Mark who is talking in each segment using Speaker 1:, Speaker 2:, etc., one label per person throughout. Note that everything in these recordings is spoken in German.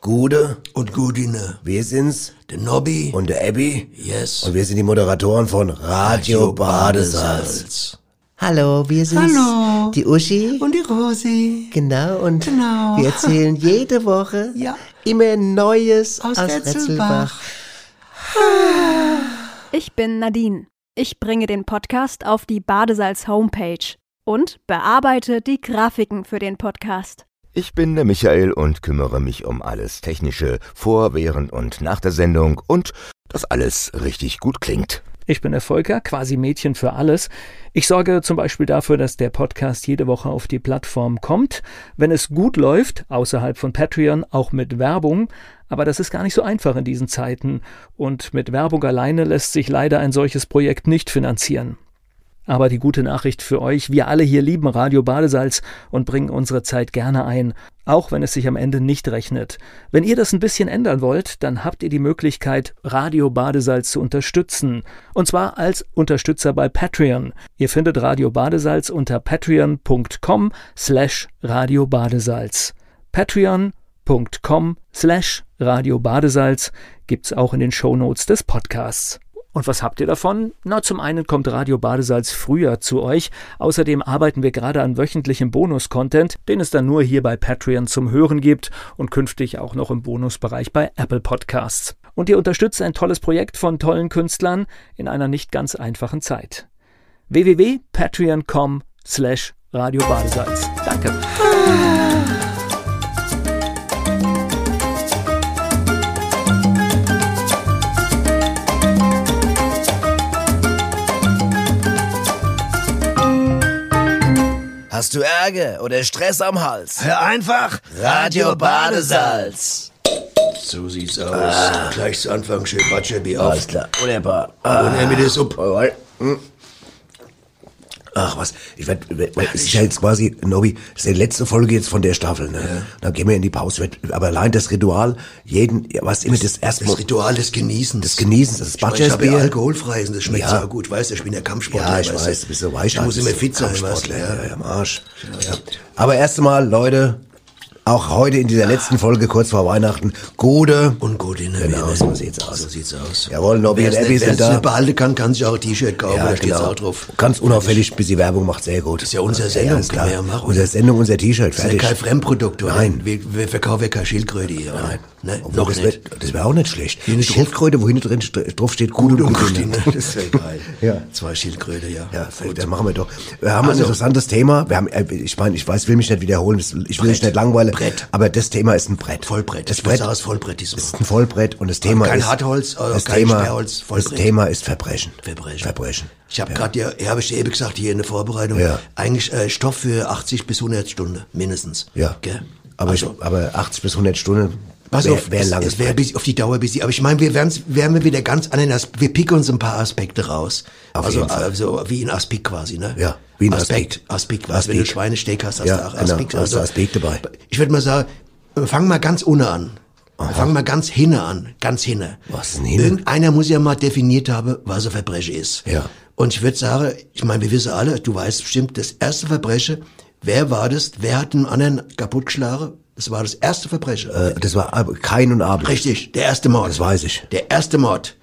Speaker 1: Gude,
Speaker 2: und Gudine.
Speaker 1: wir sind's
Speaker 2: Der Nobby.
Speaker 1: und der Abby
Speaker 2: Yes.
Speaker 1: und wir sind die Moderatoren von Radio Badesalz.
Speaker 3: Hallo, wir sind
Speaker 2: Hallo.
Speaker 3: die Uschi.
Speaker 2: Und die Rosi.
Speaker 3: genau, und
Speaker 2: Genau.
Speaker 3: wir erzählen jede Woche
Speaker 2: Ja.
Speaker 3: immer Neues
Speaker 2: Aus
Speaker 3: aus, Ah. aus
Speaker 2: Retzelbach.
Speaker 3: Retzelbach.
Speaker 4: Ich bin Nadine. Ich bringe den Podcast auf die Badesalz-Homepage und bearbeite die Grafiken für den Podcast.
Speaker 5: Ich bin der Michael und kümmere mich um alles Technische vor, während und nach der Sendung und dass alles richtig gut klingt.
Speaker 6: Ich bin der Volker, quasi Mädchen für alles. Ich sorge zum Beispiel dafür, dass der Podcast jede Woche auf die Plattform kommt. Wenn es gut läuft, außerhalb von Patreon, auch mit Werbung. Aber das ist gar nicht so einfach in diesen Zeiten. Und mit Werbung alleine lässt sich leider ein solches Projekt nicht finanzieren. Aber die gute Nachricht für euch, wir alle hier lieben Radio Badesalz und bringen unsere Zeit gerne ein, auch wenn es sich am Ende nicht rechnet. Wenn ihr das ein bisschen ändern wollt, dann habt ihr die Möglichkeit, Radio Badesalz zu unterstützen. Und zwar als Unterstützer bei Patreon. Ihr findet Radio Badesalz unter patreon.com slash radiobadesalz. patreon.com slash radiobadesalz gibt's auch in den Shownotes des Podcasts. Und was habt ihr davon? Na, zum einen kommt Radio Badesalz früher zu euch. Außerdem arbeiten wir gerade an wöchentlichem Bonus-Content, den es dann nur hier bei Patreon zum Hören gibt und künftig auch noch im Bonusbereich bei Apple Podcasts. Und ihr unterstützt ein tolles Projekt von tollen Künstlern in einer nicht ganz einfachen Zeit. www.patreon.com slash Radio Badesalz. Danke.
Speaker 7: 아.
Speaker 1: Hast du Ärger oder Stress am Hals?
Speaker 2: Hör einfach.
Speaker 1: Radio Badesalz.
Speaker 2: So sieht's aus. Gleich zu Anfang Ah. schön Batschebi auf. Ah.
Speaker 1: Alles klar, Oh, wunderbar.
Speaker 2: Und er mit der Suppe.
Speaker 1: Jawohl. Hm. Ach was, ich werd, werd, werd- es ist ja jetzt quasi, Nobi, das ist die letzte Folge jetzt von der Staffel, ne? Dann gehen wir in die Pause. Ich werd, aber allein das Ritual, jeden, ja, was immer das erstmal
Speaker 2: Das Ritual des Genießens.
Speaker 1: des Genießens, das
Speaker 2: Ich, meine, ich habe ja
Speaker 1: Badgerbier.
Speaker 2: alkoholfreies und das schmeckt
Speaker 1: Ja.
Speaker 2: so gut. Weißt du, ich bin ja Kampfsportler.
Speaker 1: Ja, ich
Speaker 2: weißt
Speaker 1: weiß, du bist so weich. also
Speaker 2: Ich muss immer
Speaker 1: bist
Speaker 2: fit sein, weißt du.
Speaker 1: Kampfsportler,
Speaker 2: Ja.
Speaker 1: ja, ja, am Arsch. Ja. Aber erst einmal, Leute, auch heute in dieser letzten Folge, kurz vor Weihnachten, gute
Speaker 2: Und gut, ne?
Speaker 1: Genau,
Speaker 2: Wie
Speaker 1: so
Speaker 2: immer.
Speaker 1: sieht's aus.
Speaker 2: So sieht's aus.
Speaker 1: Jawohl, Nobby
Speaker 2: Wer
Speaker 1: und
Speaker 2: es
Speaker 1: Abby
Speaker 2: nicht- wer
Speaker 1: sind
Speaker 2: es nicht
Speaker 1: da.
Speaker 2: behalten kann, kann sich auch ein T-Shirt kaufen. da steht's auch drauf.
Speaker 1: genau. Ganz unauffällig, bis die Werbung macht, sehr gut.
Speaker 2: Ist ja unsere Sendung,
Speaker 1: ist
Speaker 2: kann man ja machen.
Speaker 1: Unsere Sendung, unser T-Shirt,
Speaker 2: Das ist ja
Speaker 1: fertig.
Speaker 2: kein Fremdprodukt, oder?
Speaker 1: Nein.
Speaker 2: Wir, wir verkaufen ja keine Schildkröte hier, oder?
Speaker 1: Nein,
Speaker 2: Ne?
Speaker 1: Obwohl,
Speaker 2: Noch
Speaker 1: das
Speaker 2: nicht.
Speaker 1: wär- Das wäre auch nicht schlecht.
Speaker 2: Wie eine
Speaker 1: Eine Schildkröte, wo hinten drin st- drauf steht, gut und
Speaker 2: Stimmt,
Speaker 1: gut.
Speaker 2: Das wäre geil.
Speaker 1: Ja.
Speaker 2: Zwei Schildkröte, ja.
Speaker 1: Ja,
Speaker 2: Gut.
Speaker 1: dann machen wir doch. Wir haben
Speaker 2: Also.
Speaker 1: ein interessantes Thema. Wir haben, äh, ich meine, ich weiß, will mich nicht wiederholen, das- ich will mich
Speaker 2: Brett.
Speaker 1: nicht langweilen.
Speaker 2: Brett.
Speaker 1: Aber das Thema ist ein Brett.
Speaker 2: Vollbrett.
Speaker 1: Das
Speaker 2: Ich
Speaker 1: Brett
Speaker 2: sag es Vollbrett diesmal.
Speaker 1: ist ein Vollbrett und das Thema
Speaker 2: kein
Speaker 1: ist
Speaker 2: Hartholz, also
Speaker 1: das
Speaker 2: kein
Speaker 1: Thema,
Speaker 2: Sperrholz, Vollbrett.
Speaker 1: Das Thema ist Verbrechen.
Speaker 2: Verbrechen.
Speaker 1: Verbrechen.
Speaker 2: Ich habe gerade, ja, ja habe ich dir eben gesagt, hier in der Vorbereitung,
Speaker 1: Ja.
Speaker 2: eigentlich äh, Stoff für 80 bis 100 Stunden, mindestens.
Speaker 1: Ja.
Speaker 2: Gell?
Speaker 1: Aber
Speaker 2: Also,
Speaker 1: ich, aber 80 bis 100 Stunden.
Speaker 2: Pass
Speaker 1: wär-
Speaker 2: auf,
Speaker 1: wär ein
Speaker 2: es-
Speaker 1: langes
Speaker 2: es wäre
Speaker 1: Brett.
Speaker 2: bis- auf die Dauer busy. Aber ich meine, wir werden werden wir wieder ganz anders. Wir picken uns ein paar Aspekte raus.
Speaker 1: Auf
Speaker 2: also,
Speaker 1: jeden Fall.
Speaker 2: also wie in Aspik quasi, ne?
Speaker 1: Ja, wie in
Speaker 2: Aspekt.
Speaker 1: Aspik.
Speaker 2: Aspik, was wenn du
Speaker 1: Aspik.
Speaker 2: Schweinesteak hast, hast
Speaker 1: Ja,
Speaker 2: du auch Also,
Speaker 1: genau, hast du Aspik dabei.
Speaker 2: Ich würde mal sagen, wir fangen mal ganz ohne an. Wir fangen mal ganz hinne an, ganz hinne.
Speaker 1: Was ist denn hinne?
Speaker 2: Irgendeiner muss ja mal definiert haben, was ein Verbrechen ist.
Speaker 1: Ja.
Speaker 2: Und ich würde sagen, ich meine, wir wissen alle, du weißt bestimmt, das erste Verbrechen, wer war das? Wer hat einen anderen kaputtgeschlagen? Das war das erste Verbrechen.
Speaker 1: Äh, das war Ab- Kain und Abel.
Speaker 2: Richtig, der erste Mord.
Speaker 1: Das weiß ich.
Speaker 2: Der erste Mord.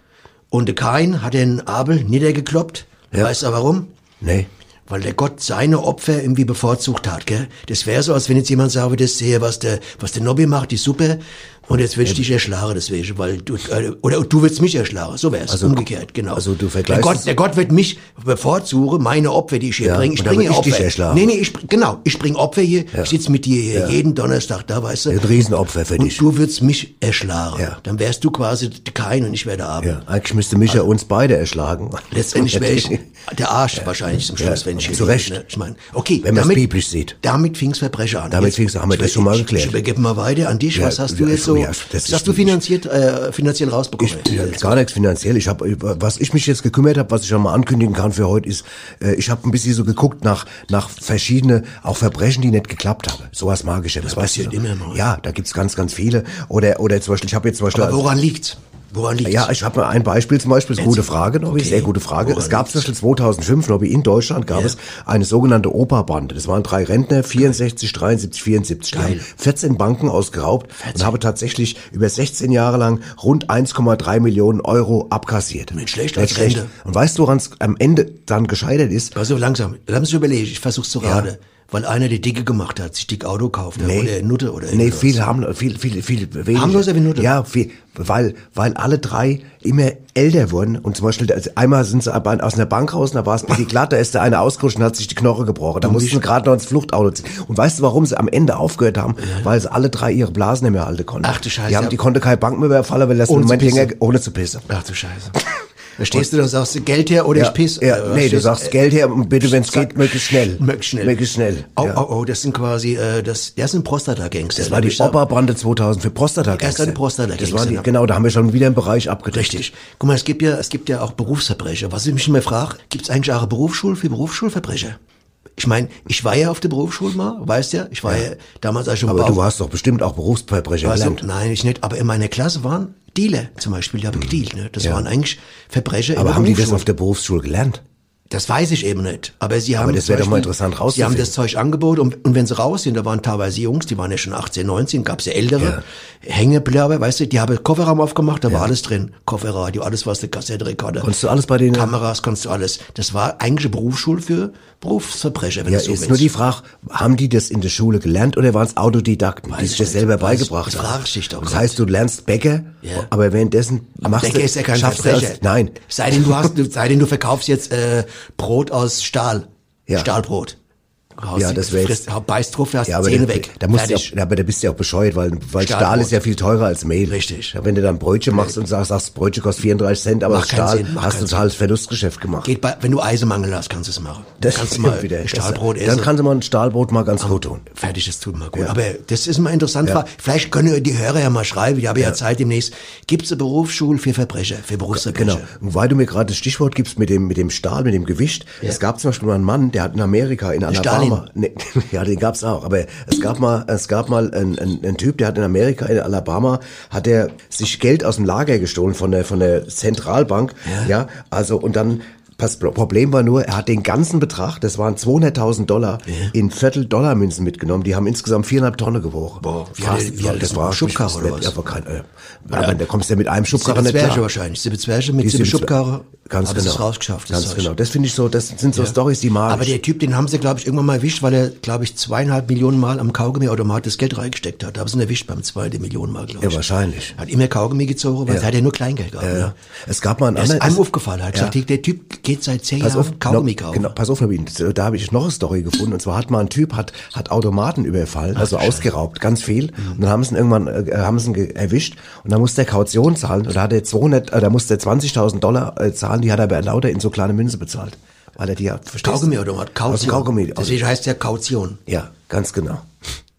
Speaker 2: Und der Kain hat den Abel niedergekloppt.
Speaker 1: Ja.
Speaker 2: Weißt du warum?
Speaker 1: Nee.
Speaker 2: Weil der Gott seine Opfer irgendwie bevorzugt hat, gell? Das wäre so, als wenn jetzt jemand sagt, das sehe, was der, was der Nobby macht, die Suppe, und jetzt will ich dich erschlagen deswegen, weil du, äh, oder du willst mich erschlagen, so wär's,
Speaker 1: Also,
Speaker 2: umgekehrt, genau.
Speaker 1: also du
Speaker 2: der
Speaker 1: vergleichst es-
Speaker 2: Gott, der Gott wird mich bevorzugen, meine Opfer, die ich hier
Speaker 1: Ja,
Speaker 2: bringe, ich
Speaker 1: und dann
Speaker 2: bringe
Speaker 1: will
Speaker 2: ja
Speaker 1: ich dich
Speaker 2: Opfer.
Speaker 1: erschlagen.
Speaker 2: nee, nee, ich, bring- genau, ich bringe Opfer hier,
Speaker 1: Ja.
Speaker 2: ich sitz mit dir hier
Speaker 1: Ja.
Speaker 2: jeden Donnerstag da, weißt du.
Speaker 1: Ein Riesenopfer für dich.
Speaker 2: Und du würdest mich erschlagen.
Speaker 1: Ja.
Speaker 2: Dann wärst du quasi der Kain und ich wäre der Abel.
Speaker 1: Ja, eigentlich müsste mich ja uns beide erschlagen.
Speaker 2: Letztendlich wäre Also- ich der Arsch wahrscheinlich zum Schluss,
Speaker 1: Ja,
Speaker 2: wenn ich hier
Speaker 1: zu
Speaker 2: lebe,
Speaker 1: Recht.
Speaker 2: Ne? Ich meine, okay,
Speaker 1: Wenn man's
Speaker 2: damit-
Speaker 1: biblisch sieht.
Speaker 2: Damit fing's Verbrechen an.
Speaker 1: Damit
Speaker 2: Jetzt-
Speaker 1: fing's an, haben wir
Speaker 2: ich-
Speaker 1: das schon mal
Speaker 2: ich-
Speaker 1: geklärt.
Speaker 2: Ich übergebe mal weiter an dich.
Speaker 1: Ja,
Speaker 2: was hast du
Speaker 1: ja,
Speaker 2: jetzt so?
Speaker 1: ja, das
Speaker 2: was
Speaker 1: ist
Speaker 2: hast du
Speaker 1: nicht-
Speaker 2: finanziert, äh, finanziell rausbekommen?
Speaker 1: Ich, ja, gar nichts finanziell. Ich habe, was ich mich jetzt gekümmert habe, was ich schon mal ankündigen kann für heute, ist, äh, ich habe ein bisschen so geguckt nach nach verschiedene auch Verbrechen, die nicht geklappt haben. Sowas magisches. Das, das
Speaker 2: passiert immer mal.
Speaker 1: Ja, da gibt's ganz, ganz viele. Oder oder zum Beispiel, ich habe jetzt zum Beispiel
Speaker 2: Aber woran liegt's? Woran liegt
Speaker 1: Ja, ich habe mal ein Beispiel zum Beispiel, ist eine gute Frage, Nobby,
Speaker 2: Okay.
Speaker 1: sehr gute Frage.
Speaker 2: Woran
Speaker 1: es gab
Speaker 2: liegt's?
Speaker 1: zwischen 2005, Nobby, in Deutschland gab
Speaker 2: Ja.
Speaker 1: es eine sogenannte Operbande. Das waren drei Rentner, 64, 73, 74. Die
Speaker 2: Geil.
Speaker 1: haben 14 Banken ausgeraubt und haben tatsächlich über 16 Jahre lang rund 1,3 Millionen Euro abkassiert.
Speaker 2: Nicht schlecht
Speaker 1: Nicht
Speaker 2: als
Speaker 1: schlecht.
Speaker 2: Rente.
Speaker 1: Und weißt du, woran es am Ende dann gescheitert ist?
Speaker 2: Pass auf, langsam. Lass mich überlegen, ich versuch's zu raten. Weil einer die Dicke gemacht hat, sich dick Auto gekauft hat. Oder eine Nutte oder
Speaker 1: Nee,
Speaker 2: irgendwas.
Speaker 1: viel haben viel viel viel weniger.
Speaker 2: Harmloser wie Nutte?
Speaker 1: Ja, viel, weil weil alle drei immer älter wurden und zum Beispiel also einmal sind sie aber aus einer Bank raus, und da war es ein bisschen glatt, da ist der eine ausgerutscht und hat sich die Knoche gebrochen. Da mussten sie gerade noch ins Fluchtauto ziehen. Und weißt du, warum sie am Ende aufgehört haben? Weil sie alle drei ihre Blasen nicht mehr halten konnten.
Speaker 2: Ach du Scheiße.
Speaker 1: Die, haben, die konnte keine Bank mehr überfallen, weil das
Speaker 2: Ohne
Speaker 1: im Moment
Speaker 2: zu pissen.
Speaker 1: länger ohne zu pissen.
Speaker 2: Ach du Scheiße. Da stehst du da und sagst, du, Geld her oder
Speaker 1: Ja,
Speaker 2: ich piss.
Speaker 1: ja,
Speaker 2: Äh,
Speaker 1: nee, du
Speaker 2: stehst-
Speaker 1: sagst Geld her und bitte, wenn es
Speaker 2: zack.
Speaker 1: geht, möglichst schnell.
Speaker 2: Möglichst schnell.
Speaker 1: Möglichst schnell.
Speaker 2: Oh,
Speaker 1: ja.
Speaker 2: oh, oh, das sind quasi, äh, das, das sind Prostata-Gangster.
Speaker 1: Das war die Operbande 2000 für prostata
Speaker 2: Erst eine
Speaker 1: Das
Speaker 2: Prostata-Gangster.
Speaker 1: war die, genau, da haben wir schon wieder einen Bereich abgedeckt.
Speaker 2: Richtig. Guck mal, es gibt ja, es gibt ja auch Berufsverbrecher. Was ich mich immer frage, gibt es eigentlich auch eine Berufsschule für Berufsschulverbrecher? Ich meine, ich war ja auf der Berufsschule mal, weißt ja, ich war ja, damals als ich schon
Speaker 1: Aber
Speaker 2: auf-
Speaker 1: du hast doch bestimmt auch Berufsverbrecher
Speaker 2: also,
Speaker 1: gelernt.
Speaker 2: Nein, ich nicht. Aber in meiner Klasse waren Dealer zum Beispiel, die haben gedealt. Ne? Das waren eigentlich Verbrecher. in
Speaker 1: Mhm. Aber
Speaker 2: der
Speaker 1: haben die das
Speaker 2: Berufsschule.
Speaker 1: auf der Berufsschule gelernt?
Speaker 2: Das weiß ich eben nicht. Aber sie haben.
Speaker 1: das
Speaker 2: zum
Speaker 1: wäre doch mal
Speaker 2: Beispiel-
Speaker 1: interessant
Speaker 2: Sie haben
Speaker 1: rauszufinden.
Speaker 2: das Zeug angeboten und, und wenn sie raus sind, da waren teilweise Jungs, die waren ja schon 18, 19, gab's ja ältere Hängeblabber, weißt du, die haben Kofferraum aufgemacht, da war alles drin. Kofferradio, alles was der Kassettenrekorder.
Speaker 1: Konntest du alles bei denen?
Speaker 2: Kameras, konntest du alles. Das war eigentlich eine Berufsschule für Berufsverbrecher, wenn
Speaker 1: ja,
Speaker 2: du so
Speaker 1: ist
Speaker 2: willst.
Speaker 1: nur die Frage, haben die das in der Schule gelernt oder waren es Autodidakten, die
Speaker 2: Weiß
Speaker 1: sich
Speaker 2: ich
Speaker 1: das
Speaker 2: nicht.
Speaker 1: selber
Speaker 2: Weiß-
Speaker 1: beigebracht
Speaker 2: das
Speaker 1: haben?
Speaker 2: frag ich dich doch
Speaker 1: Das
Speaker 2: grad.
Speaker 1: heißt, du lernst Bäcker,
Speaker 2: Ja.
Speaker 1: aber währenddessen machst
Speaker 2: Decker
Speaker 1: du,
Speaker 2: ist ja kein
Speaker 1: schaffst du
Speaker 2: Verbrecher.
Speaker 1: das, nein,
Speaker 2: Sei denn du hast, du- sei denn du verkaufst jetzt äh, Brot aus Stahl.
Speaker 1: Ja.
Speaker 2: Stahlbrot. Haust
Speaker 1: Ja,
Speaker 2: die-
Speaker 1: das wär
Speaker 2: frisst- Beißt drauf, hast
Speaker 1: Ja,
Speaker 2: die
Speaker 1: aber
Speaker 2: Zähne
Speaker 1: da,
Speaker 2: weg.
Speaker 1: Da musst du,
Speaker 2: Fertig.
Speaker 1: ja- aber da bist du ja auch bescheuert, weil, weil Stahl,
Speaker 2: Stahlbrot.
Speaker 1: ist ja viel teurer als Mehl.
Speaker 2: Richtig.
Speaker 1: Ja, wenn du dann Brötchen machst und sagst, sagst Brötchen kostet 34 Cent, aber
Speaker 2: Macht
Speaker 1: aus
Speaker 2: keinen
Speaker 1: Stahl
Speaker 2: Sinn, macht
Speaker 1: hast du
Speaker 2: keinen
Speaker 1: totales Verlustgeschäft gemacht.
Speaker 2: Geht bei, wenn du Eisenmangel hast, kannst du es machen. kannst du
Speaker 1: stimmt
Speaker 2: mal
Speaker 1: wieder.
Speaker 2: Stahlbrot
Speaker 1: das,
Speaker 2: essen.
Speaker 1: Dann kannst du mal ein Stahlbrot mal ganz gut tun.
Speaker 2: Fertig, das tut mir gut. Aber das ist mal interessant. Vielleicht können die Hörer ja mal schreiben. Ich habe ja, Zeit demnächst. Gibt es eine Berufsschule für Verbrecher, für Berufsverbrecher?
Speaker 1: Genau. Und weil du mir gerade das Stichwort gibst mit dem, mit dem Stahl, mit dem Gewicht. Es gab zum Beispiel mal einen Mann, der hat in Amerika, in Alabama.
Speaker 2: Stalin.
Speaker 1: Nee, ja, den gab's auch. Aber es gab mal, es gab mal einen, einen, einen Typ, der hat in Amerika, in Alabama, hat er sich Geld aus dem Lager gestohlen von der, von der Zentralbank. Ja. also, und dann, das Problem war nur, er hat den ganzen Betrag, das waren 200.000 Dollar, in Viertel-Dollar-Münzen mitgenommen. Die haben insgesamt viereinhalb Tonne gewogen.
Speaker 2: Boah, wie
Speaker 1: Krass,
Speaker 2: hat er- wie hat er das mit einem Schubkarren oder was?
Speaker 1: Aber kein, äh, aber da kommst du ja mit einem Schubkarren
Speaker 2: Sieben
Speaker 1: nicht
Speaker 2: Zwerge
Speaker 1: klar.
Speaker 2: wahrscheinlich. Sieben Zwerge mit
Speaker 1: Die
Speaker 2: sieben
Speaker 1: sind-
Speaker 2: Schubkarre.
Speaker 1: Ganz
Speaker 2: Haben
Speaker 1: genau.
Speaker 2: sie es rausgeschafft.
Speaker 1: ganz
Speaker 2: Zeug.
Speaker 1: genau. Das finde ich so, das sind so Storys, die mag
Speaker 2: Aber
Speaker 1: ich.
Speaker 2: der Typ, den haben sie, glaube ich, irgendwann mal erwischt, weil er, glaube ich, zweieinhalb Millionen Mal am Kaugummiautomat das Geld reingesteckt hat. Da haben sie ihn erwischt beim zweiten Millionen Mal, glaube
Speaker 1: Ja,
Speaker 2: ich.
Speaker 1: wahrscheinlich.
Speaker 2: Hat immer Kaugummi gezogen, weil
Speaker 1: Ja.
Speaker 2: er hat ja nur Kleingeld gehabt.
Speaker 1: Ja.
Speaker 2: ne?
Speaker 1: Es gab mal einen
Speaker 2: Er ist
Speaker 1: anderen.
Speaker 2: einem
Speaker 1: es-
Speaker 2: aufgefallen, er hat gesagt,
Speaker 1: Ja.
Speaker 2: der Typ geht seit zehn
Speaker 1: Pass auf,
Speaker 2: Jahren Kaugummi
Speaker 1: no-
Speaker 2: kaufen.
Speaker 1: Genau, pass auf, Nabin, da habe ich noch eine Story gefunden. Und zwar hat mal ein Typ, hat, hat Automaten überfallen, also ausgeraubt, ganz viel.
Speaker 2: Mhm.
Speaker 1: Und dann haben sie ihn irgendwann, äh, haben sie ihn ge- erwischt. Und dann musste er Kaution zahlen. Und da hat er 200, äh, da musste er 20.000 Dollar äh, zahlen, die hat er aber lauter in so kleine Münze bezahlt. Weil er die ja, verstehst du?
Speaker 2: Kaugummiautomat,
Speaker 1: Aus
Speaker 2: Kaution.
Speaker 1: dem also Kaugummi.
Speaker 2: Deswegen heißt der Kaution.
Speaker 1: Ja, ganz genau.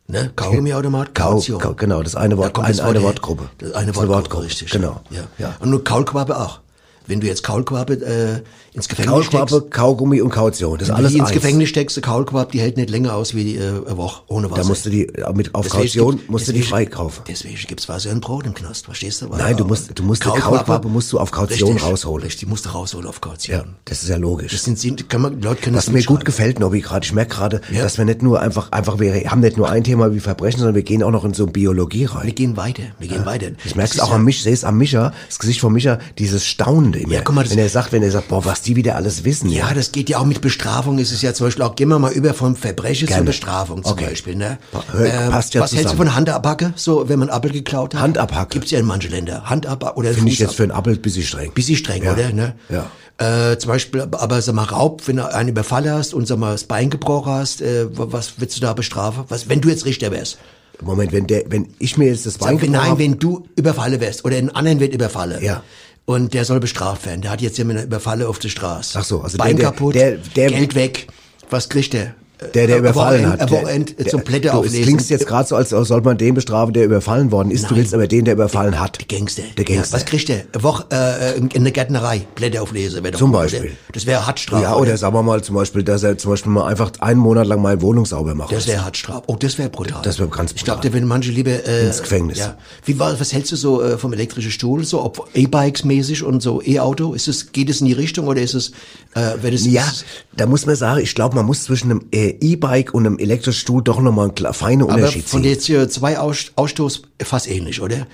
Speaker 2: Ne? Kaugummiautomat,
Speaker 1: Kau,
Speaker 2: Kaution.
Speaker 1: Kau, genau, das eine
Speaker 2: Da
Speaker 1: Wort,
Speaker 2: kommt
Speaker 1: ein,
Speaker 2: das
Speaker 1: eine
Speaker 2: her.
Speaker 1: Wortgruppe.
Speaker 2: Das eine
Speaker 1: Das ist eine
Speaker 2: Wortgruppe,
Speaker 1: Wortgruppe,
Speaker 2: richtig.
Speaker 1: genau.
Speaker 2: Ja.
Speaker 1: Ja.
Speaker 2: Und nur Kaulquappe auch. Wenn du jetzt Kaulquappe äh, ins Gefängnis
Speaker 1: Kaulquappe,
Speaker 2: steckst,
Speaker 1: Kaugummi und Kaution. Das ist
Speaker 2: wenn du
Speaker 1: alles
Speaker 2: die ins
Speaker 1: eins.
Speaker 2: Gefängnis steckst, die Kaulquappe, die hält nicht länger aus wie die, äh, eine Woche ohne Wasser.
Speaker 1: Da musst du die mit auf
Speaker 2: Deswegen
Speaker 1: Kaution
Speaker 2: gibt-
Speaker 1: musst du die
Speaker 2: deswegen-
Speaker 1: freikaufen.
Speaker 2: Deswegen gibt's Wasser und Brot im Knast, verstehst du? Weil-
Speaker 1: Nein, du musst- du musst die Kaulquappe musst du auf Kaution
Speaker 2: richtig,
Speaker 1: rausholen.
Speaker 2: Richtig, musst du rausholen auf Kaution.
Speaker 1: Ja, das ist ja logisch.
Speaker 2: Das sind, sind kann man, Leute können
Speaker 1: Was
Speaker 2: das
Speaker 1: mir gut
Speaker 2: mitschreiben.
Speaker 1: gefällt, Nobby, gerade, ich merke gerade,
Speaker 2: Ja.
Speaker 1: dass wir nicht nur einfach, einfach, wir haben nicht nur ein Thema wie Verbrechen, sondern wir gehen auch noch in so Biologie
Speaker 2: Wir
Speaker 1: rein.
Speaker 2: gehen weiter, wir gehen weiter.
Speaker 1: Ich
Speaker 2: Das
Speaker 1: merke
Speaker 2: ist
Speaker 1: es auch
Speaker 2: ja-
Speaker 1: am Mich, sehe es am Micha, das Gesicht von Micha, dieses Staunende immer.
Speaker 2: Ja, guck mal, das-
Speaker 1: wenn er sagt, wenn er sagt, boah, was die wieder alles wissen.
Speaker 2: Ja, das geht ja auch mit Bestrafung. Es ist ja zum Beispiel auch, gehen wir mal über vom Verbrechen zur
Speaker 1: Gerne.
Speaker 2: Bestrafung zum
Speaker 1: Okay.
Speaker 2: Beispiel. Ne?
Speaker 1: Pa- hör- passt ja
Speaker 2: was hältst du
Speaker 1: zusammen.
Speaker 2: von Handabhacke, so wenn man Apfel geklaut hat?
Speaker 1: Handabhacke.
Speaker 2: Gibt's ja in manchen Ländern. Handabhacke oder
Speaker 1: finde ich
Speaker 2: Fußab-
Speaker 1: jetzt für einen Appel ein bisschen streng.
Speaker 2: Bisschen streng,
Speaker 1: Ja.
Speaker 2: oder? Ne?
Speaker 1: Ja.
Speaker 2: Äh, zum Beispiel, aber sag mal, Raub, wenn du einen Überfall hast und sag mal, das Bein gebrochen hast, äh, was willst du da bestrafen? Was, wenn du jetzt Richter wärst?
Speaker 1: Moment, wenn der, wenn ich mir jetzt das Bein
Speaker 2: Sag,
Speaker 1: gebrochen
Speaker 2: wenn, nein,
Speaker 1: habe-
Speaker 2: wenn du überfalle wärst oder einen anderen wird überfalle.
Speaker 1: Ja.
Speaker 2: Und der soll bestraft werden. Der hat jetzt jemand eine Überfalle auf der Straße.
Speaker 1: Ach so, also der-
Speaker 2: Bein
Speaker 1: der-
Speaker 2: kaputt,
Speaker 1: der- der-
Speaker 2: Geld weg. Was kriegt der? Äh,
Speaker 1: Der, der
Speaker 2: Am
Speaker 1: überfallen
Speaker 2: Wochenende-
Speaker 1: hat.
Speaker 2: am
Speaker 1: der-
Speaker 2: Wochenende
Speaker 1: der-
Speaker 2: zum Blätter
Speaker 1: du,
Speaker 2: auflesen.
Speaker 1: Es klingt jetzt gerade so, als sollte man den bestrafen, der überfallen worden ist. Du willst aber den, der überfallen hat.
Speaker 2: Gangster.
Speaker 1: Der Gangster.
Speaker 2: Ja, was kriegt der? Eine Woche äh, in in der Gärtnerei Blätter auflesen. wär doch
Speaker 1: Zum
Speaker 2: gut,
Speaker 1: Beispiel.
Speaker 2: oder? Das wäre Hartstrafe.
Speaker 1: Ja, oder sagen wir mal zum Beispiel, dass er zum Beispiel mal einfach einen Monat lang meine Wohnung sauber macht.
Speaker 2: Das wäre Hartstrafe. Oh, das wäre brutal.
Speaker 1: Das wär ganz
Speaker 2: Ich
Speaker 1: brutal.
Speaker 2: glaube, da würden manche lieber äh,
Speaker 1: Ins Gefängnis.
Speaker 2: Ja. Wie war, was hältst du so äh, vom elektrischen Stuhl, so ob E-Bikes mäßig und so E-Auto? Ist es geht es in die Richtung oder ist es äh, wenn es
Speaker 1: Ja,
Speaker 2: ist,
Speaker 1: da muss man sagen, ich glaube, man muss zwischen einem äh, E-Bike und einem Elektrostuhl doch nochmal einen kla- feinen
Speaker 2: aber
Speaker 1: Unterschied
Speaker 2: von
Speaker 1: ziehen.
Speaker 2: der CO2-Ausstoß äh, fast ähnlich, oder?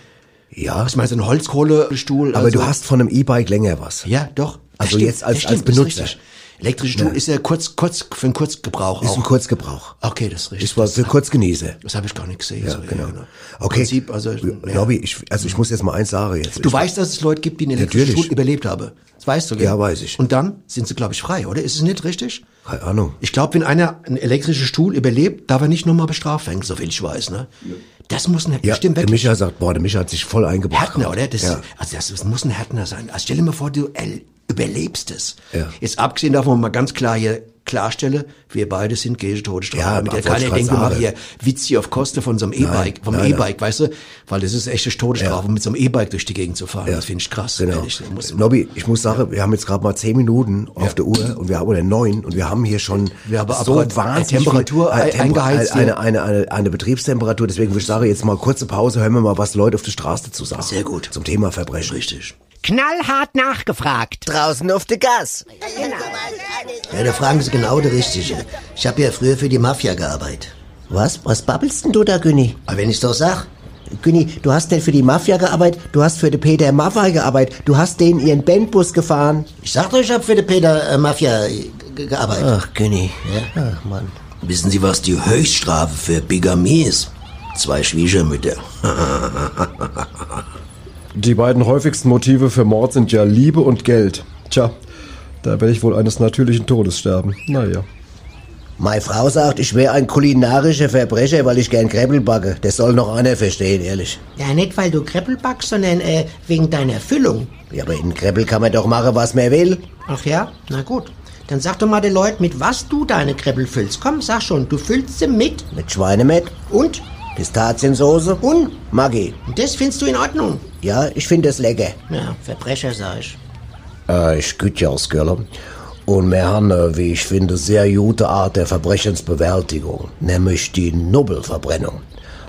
Speaker 1: Ja,
Speaker 2: Was meinst du, ein Holzkohlestuhl?
Speaker 1: aber
Speaker 2: also-
Speaker 1: du hast von einem E-Bike länger was.
Speaker 2: ja doch. Das
Speaker 1: Also jetzt als-
Speaker 2: das
Speaker 1: als
Speaker 2: das ist
Speaker 1: Benutzer.
Speaker 2: richtig. Elektrischer Stuhl ist ja kurz, kurz für einen Kurzgebrauch
Speaker 1: Ist ein
Speaker 2: auch.
Speaker 1: Kurzgebrauch.
Speaker 2: okay, das ist richtig.
Speaker 1: Ist was für Kurzgenieße.
Speaker 2: Das habe ich gar nicht gesehen.
Speaker 1: Ja,
Speaker 2: so,
Speaker 1: genau.
Speaker 2: Im
Speaker 1: Okay.
Speaker 2: Prinzip, also, ja.
Speaker 1: Lobby, ich, also ich muss jetzt mal eins sagen jetzt.
Speaker 2: Du
Speaker 1: ich,
Speaker 2: weißt, dass es Leute gibt, die einen elektrischen
Speaker 1: Natürlich.
Speaker 2: Stuhl überlebt haben. Das weißt du, gell?
Speaker 1: Ja, weiß ich.
Speaker 2: Und dann sind sie, glaube ich, frei, oder? Ist es nicht richtig?
Speaker 1: Keine Ahnung.
Speaker 2: Ich glaube, wenn einer einen elektrischen Stuhl überlebt, darf er nicht nochmal bestraft werden, soviel ich weiß, ne? Das muss ein
Speaker 1: Ja,
Speaker 2: bestimmt
Speaker 1: der
Speaker 2: weg.
Speaker 1: Micha sagt, boah, der Micha hat sich voll eingebracht.
Speaker 2: Härtner,
Speaker 1: gerade.
Speaker 2: oder? Das,
Speaker 1: ja.
Speaker 2: Also das, das muss ein Härtner sein. Also stell dir mal vor, du el- überlebst es.
Speaker 1: Ja.
Speaker 2: Jetzt abgesehen davon mal ganz klar hier klarstelle, wir beide sind gegen Todesstrafe.
Speaker 1: Ja,
Speaker 2: Damit ja
Speaker 1: wollte ich
Speaker 2: keiner
Speaker 1: grad
Speaker 2: denkt, wir machen
Speaker 1: sagen.
Speaker 2: hier Witz hier auf Kosten von so einem E-Bike, vom
Speaker 1: nein,
Speaker 2: E-Bike, weißt du? Weil das ist echte Todesstrafe, mit so einem E-Bike durch die Gegend zu fahren.
Speaker 1: Ja.
Speaker 2: Das finde ich krass.
Speaker 1: Genau.
Speaker 2: ehrlich. Da muss-
Speaker 1: Nobby, ich muss sagen, wir haben jetzt gerade mal zehn Minuten auf der Uhr und wir haben oder neun und wir haben hier schon
Speaker 2: Wir haben
Speaker 1: so
Speaker 2: aber
Speaker 1: wahnsinnig
Speaker 2: eine Temperatur
Speaker 1: viel-
Speaker 2: ein- eingeheizt
Speaker 1: eine, eine, eine, eine Betriebstemperatur. Deswegen würde ich sagen, jetzt mal kurze Pause, hören wir mal, was Leute auf der Straße zu sagen.
Speaker 2: Sehr gut.
Speaker 1: Zum Thema Verbrechen.
Speaker 2: Richtig.
Speaker 8: Knallhart nachgefragt.
Speaker 3: Draußen auf der Gas.
Speaker 2: Ja, da fragen Sie genau der Richtige. Ich habe ja früher für die Mafia gearbeitet.
Speaker 3: Was? Was babbelst denn du da, Günni?
Speaker 2: Aber wenn ich doch sag,
Speaker 3: Günni, du hast denn für die Mafia gearbeitet, du hast für den Peter Maffei gearbeitet, du hast denen ihren Bandbus gefahren.
Speaker 2: ich sag doch, ich habe für die Peter äh, Mafia äh, ge- gearbeitet.
Speaker 3: Ach, Günni. Ach, Mann.
Speaker 2: Wissen Sie, was die Höchststrafe für Bigamie ist? Zwei Schwiegermütter.
Speaker 9: Die beiden häufigsten Motive für Mord sind ja Liebe und Geld. Tja, da werde ich wohl eines natürlichen Todes sterben. Naja.
Speaker 3: Meine Frau sagt, ich wäre ein kulinarischer Verbrecher, weil ich gern Kreppel backe. Das soll noch einer verstehen, ehrlich.
Speaker 8: Ja, Äh, nicht weil du Kreppel backst, sondern äh, wegen deiner Füllung.
Speaker 3: Ja, aber in Kreppel kann man doch machen, was man will.
Speaker 8: Ach ja, na gut. Dann sag doch mal den Leuten, mit was du deine Kreppel füllst. Komm, sag schon, du füllst sie mit
Speaker 3: Mit Schweinemett,
Speaker 8: und
Speaker 3: Pistaziensoße und Maggi.
Speaker 8: das findest du in Ordnung.
Speaker 3: Ja, ich finde das lecker.
Speaker 8: Ja, Verbrecher sag ich.
Speaker 1: Äh, ich güte aus Köln. Und wir haben, äh, wie ich finde, sehr gute Art der Verbrechensbewältigung, nämlich die Nubbelverbrennung.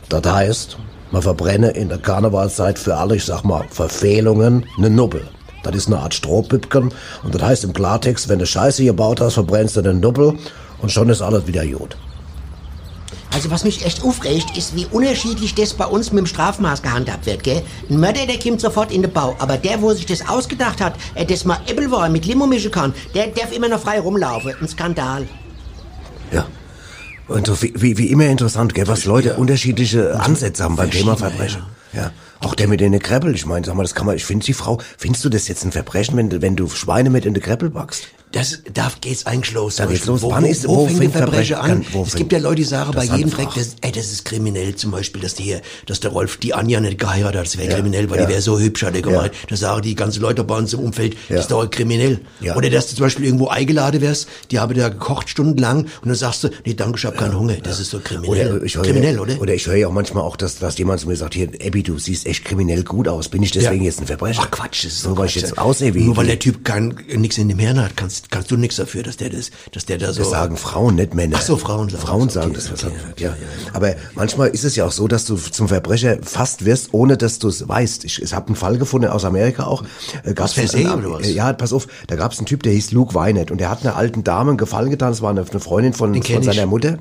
Speaker 1: Das heißt, man verbrenne in der Karnevalszeit für alle, ich sag mal, Verfehlungen eine Nubbel. Das ist eine Art Strohpüppchen und das heißt im Klartext, wenn du Scheiße gebaut hast, verbrennst du eine Nubbel und schon ist alles wieder gut.
Speaker 8: Also was mich echt aufregt, ist, wie unterschiedlich das bei uns mit dem Strafmaß gehandhabt wird, gell? Ein Mörder, der kommt sofort in den Bau, aber der, wo sich das ausgedacht hat, äh, das mal Äppelwein mit Limo mischen kann, der darf immer noch frei rumlaufen. Ein Skandal.
Speaker 1: Ja. Und so wie, wie, wie immer interessant, gell, was Leute unterschiedliche Ansätze haben beim Thema Verbrechen. Ja. Auch der mit in der Kreppel, ich meine, sag mal, das kann man, ich finde die Frau, findest du das jetzt ein Verbrechen, wenn, du- wenn du Schweine mit in der Kreppel backst?
Speaker 2: Das, da geht's eigentlich los.
Speaker 1: Da
Speaker 2: Zum
Speaker 1: geht's
Speaker 2: Beispiel,
Speaker 1: los.
Speaker 2: Wo,
Speaker 1: Wann
Speaker 2: wo,
Speaker 1: ist-
Speaker 2: wo,
Speaker 1: wo
Speaker 2: fängt
Speaker 1: fängt
Speaker 2: der Verbrecher
Speaker 1: Verbrechen
Speaker 2: an?
Speaker 1: an? Wo
Speaker 2: es
Speaker 1: fängt-
Speaker 2: gibt ja Leute, die sagen bei
Speaker 1: Interessante
Speaker 2: jedem Dreck,
Speaker 1: Frage.
Speaker 2: das, ey, das ist kriminell. Zum Beispiel, dass die, dass der Rolf die Anja nicht geheiratet hat, das wäre kriminell, weil
Speaker 1: ja.
Speaker 2: die wäre so hübsch, hat er gemeint. Da sagen die ganzen Leute bei uns im Umfeld, das ist doch kriminell.
Speaker 1: Ja.
Speaker 2: Oder dass du zum Beispiel irgendwo eingeladen wärst, die haben da gekocht stundenlang und dann sagst du, nee, danke, ich habe keinen Hunger. Das ist doch kriminell.
Speaker 1: Oder ich höre,
Speaker 2: kriminell, oder?
Speaker 1: Oder ich höre ja auch manchmal auch, dass, dass jemand zu mir sagt, hier, Abby, du siehst echt kriminell gut aus. Bin ich deswegen
Speaker 2: Ja.
Speaker 1: jetzt ein Verbrecher?
Speaker 2: Ach Quatsch, das ist
Speaker 1: so,
Speaker 2: doch
Speaker 1: weil ich
Speaker 2: Quatsch,
Speaker 1: jetzt
Speaker 2: ja.
Speaker 1: aussehe wie.
Speaker 2: Nur weil der
Speaker 1: wie-
Speaker 2: Typ kein, nix in dem Hirn hat, kannst, kannst du nix dafür, dass der das, dass der da so.
Speaker 1: Das sagen Frauen, nicht Männer.
Speaker 2: Ach so, Frauen sagen
Speaker 1: Frauen
Speaker 2: das.
Speaker 1: sagen
Speaker 2: Okay,
Speaker 1: das.
Speaker 2: okay, okay,
Speaker 1: ja. Aber manchmal ist es ja auch so, dass du zum Verbrecher fast wirst, ohne dass du es weißt. Ich, ich habe einen Fall gefunden aus Amerika auch. Äh, gab's
Speaker 2: per se
Speaker 1: einen-
Speaker 2: oder was?
Speaker 1: äh, Ja, pass auf, da gab es einen Typ, der hieß Luke Weinert und der hat einer alten Dame einen Gefallen getan. Das war eine, eine Freundin von,
Speaker 2: kenn
Speaker 1: von
Speaker 2: ich.
Speaker 1: seiner Mutter.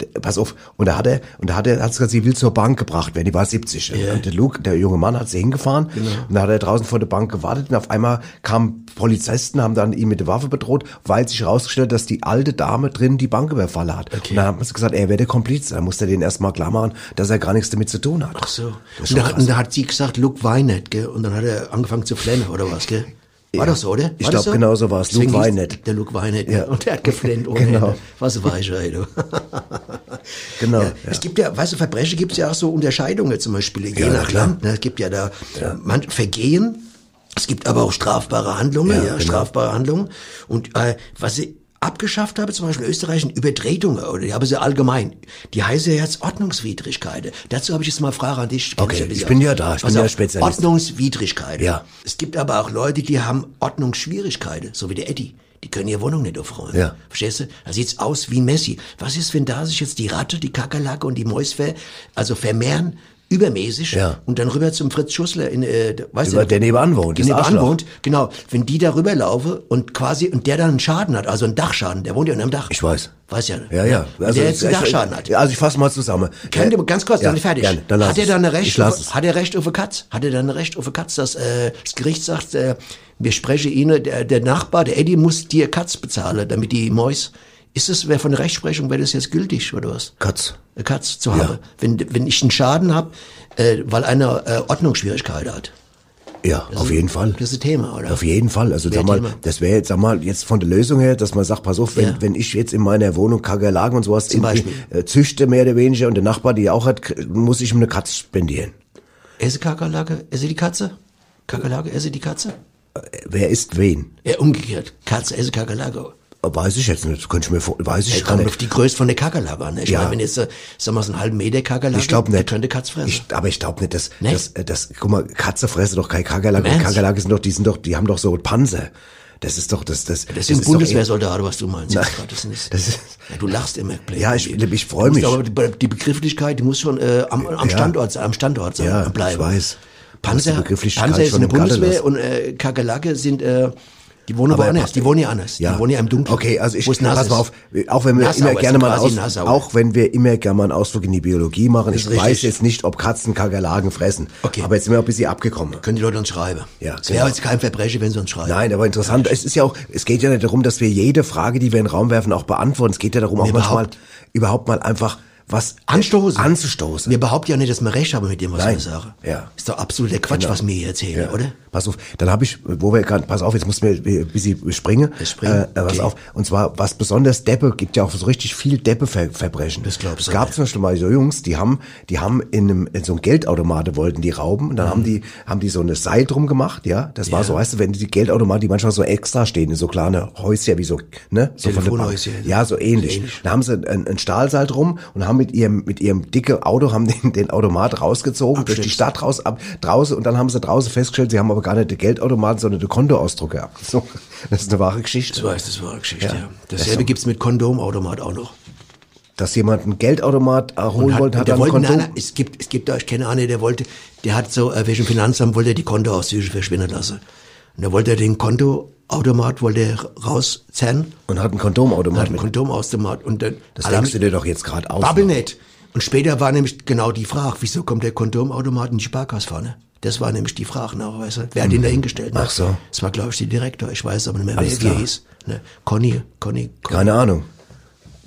Speaker 1: D- Pass auf, und da hat er, und da hat er, hat sogar sie will zur Bank gebracht werden, die war 70. Und der Luke, der junge Mann, hat sie hingefahren,
Speaker 2: Genau.
Speaker 1: und da hat er draußen vor der Bank gewartet, und auf einmal kamen Polizisten, haben dann ihn mit der Waffe bedroht, weil sich herausgestellt, dass die alte Dame drin die Bank überfallen hat. Und dann haben sie gesagt, er wäre der Komplize, dann musste er den erstmal klar machen, dass er gar nichts damit zu tun hat.
Speaker 2: Ach so.
Speaker 1: Das ist
Speaker 2: Und
Speaker 1: schon
Speaker 2: da, hat-
Speaker 1: krass.
Speaker 2: und da hat sie gesagt, Luke Weinert, gell? Und dann hat er angefangen zu flennen, oder was, gell? War das so, oder? War
Speaker 1: Ich
Speaker 2: das
Speaker 1: glaub, genau so war's.
Speaker 2: Deswegen
Speaker 1: Luke
Speaker 2: hieß
Speaker 1: Weinert.
Speaker 2: Der Luke Weinert.
Speaker 1: Ja.
Speaker 2: Ja. Und der hat geflennt ohne
Speaker 1: Genau.
Speaker 2: Ende. Was eine Weichheit, du.
Speaker 1: Genau,
Speaker 2: Ja.
Speaker 1: ja.
Speaker 2: Es gibt ja, weißt du, Verbrechen gibt es ja auch so Unterscheidungen zum Beispiel, je
Speaker 1: Ja, na
Speaker 2: nach
Speaker 1: klar.
Speaker 2: Land. Ne? Es gibt ja da man,
Speaker 1: genau.
Speaker 2: Vergehen, es gibt aber auch strafbare Handlungen, ja, strafbare Handlungen. Und äh, was ich abgeschafft habe, zum Beispiel in Österreich, sind Übertretungen oder ich habe sie allgemein. Die heißen ja jetzt Ordnungswidrigkeiten. Dazu habe ich jetzt mal eine Frage an dich.
Speaker 1: Okay,
Speaker 2: Kennst du das
Speaker 1: ich bin ja da, ich bin
Speaker 2: Pass
Speaker 1: ja
Speaker 2: auf,
Speaker 1: Spezialist.
Speaker 2: Also Ordnungswidrigkeiten.
Speaker 1: Ja.
Speaker 2: Es gibt aber auch Leute, die haben Ordnungsschwierigkeiten, so wie der Eddy. Die können ihre Wohnung nicht aufräumen.
Speaker 1: Ja.
Speaker 2: Verstehst du? Da sieht's aus wie ein Messi. Was ist, wenn da sich jetzt die Ratte, die Kakerlake und die Mäus ver, also vermehren, übermäßig,
Speaker 1: Ja.
Speaker 2: und dann rüber zum Fritz Schussler in, äh, weißt
Speaker 1: Über-
Speaker 2: du,
Speaker 1: der nebenan wohnt,
Speaker 2: der
Speaker 1: das
Speaker 2: nebenan
Speaker 1: Arschloch.
Speaker 2: wohnt, genau. Wenn die da rüberlaufe und quasi, und der dann einen Schaden hat, also einen Dachschaden, der wohnt ja unterm Dach.
Speaker 1: Ich weiß.
Speaker 2: Weiß ja.
Speaker 1: Ja, ja. Also
Speaker 2: Wenn der jetzt einen
Speaker 1: ich-
Speaker 2: Dachschaden hat.
Speaker 1: Ja, Also ich fasse mal zusammen.
Speaker 2: Kann
Speaker 1: Ja,
Speaker 2: dir ganz kurz, dann
Speaker 1: ja,
Speaker 2: fertig.
Speaker 1: Gerne, dann lass
Speaker 2: hat er
Speaker 1: es.
Speaker 2: dann ein
Speaker 1: Ich
Speaker 2: Recht?
Speaker 1: lass
Speaker 2: Auf,
Speaker 1: es.
Speaker 2: hat er Recht auf eine Katz? Hat er dann ein Recht auf eine Katz, dass äh, das Gericht sagt, äh, wir sprechen Ihnen, der, der Nachbar, der Eddie muss dir Katz bezahlen, damit die Mäus. Ist das, wer von der Rechtsprechung wäre das jetzt gültig oder was?
Speaker 1: Katz.
Speaker 2: Eine Katz zu haben. Wenn, wenn ich einen Schaden habe, äh, weil einer äh, Ordnungsschwierigkeiten hat.
Speaker 1: Ja, auf jeden Fall.
Speaker 2: Das ist ein Thema, oder?
Speaker 1: Auf jeden Fall. Also
Speaker 2: Wär
Speaker 1: sag mal,
Speaker 2: Thema.
Speaker 1: das wäre jetzt, sag mal, jetzt von der Lösung her, dass man sagt, pass auf, wenn,
Speaker 2: Ja.
Speaker 1: wenn ich jetzt in meiner Wohnung Kakerlaken und sowas irgendwie,
Speaker 2: Beispiel.
Speaker 1: äh, züchte, mehr oder weniger, und der Nachbar die auch hat, k- muss ich ihm eine Katze spendieren.
Speaker 2: Esse Kakerlake, esse die Katze? Kakerlake, esse die Katze?
Speaker 1: Äh, Wer ist wen?
Speaker 2: Ja, umgekehrt. Katze, esse Kakerlake.
Speaker 1: Äh, Weiß ich jetzt nicht. Könnte ich mir vor, weiß ich
Speaker 2: Ich
Speaker 1: gar
Speaker 2: kommt auf
Speaker 1: nicht.
Speaker 2: die Größe von der Kakerlake an. Ich
Speaker 1: Ja.
Speaker 2: meine, wenn jetzt, äh, sagen wir so einen halben Meter Kakerlake,
Speaker 1: Ich glaube
Speaker 2: der
Speaker 1: nicht.
Speaker 2: könnte Katz fressen.
Speaker 1: Ich, aber ich glaube nicht, dass,
Speaker 2: Ne?
Speaker 1: dass, äh, dass, guck mal, Katze fressen doch kein Kakerlake.
Speaker 2: Im Ernst?
Speaker 1: Kakerlake sind doch, die sind doch, die haben doch so Panzer. Das ist doch, das, das,
Speaker 2: das sind
Speaker 1: ist doch
Speaker 2: Bundeswehrsoldaten, was du meinst. jetzt gerade. Das sind das,
Speaker 1: das ist-
Speaker 2: ja, du lachst immer. Blake.
Speaker 1: Ja, ich-
Speaker 2: Du
Speaker 1: ich freu
Speaker 2: musst
Speaker 1: mich.
Speaker 2: Aber die, die Begrifflichkeit, die muss schon äh, am, am
Speaker 1: Ja.
Speaker 2: Standort sein, am Standort sein,
Speaker 1: Ja,
Speaker 2: bleiben.
Speaker 1: ich weiß.
Speaker 2: Panzer,
Speaker 1: Begrifflichkeit
Speaker 2: Panzer ist
Speaker 1: schon
Speaker 2: eine
Speaker 1: im Gatte
Speaker 2: Bundeswehr
Speaker 1: lassen.
Speaker 2: und äh, Kakerlake sind, äh, die wohnen aber
Speaker 1: er
Speaker 2: anders.
Speaker 1: passt-
Speaker 2: Die wohnen ja anders.
Speaker 1: Ja.
Speaker 2: Die wohnen ja im Dunkeln.
Speaker 1: Okay, also ich
Speaker 2: wo es nass
Speaker 1: pass mal auf,
Speaker 2: ist.
Speaker 1: auch wenn wir
Speaker 2: Nassauer
Speaker 1: immer gerne
Speaker 2: ist
Speaker 1: mal
Speaker 2: quasi
Speaker 1: aus,
Speaker 2: Nassauer.
Speaker 1: auch wenn wir immer gerne mal einen Ausflug in die Biologie machen, ich
Speaker 2: ist richtig.
Speaker 1: weiß jetzt nicht, ob Katzen Kakerlaken fressen.
Speaker 2: Okay.
Speaker 1: Aber jetzt sind wir ein bisschen abgekommen.
Speaker 2: Können die Leute uns schreiben.
Speaker 1: Ja,
Speaker 2: Es wäre
Speaker 1: genau.
Speaker 2: jetzt kein Verbrechen, wenn sie uns schreiben.
Speaker 1: Nein, aber interessant, es ist ja auch, es geht ja nicht darum, dass wir jede Frage, die wir in den Raum werfen, auch beantworten. Es geht ja darum, auch manchmal
Speaker 2: überhaupt.
Speaker 1: überhaupt mal einfach was
Speaker 2: Anstoßen.
Speaker 1: anzustoßen.
Speaker 2: Wir behaupten ja nicht, dass wir recht haben mit dem, was
Speaker 1: Nein.
Speaker 2: wir sagen.
Speaker 1: Ja.
Speaker 2: Ist doch absoluter Quatsch,
Speaker 1: Genau.
Speaker 2: was wir hier erzählen,
Speaker 1: Ja.
Speaker 2: oder?
Speaker 1: Pass auf, dann habe ich, wo wir gerade, pass auf, jetzt muss mir äh, ein bisschen springen.
Speaker 2: Ich springe,
Speaker 1: Äh, äh, pass
Speaker 2: okay.
Speaker 1: auf. Und zwar, was besonders Deppe, gibt ja auch so richtig viel Deppe-Verbrechen.
Speaker 2: Das glaubst du,
Speaker 1: Es gab
Speaker 2: ey.
Speaker 1: zum Beispiel mal so Jungs, die haben, die haben in, einem, in so einem Geldautomate wollten die rauben und dann
Speaker 2: Mhm.
Speaker 1: haben die, haben die so eine Seil drum gemacht, ja. Das war so, weißt du, wenn die Geldautomaten, die manchmal so extra stehen, in so kleine Häuschen wie so, ne? So der Bank.
Speaker 2: Telefonhäuschen.
Speaker 1: Ja, so ähnlich.
Speaker 2: ähnlich.
Speaker 1: Da haben sie ein, ein Stahlseil drum und haben mit ihrem, mit ihrem dicke Auto, haben den, den Automat rausgezogen, durch die Stadt raus, ab, draußen und dann haben sie draußen festgestellt, sie haben aber gar nicht den Geldautomaten, sondern den Kontoausdruck gehabt. So, das ist eine wahre Geschichte.
Speaker 2: So heißt das wahre Geschichte, ja.
Speaker 1: Ja.
Speaker 2: Dasselbe gibt's mit Kondomautomat auch noch.
Speaker 1: Dass jemand einen Geldautomat äh, holen wollte, hat
Speaker 2: der
Speaker 1: dann ein
Speaker 2: wollte,
Speaker 1: Konto.
Speaker 2: nein, nein, es gibt, es gibt da, ich kenne einen, der wollte, der hat so, äh, welchen Finanzamt wollte er die Kontoauszüge verschwinden lassen. Und da wollte er den Kontoautomat, wollte er rauszerren,
Speaker 1: und hat einen Kondomautomat
Speaker 2: hat einen
Speaker 1: mit.
Speaker 2: Kondomautomat und dann,
Speaker 1: Das
Speaker 2: alle haben-
Speaker 1: denkst du dir doch jetzt gerade aus.
Speaker 2: Babbel nicht. Und später war nämlich genau die Frage, wieso kommt der Kondomautomat in die Sparkassfahne? Das war nämlich die Frage nach, weißt du? Wer hat ihn da hingestellt? ne?
Speaker 1: Mhm. Ach so.
Speaker 2: Das war, glaube ich, der Direktor. Ich weiß aber nicht mehr,
Speaker 1: Alles
Speaker 2: wer der
Speaker 1: klar.
Speaker 2: hieß. Ne? Conny, Conny, Conny.
Speaker 1: Keine Ahnung.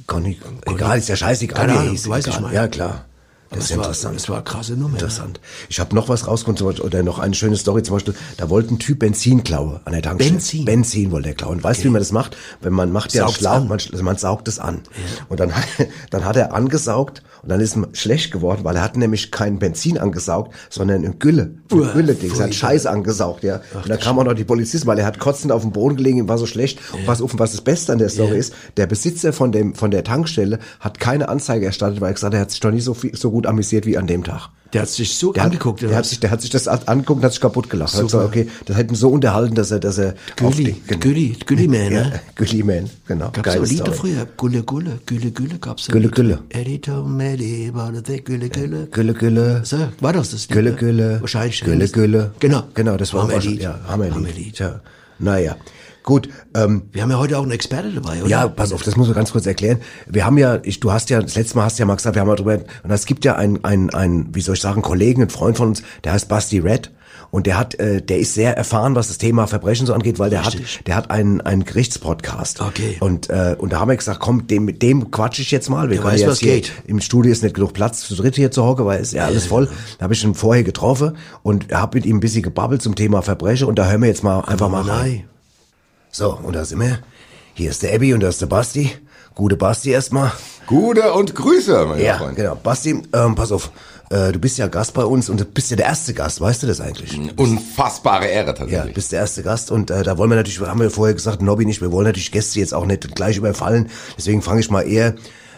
Speaker 1: Conny, egal, ist ja scheißegal.
Speaker 2: Keine
Speaker 1: wie er
Speaker 2: Ahnung,
Speaker 1: hieß,
Speaker 2: du weißt, was ich
Speaker 1: egal.
Speaker 2: meine.
Speaker 1: Ja, klar.
Speaker 2: Aber
Speaker 1: Das ist
Speaker 2: es war,
Speaker 1: interessant.
Speaker 2: es war eine krasse Nummer. ne?
Speaker 1: Interessant. Ich habe noch was rausgekommen, zum Beispiel, oder noch eine schöne Story zum Beispiel. Da wollte ein Typ Benzin klauen an der Tankstelle.
Speaker 2: Benzin?
Speaker 1: Benzin wollte er klauen. Weißt du, wie man das macht? Wenn man macht ja einen
Speaker 2: Saugt's
Speaker 1: Schlauch,
Speaker 2: an.
Speaker 1: man, sch- also man saugt es an. Und dann, hat- dann hat er angesaugt und dann ist ihm schlecht geworden, weil er hat nämlich kein Benzin angesaugt, sondern eine Gülle.
Speaker 2: Uah,
Speaker 1: Gülle Ding. Er
Speaker 2: pfui.
Speaker 1: hat Scheiße angesaugt, ja. und da kam auch noch die Polizisten, weil er hat kotzend auf dem Boden gelegen, ihm war so schlecht. Und was auf, was das Beste an der Story ist, der Besitzer von dem von der Tankstelle hat keine Anzeige erstattet, weil er gesagt hat, er hat sich doch nie so viel, so gut amüsiert wie an dem Tag.
Speaker 2: Der hat sich so
Speaker 1: Der
Speaker 2: angeguckt.
Speaker 1: Hat,
Speaker 2: oder
Speaker 1: der, hat
Speaker 2: was?
Speaker 1: sich, der hat sich das an- angeguckt und hat sich kaputt gelacht. Hat gesagt, okay, das hat ihn so unterhalten, dass er, dass er. auf
Speaker 2: Gülli,
Speaker 1: die- gen-
Speaker 2: Gülli, Gülli Man,
Speaker 1: Ja,
Speaker 2: ne?
Speaker 1: Gülli Man, genau.
Speaker 2: Gab's so
Speaker 1: Geile
Speaker 2: Lieder
Speaker 1: Story.
Speaker 2: früher? Gülle, Gülle, Gülle, Gülle gab's so.
Speaker 1: Gülle, Gülle.
Speaker 2: Edito, Melli, Balade, Gülle, Gülle.
Speaker 1: Gülle, Gülle.
Speaker 2: So, war das das Lied,
Speaker 1: Gülle,
Speaker 2: ne?
Speaker 1: Gülle.
Speaker 2: Wahrscheinlich.
Speaker 1: Gülle, Gülle.
Speaker 2: Genau.
Speaker 1: Genau, das war
Speaker 2: Hammerlied.
Speaker 1: Ja, Hammerlied.
Speaker 2: Hammerlied.
Speaker 1: Tja. Naja. Gut, ähm,
Speaker 2: Wir haben ja heute auch einen Experte dabei, oder?
Speaker 1: Ja, pass auf, das muss man ganz kurz erklären. Wir haben ja, ich, du hast ja, das letzte Mal hast du ja mal gesagt, wir haben mal drüber, und es gibt ja einen, einen, einen, wie soll ich sagen, Kollegen, einen Freund von uns, der heißt Basti Red. Und der hat, äh, der ist sehr erfahren, was das Thema Verbrechen so angeht, weil der
Speaker 2: Richtig.
Speaker 1: hat, der hat einen, einen Gerichtspodcast.
Speaker 2: Okay.
Speaker 1: Und, äh, und da haben wir gesagt, komm, dem, mit dem quatsch ich jetzt mal. Wir
Speaker 2: Der
Speaker 1: können
Speaker 2: weiß,
Speaker 1: jetzt
Speaker 2: was
Speaker 1: hier,
Speaker 2: geht.
Speaker 1: Im Studio ist nicht genug Platz zu dritt hier zu hocken, weil es ist ja alles voll. Da habe ich ihn vorher getroffen und habe mit ihm ein bisschen gebabbelt zum Thema Verbrechen und da hören wir jetzt mal einfach mal rein.
Speaker 2: Nein.
Speaker 1: So, und da sind wir. Hier ist der Abby und da ist der Basti. Gute Basti erstmal.
Speaker 10: Gute und Grüße, mein
Speaker 1: Ja,
Speaker 10: Freund.
Speaker 1: genau. Basti, ähm, pass auf. äh, du bist ja Gast bei uns und du bist ja der erste Gast, weißt du das eigentlich?
Speaker 10: Mm, Unfassbare Ehre
Speaker 1: Ja,
Speaker 10: tatsächlich.
Speaker 1: bist der erste Gast und äh, da wollen wir natürlich, haben wir vorher gesagt, Nobby nicht, wir wollen natürlich Gäste jetzt auch nicht gleich überfallen. Deswegen fange ich mal eher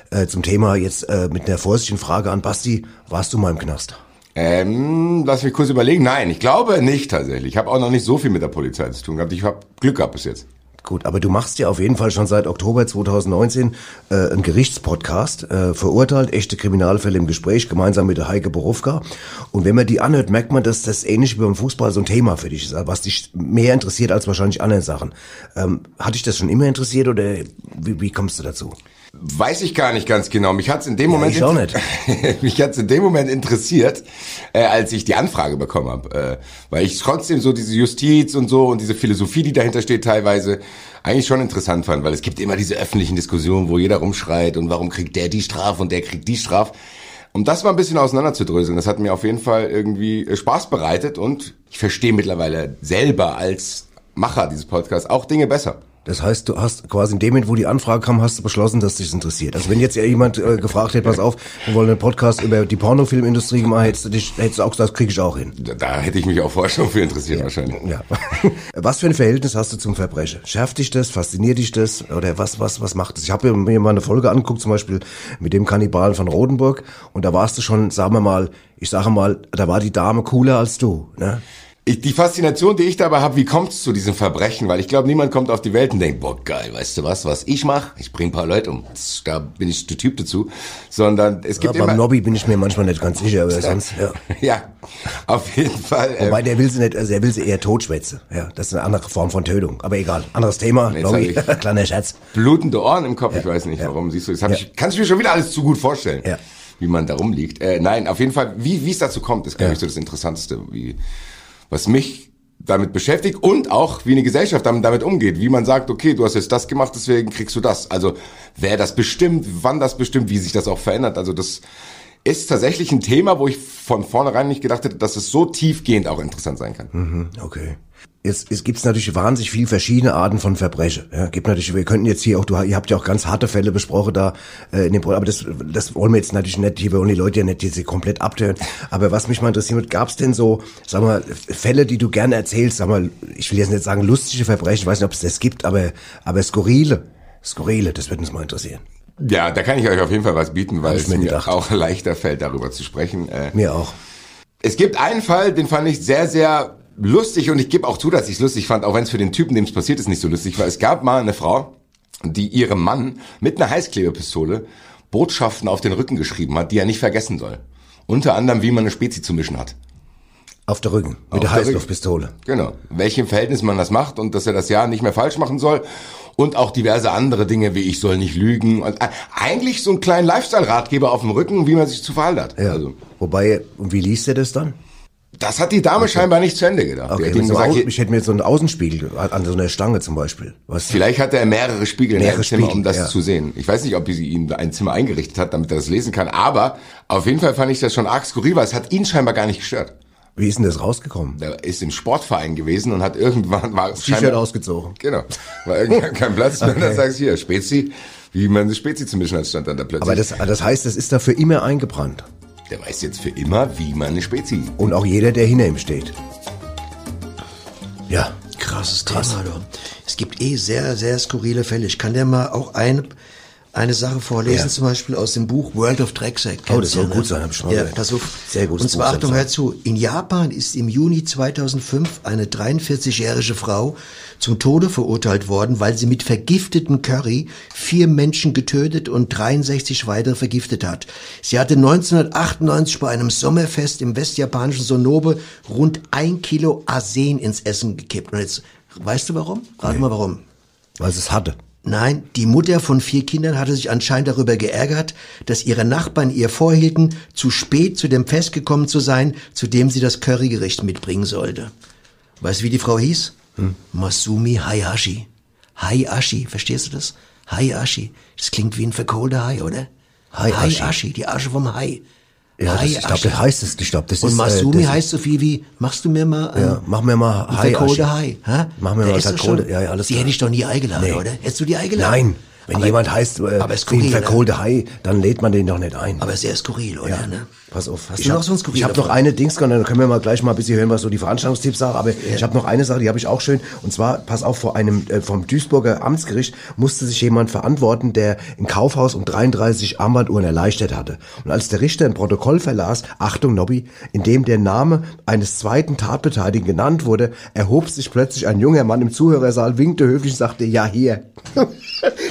Speaker 1: äh, zum Thema jetzt äh, mit einer vorsichtigen Frage an Basti. Warst du mal im Knast?
Speaker 10: ähm, lass mich kurz überlegen. Nein, ich glaube nicht tatsächlich. Ich habe auch noch nicht so viel mit der Polizei zu tun gehabt. Ich habe Glück gehabt bis jetzt.
Speaker 1: Gut, aber du machst ja auf jeden Fall schon seit Oktober 2019 äh, einen Gerichtspodcast, äh, verurteilt echte Kriminalfälle im Gespräch, gemeinsam mit der Heike Borowka. Und wenn man die anhört, merkt man, dass das ähnlich wie beim Fußball so ein Thema für dich ist, was dich mehr interessiert als wahrscheinlich andere Sachen. Ähm, hat dich das schon immer interessiert oder wie, wie kommst du dazu?
Speaker 10: Weiß ich gar nicht ganz genau. Mich hat's in dem Moment
Speaker 1: ich auch
Speaker 10: mich hat's in dem Moment interessiert, äh, als ich die Anfrage bekommen habe, äh, weil ich trotzdem so diese Justiz und so und diese Philosophie, die dahinter steht, teilweise eigentlich schon interessant fand, weil es gibt immer diese öffentlichen Diskussionen, wo jeder rumschreit und warum kriegt der die Strafe und der kriegt die Strafe. Um das mal ein bisschen auseinanderzudröseln, das hat mir auf jeden Fall irgendwie äh, Spaß bereitet und ich verstehe mittlerweile selber als Macher dieses Podcasts auch Dinge besser.
Speaker 1: Das heißt, du hast quasi in dem Moment, wo die Anfrage kam, hast du beschlossen, dass dich interessiert. Also wenn jetzt ja jemand äh, gefragt hätte, pass auf, wir wollen einen Podcast über die Pornofilmindustrie machen, hättest du, dich, hättest du auch gesagt, krieg ich auch hin.
Speaker 10: Da, da hätte ich mich auch vorher schon für interessiert wahrscheinlich.
Speaker 1: Ja. Was für ein Verhältnis hast du zum Verbrechen? Schärft dich das? Fasziniert dich das? Oder was, was, was macht es? Ich habe mir mal eine Folge angeguckt, zum Beispiel mit dem Kannibalen von Rodenburg. Und da warst du schon, sagen wir mal, ich sage mal, da war die Dame cooler als du. Ne?
Speaker 10: Ich, die Faszination, die ich dabei habe, wie kommt's zu diesem Verbrechen? Weil ich glaube, niemand kommt auf die Welt und denkt, boah, geil, weißt du was, was ich mache? Ich bring ein paar Leute um. Das- Da bin ich der Typ dazu. Sondern es
Speaker 1: Ja,
Speaker 10: gibt
Speaker 1: beim
Speaker 10: immer...
Speaker 1: Nobby bin ich mir manchmal nicht ganz sicher, aber sonst, ja.
Speaker 10: Ja, auf jeden Fall. ähm,
Speaker 1: Wobei der will sie nicht, also der will sie eher totschwätzen. Ja, das ist eine andere Form von Tötung. Aber egal, anderes Thema.
Speaker 10: Jetzt
Speaker 1: Nobby,
Speaker 10: hab ich-
Speaker 1: kleiner Scherz.
Speaker 10: blutende Ohren im Kopf, ich weiß nicht warum. Siehst du, das hab ich, kannst du mir schon wieder alles zu gut vorstellen,
Speaker 1: Ja.
Speaker 10: wie man da rumliegt. Äh, nein, auf jeden Fall, wie wie es dazu kommt, ist, glaube ich, so das Interessanteste, wie, was mich damit beschäftigt und auch, wie eine Gesellschaft damit, damit umgeht. Wie man sagt, okay, du hast jetzt das gemacht, deswegen kriegst du das. Also, wer das bestimmt, wann das bestimmt, wie sich das auch verändert. Also, das ist tatsächlich ein Thema, wo ich von vornherein nicht gedacht hätte, dass es so tiefgehend auch interessant sein kann.
Speaker 1: Mhm, Okay. Jetzt, jetzt gibt es natürlich wahnsinnig viel verschiedene Arten von Verbrechen. Ja, gibt natürlich, wir könnten jetzt hier auch, du, ihr habt ja auch ganz harte Fälle besprochen da äh, in dem Pro- aber das, das wollen wir jetzt natürlich nicht, hier wir wollen die Leute ja nicht jetzt hier komplett abtören. Aber was mich mal interessieren wird, gab es denn so, sag mal, Fälle, die du gerne erzählst, sag mal, ich will jetzt nicht sagen lustige Verbrechen, ich weiß nicht, ob es das gibt, aber, aber skurrile, skurrile, das würde uns mal interessieren.
Speaker 10: Ja, da kann ich euch auf jeden Fall was bieten, weil
Speaker 1: ich
Speaker 10: es
Speaker 1: mir
Speaker 10: mir
Speaker 1: gedacht.
Speaker 10: auch leichter fällt, darüber zu sprechen. Äh,
Speaker 1: Mir auch.
Speaker 10: Es gibt einen Fall, den fand ich sehr, sehr lustig und ich gebe auch zu, dass ich es lustig fand, auch wenn es für den Typen, dem es passiert ist, nicht so lustig war. Es gab mal eine Frau, die ihrem Mann mit einer Heißklebepistole Botschaften auf den Rücken geschrieben hat, die er nicht vergessen soll. Unter anderem, wie man eine Spezi zu mischen hat.
Speaker 1: Auf der Rücken,
Speaker 10: Auf
Speaker 1: mit
Speaker 10: der
Speaker 1: der
Speaker 10: Rücken.
Speaker 1: Heißluftpistole.
Speaker 10: Genau. Welchem Verhältnis man das macht und dass er das ja nicht mehr falsch machen soll. Und auch diverse andere Dinge wie ich soll nicht lügen. Und äh, eigentlich so einen kleinen Lifestyle-Ratgeber auf dem Rücken, wie man sich zu verhalten hat.
Speaker 1: Ja.
Speaker 10: Also,
Speaker 1: Wobei, und wie liest er das dann?
Speaker 10: das hat die Dame scheinbar nicht zu Ende gedacht. Die
Speaker 1: Okay,
Speaker 10: hat ihm
Speaker 1: mit so einem
Speaker 10: gesagt,
Speaker 1: Au-
Speaker 10: hier-
Speaker 1: ich hätte mir jetzt so einen Außenspiegel an an so einer Stange zum Beispiel. Was?
Speaker 10: Vielleicht hat er mehrere Spiegel in
Speaker 1: Mehrere
Speaker 10: seinem Zimmer,
Speaker 1: Spiegel,
Speaker 10: um das
Speaker 1: ja.
Speaker 10: zu sehen. Ich weiß nicht, ob sie ihm ein Zimmer eingerichtet hat, damit er das lesen kann. Aber auf jeden Fall fand ich das schon arg skurril, weil es hat ihn scheinbar gar nicht gestört.
Speaker 1: Wie ist denn das rausgekommen?
Speaker 10: Er ist im Sportverein gewesen und hat irgendwann war
Speaker 1: T-Shirt
Speaker 10: scheinbar,
Speaker 1: ausgezogen.
Speaker 10: genau, war irgendwann kein Platz mehr. Und Dann sagst du hier Spezi, wie man eine Spezi zu mischen hat, stand dann da plötzlich.
Speaker 1: Aber das, das heißt, das ist dafür immer eingebrannt.
Speaker 10: der weiß jetzt für immer, wie man eine Spezi.
Speaker 1: Und auch jeder, der hinter ihm steht. Ja. Oh,
Speaker 2: Krasses Thema, du. Es gibt eh sehr, sehr skurrile Fälle. Ich kann dir mal auch ein, eine Sache vorlesen, zum Beispiel aus dem Buch World of Drecksack.
Speaker 1: Oh, das
Speaker 2: Kennst du,
Speaker 1: soll
Speaker 2: ne?
Speaker 1: gut sein, hab ich schon mal
Speaker 2: Ja,
Speaker 1: gehört.
Speaker 2: pass auf.
Speaker 1: Sehr gutes
Speaker 2: Und zwar,
Speaker 1: Buch,
Speaker 2: Achtung,
Speaker 1: soll
Speaker 2: hör
Speaker 1: es
Speaker 2: zu. In Japan ist im Juni 2005 eine 43-jährige Frau zum Tode verurteilt worden, weil sie mit vergiftetem Curry vier Menschen getötet und 63 weitere vergiftet hat. Sie hatte 1998 bei einem Sommerfest im westjapanischen Sonobe rund ein Kilo Arsen ins Essen gekippt. Und jetzt, weißt du warum? Rat mal warum.
Speaker 1: Weil sie es hatte.
Speaker 2: Nein, die Mutter von vier Kindern hatte sich anscheinend darüber geärgert, dass ihre Nachbarn ihr vorhielten, zu spät zu dem Fest gekommen zu sein, zu dem sie das Currygericht mitbringen sollte. Weißt du, wie die Frau hieß?
Speaker 1: Hm?
Speaker 2: Masumi Hayashi. Hayashi, verstehst du das? Hayashi. Das klingt wie ein verkohlter Hai, oder?
Speaker 1: Hayashi.
Speaker 2: Hayashi, die Asche vom Hai.
Speaker 1: Ja, das, ich glaube,
Speaker 2: Hayashi.
Speaker 1: das heißt es. Ich glaube, das
Speaker 2: Und
Speaker 1: ist. äh,
Speaker 2: Masumi
Speaker 1: das ist-
Speaker 2: heißt so viel wie, machst du mir mal ein,
Speaker 1: Ja, mach mir mal
Speaker 2: ein
Speaker 1: Hai,
Speaker 2: verkohlte
Speaker 1: Asche.
Speaker 2: Hai. Hä?
Speaker 1: Mach mir
Speaker 2: Da
Speaker 1: mal
Speaker 2: ist das
Speaker 1: verkohlte-
Speaker 2: schon-
Speaker 1: ja, ja, alles
Speaker 2: Die
Speaker 1: klar.
Speaker 2: hätte ich doch nie eingeladen,
Speaker 1: Nee.
Speaker 2: oder? Hättest du die eingeladen?
Speaker 1: Nein. Wenn jemand heißt, äh,
Speaker 2: aber es
Speaker 1: wie
Speaker 2: ne? ist
Speaker 1: ein
Speaker 2: skurril,
Speaker 1: verkohlte Hai, dann lädt man den doch nicht ein.
Speaker 2: Aber sehr skurril, oder?
Speaker 1: Ja,
Speaker 2: Ne?
Speaker 1: Pass auf.
Speaker 2: Hast
Speaker 1: ich
Speaker 2: du noch
Speaker 1: hab-
Speaker 2: so ein skurriler
Speaker 1: Ich habe noch
Speaker 2: Fall?
Speaker 1: eine Dings, dann können wir mal gleich mal ein bisschen hören, was so die Veranstaltungstipps sagen. Aber ich habe noch eine Sache, die habe ich auch schön. Und zwar, pass auf, vor einem äh, vom Duisburger Amtsgericht musste sich jemand verantworten, der im Kaufhaus um 33 Armbanduhren erleichtert hatte. Und als der Richter ein Protokoll verlas, Achtung Nobby, in dem der Name eines zweiten Tatbeteiligten genannt wurde, erhob sich plötzlich ein junger Mann im Zuhörersaal, winkte höflich und sagte, ja hier.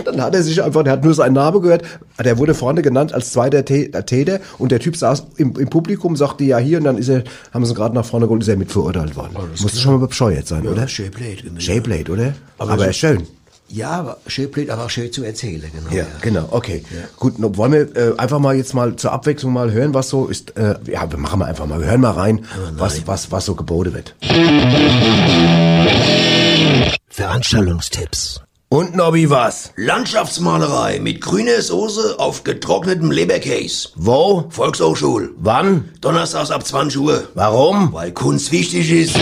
Speaker 1: Dann hat er sich einfach, der hat nur seinen Namen gehört, der wurde vorne genannt als zweiter Tä- Täter und der Typ saß im, im Publikum, sagte ja hier und dann ist er, haben sie ihn gerade nach vorne geholt, ist er mit verurteilt worden. Musste schon mal bescheuert sein, oder?
Speaker 2: Schön blöd. irgendwie.
Speaker 1: Shapeblade, oder? Aber,
Speaker 2: Aber so-
Speaker 1: schön.
Speaker 2: Ja, aber schön blöd, aber auch schön zu erzählen, genau.
Speaker 1: Ja, genau, okay. Gut, nun wollen wir äh, einfach mal jetzt mal zur Abwechslung mal hören, was so ist. Äh, ja, wir machen mal einfach mal, wir hören mal rein, was, was, was so geboten wird.
Speaker 3: Veranstaltungstipps.
Speaker 1: Und Nobby was?
Speaker 2: Landschaftsmalerei mit grüner Soße auf getrocknetem Leberkäse.
Speaker 1: Wo?
Speaker 2: Volkshochschule.
Speaker 1: Wann?
Speaker 2: Donnerstags ab 20 Uhr.
Speaker 1: Warum?
Speaker 2: Weil Kunst wichtig ist.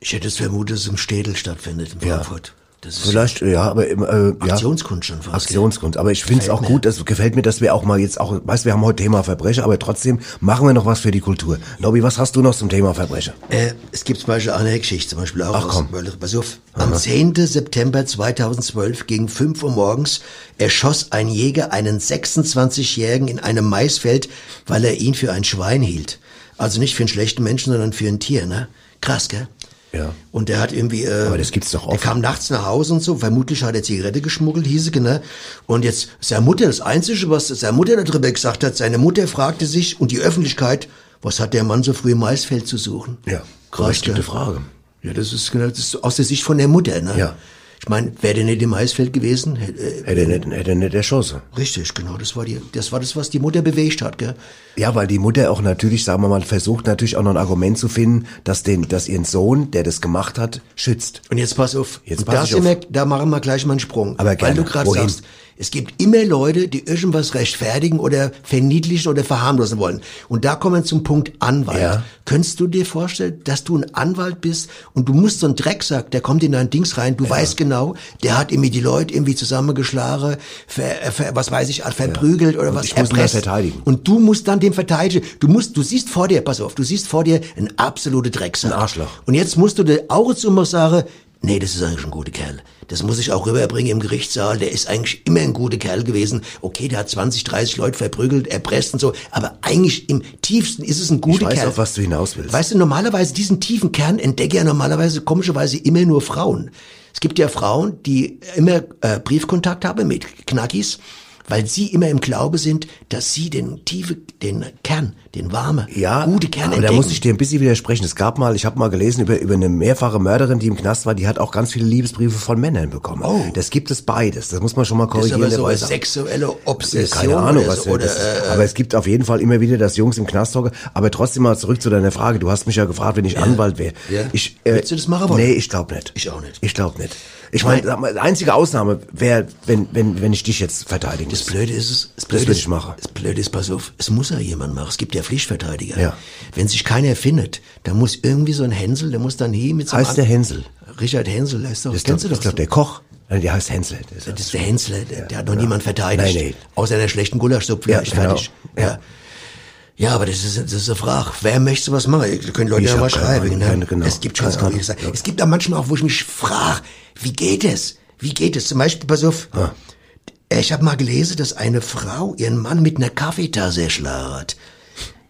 Speaker 2: Ich hätte es vermutet, dass es im Städel stattfindet, in Frankfurt. Das ist
Speaker 1: Vielleicht, ja, aber im, äh, ja.
Speaker 2: Aktionskunst schon fast.
Speaker 1: Aktionsgrund. Aber ich finde es auch gut, das gefällt mir, dass wir auch mal jetzt auch, weißt, wir haben heute Thema Verbrecher, aber trotzdem machen wir noch was für die Kultur. Lobby, was hast du noch zum Thema Verbrecher?
Speaker 2: Äh, es gibt zum Beispiel auch eine Geschichte, zum Beispiel auch
Speaker 1: Ach,
Speaker 2: aus
Speaker 1: komm.
Speaker 2: Möllerich. Pass auf. Am 10. September 2012 gegen 5 Uhr morgens erschoss ein Jäger einen 26-Jährigen in einem Maisfeld, weil er ihn für ein Schwein hielt. Also nicht für einen schlechten Menschen, sondern für ein Tier, ne? Krass, gell?
Speaker 1: Ja.
Speaker 2: Und der hat irgendwie. Äh,
Speaker 1: Aber das gibt's doch oft.
Speaker 2: Der kam nachts nach Hause und so. Vermutlich hat er Zigarette geschmuggelt, hieße, ne? Und jetzt, seine Mutter, das Einzige, was seine Mutter darüber gesagt hat, seine Mutter fragte sich und die Öffentlichkeit, was hat der Mann so früh im Maisfeld zu suchen?
Speaker 1: Ja,
Speaker 2: Krass,
Speaker 1: berechtigte
Speaker 2: gell?
Speaker 1: Frage.
Speaker 2: Ja, das ist genau, das ist aus der Sicht von der Mutter, ne?
Speaker 1: Ja.
Speaker 2: Ich meine, wäre der nicht im Maisfeld gewesen? hätt- Äh,
Speaker 1: Hätte er nicht, hätte er nicht erschossen.
Speaker 2: richtig, genau, das war die, das war das, was die Mutter bewegt hat, gell?
Speaker 1: Ja, weil die Mutter auch natürlich, sagen wir mal, versucht natürlich auch noch ein Argument zu finden, dass den, dass ihren Sohn, der das gemacht hat, schützt.
Speaker 2: Und jetzt pass auf.
Speaker 1: Jetzt
Speaker 2: Und
Speaker 1: pass
Speaker 2: da,
Speaker 1: ich
Speaker 2: sind
Speaker 1: auf.
Speaker 2: wir- da machen wir gleich mal einen Sprung.
Speaker 1: Aber gerne.
Speaker 2: Weil du gerade
Speaker 1: Wohin?
Speaker 2: sagst, es gibt immer Leute, die irgendwas rechtfertigen oder verniedlichen oder verharmlosen wollen. Und da kommen wir zum Punkt Anwalt.
Speaker 1: Ja.
Speaker 2: Könntest du dir vorstellen, dass du ein Anwalt bist und du musst so einen Drecksack, der kommt in dein Dings rein, du weißt genau, der hat irgendwie die Leute irgendwie zusammengeschlagen, ver, äh, ver, was weiß ich, hat verprügelt oder was
Speaker 1: ich muss ihn
Speaker 2: erpresst.
Speaker 1: dann verteidigen.
Speaker 2: Und du musst dann den verteidigen. Du musst, du siehst vor dir, pass auf, du siehst vor dir einen absolute Drecksack.
Speaker 1: Ein Arschloch.
Speaker 2: Und jetzt musst du der Auge zu immer sagen, nee, das ist eigentlich ein guter Kerl. Das muss ich auch rüberbringen im Gerichtssaal. Der ist eigentlich immer ein guter Kerl gewesen. Okay, der hat 20, 30 Leute verprügelt, erpresst und so. Aber eigentlich im tiefsten ist es ein guter
Speaker 1: Ich weiß,
Speaker 2: Kerl.
Speaker 1: auf was du hinaus willst.
Speaker 2: Weißt du, normalerweise diesen tiefen Kern entdecke ja normalerweise komischerweise immer nur Frauen. Es gibt ja Frauen, die immer äh, Briefkontakt haben mit Knackis, weil sie immer im Glaube sind, dass sie den tiefe, den Kern, den warme,
Speaker 1: ja,
Speaker 2: gute Kern
Speaker 1: aber
Speaker 2: entdecken.
Speaker 1: da muss ich dir ein bisschen widersprechen. Es gab mal, ich habe mal gelesen über, über eine mehrfache Mörderin, die im Knast war, die hat auch ganz viele Liebesbriefe von Männern bekommen.
Speaker 2: Oh.
Speaker 1: Das gibt es beides. Das muss man schon mal
Speaker 2: Das ist
Speaker 1: korrigieren.
Speaker 2: aber so
Speaker 1: dabei
Speaker 2: eine
Speaker 1: sagen.
Speaker 2: sexuelle
Speaker 1: Ja,
Speaker 2: Obsession.
Speaker 1: Keine Ahnung,
Speaker 2: oder
Speaker 1: was
Speaker 2: so,
Speaker 1: oder,
Speaker 2: oder,
Speaker 1: das ist.
Speaker 2: äh,
Speaker 1: Aber es gibt auf jeden Fall immer wieder, dass Jungs im Knast hocken. Aber trotzdem mal zurück zu deiner Frage. Du hast mich ja gefragt, wenn ich Anwalt wäre.
Speaker 2: Ja.
Speaker 1: Ich, äh,
Speaker 2: Würdest du das machen wollen?
Speaker 1: Nee, ich glaube nicht.
Speaker 2: Ich auch nicht.
Speaker 1: Ich glaube nicht. Ich meine, einzige Ausnahme wäre, wenn, wenn, wenn ich dich jetzt verteidigen
Speaker 2: Das
Speaker 1: muss.
Speaker 2: Blöde ist es, das Blöde
Speaker 1: will
Speaker 2: ist,
Speaker 1: ich machen.
Speaker 2: Das Blöde ist, pass auf, es muss ja jemand machen. Es gibt ja Pflichtverteidiger.
Speaker 1: Ja.
Speaker 2: Wenn sich keiner findet, dann muss irgendwie so ein Hänsel, der muss dann hier mit so einem
Speaker 1: Heißt der
Speaker 2: An-
Speaker 1: Hänsel?
Speaker 2: Richard Hänsel, heißt doch,
Speaker 1: Das ist
Speaker 2: kennst
Speaker 1: doch-
Speaker 2: du
Speaker 1: das
Speaker 2: doch.
Speaker 1: ist doch
Speaker 2: so.
Speaker 1: der Koch. Nein, Der heißt Hänsel.
Speaker 2: das ist der Hänsel, der, der hat noch niemand verteidigt.
Speaker 1: Nein, nein.
Speaker 2: Außer einer schlechten Gulaschsuppe.
Speaker 1: Ja,
Speaker 2: ich
Speaker 1: genau.
Speaker 2: fertig. Ja. ja, aber das ist, das ist eine Frage. Wer möchte was machen? Ihr könnt Leute
Speaker 1: Ich
Speaker 2: ja
Speaker 1: hab
Speaker 2: mal
Speaker 1: keine
Speaker 2: schreiben.
Speaker 1: Ahnung,
Speaker 2: ne?
Speaker 1: keine- genau.
Speaker 2: Es gibt schon
Speaker 1: Keine
Speaker 2: skurrile
Speaker 1: Ahnung.
Speaker 2: Sachen. Es gibt da manchmal auch, wo ich mich frage, wie geht es? Wie geht es? Zum Beispiel, pass auf.
Speaker 1: Ah.
Speaker 2: Ich habe mal gelesen, dass eine Frau ihren Mann mit einer Kaffeetasse erschlagen hat.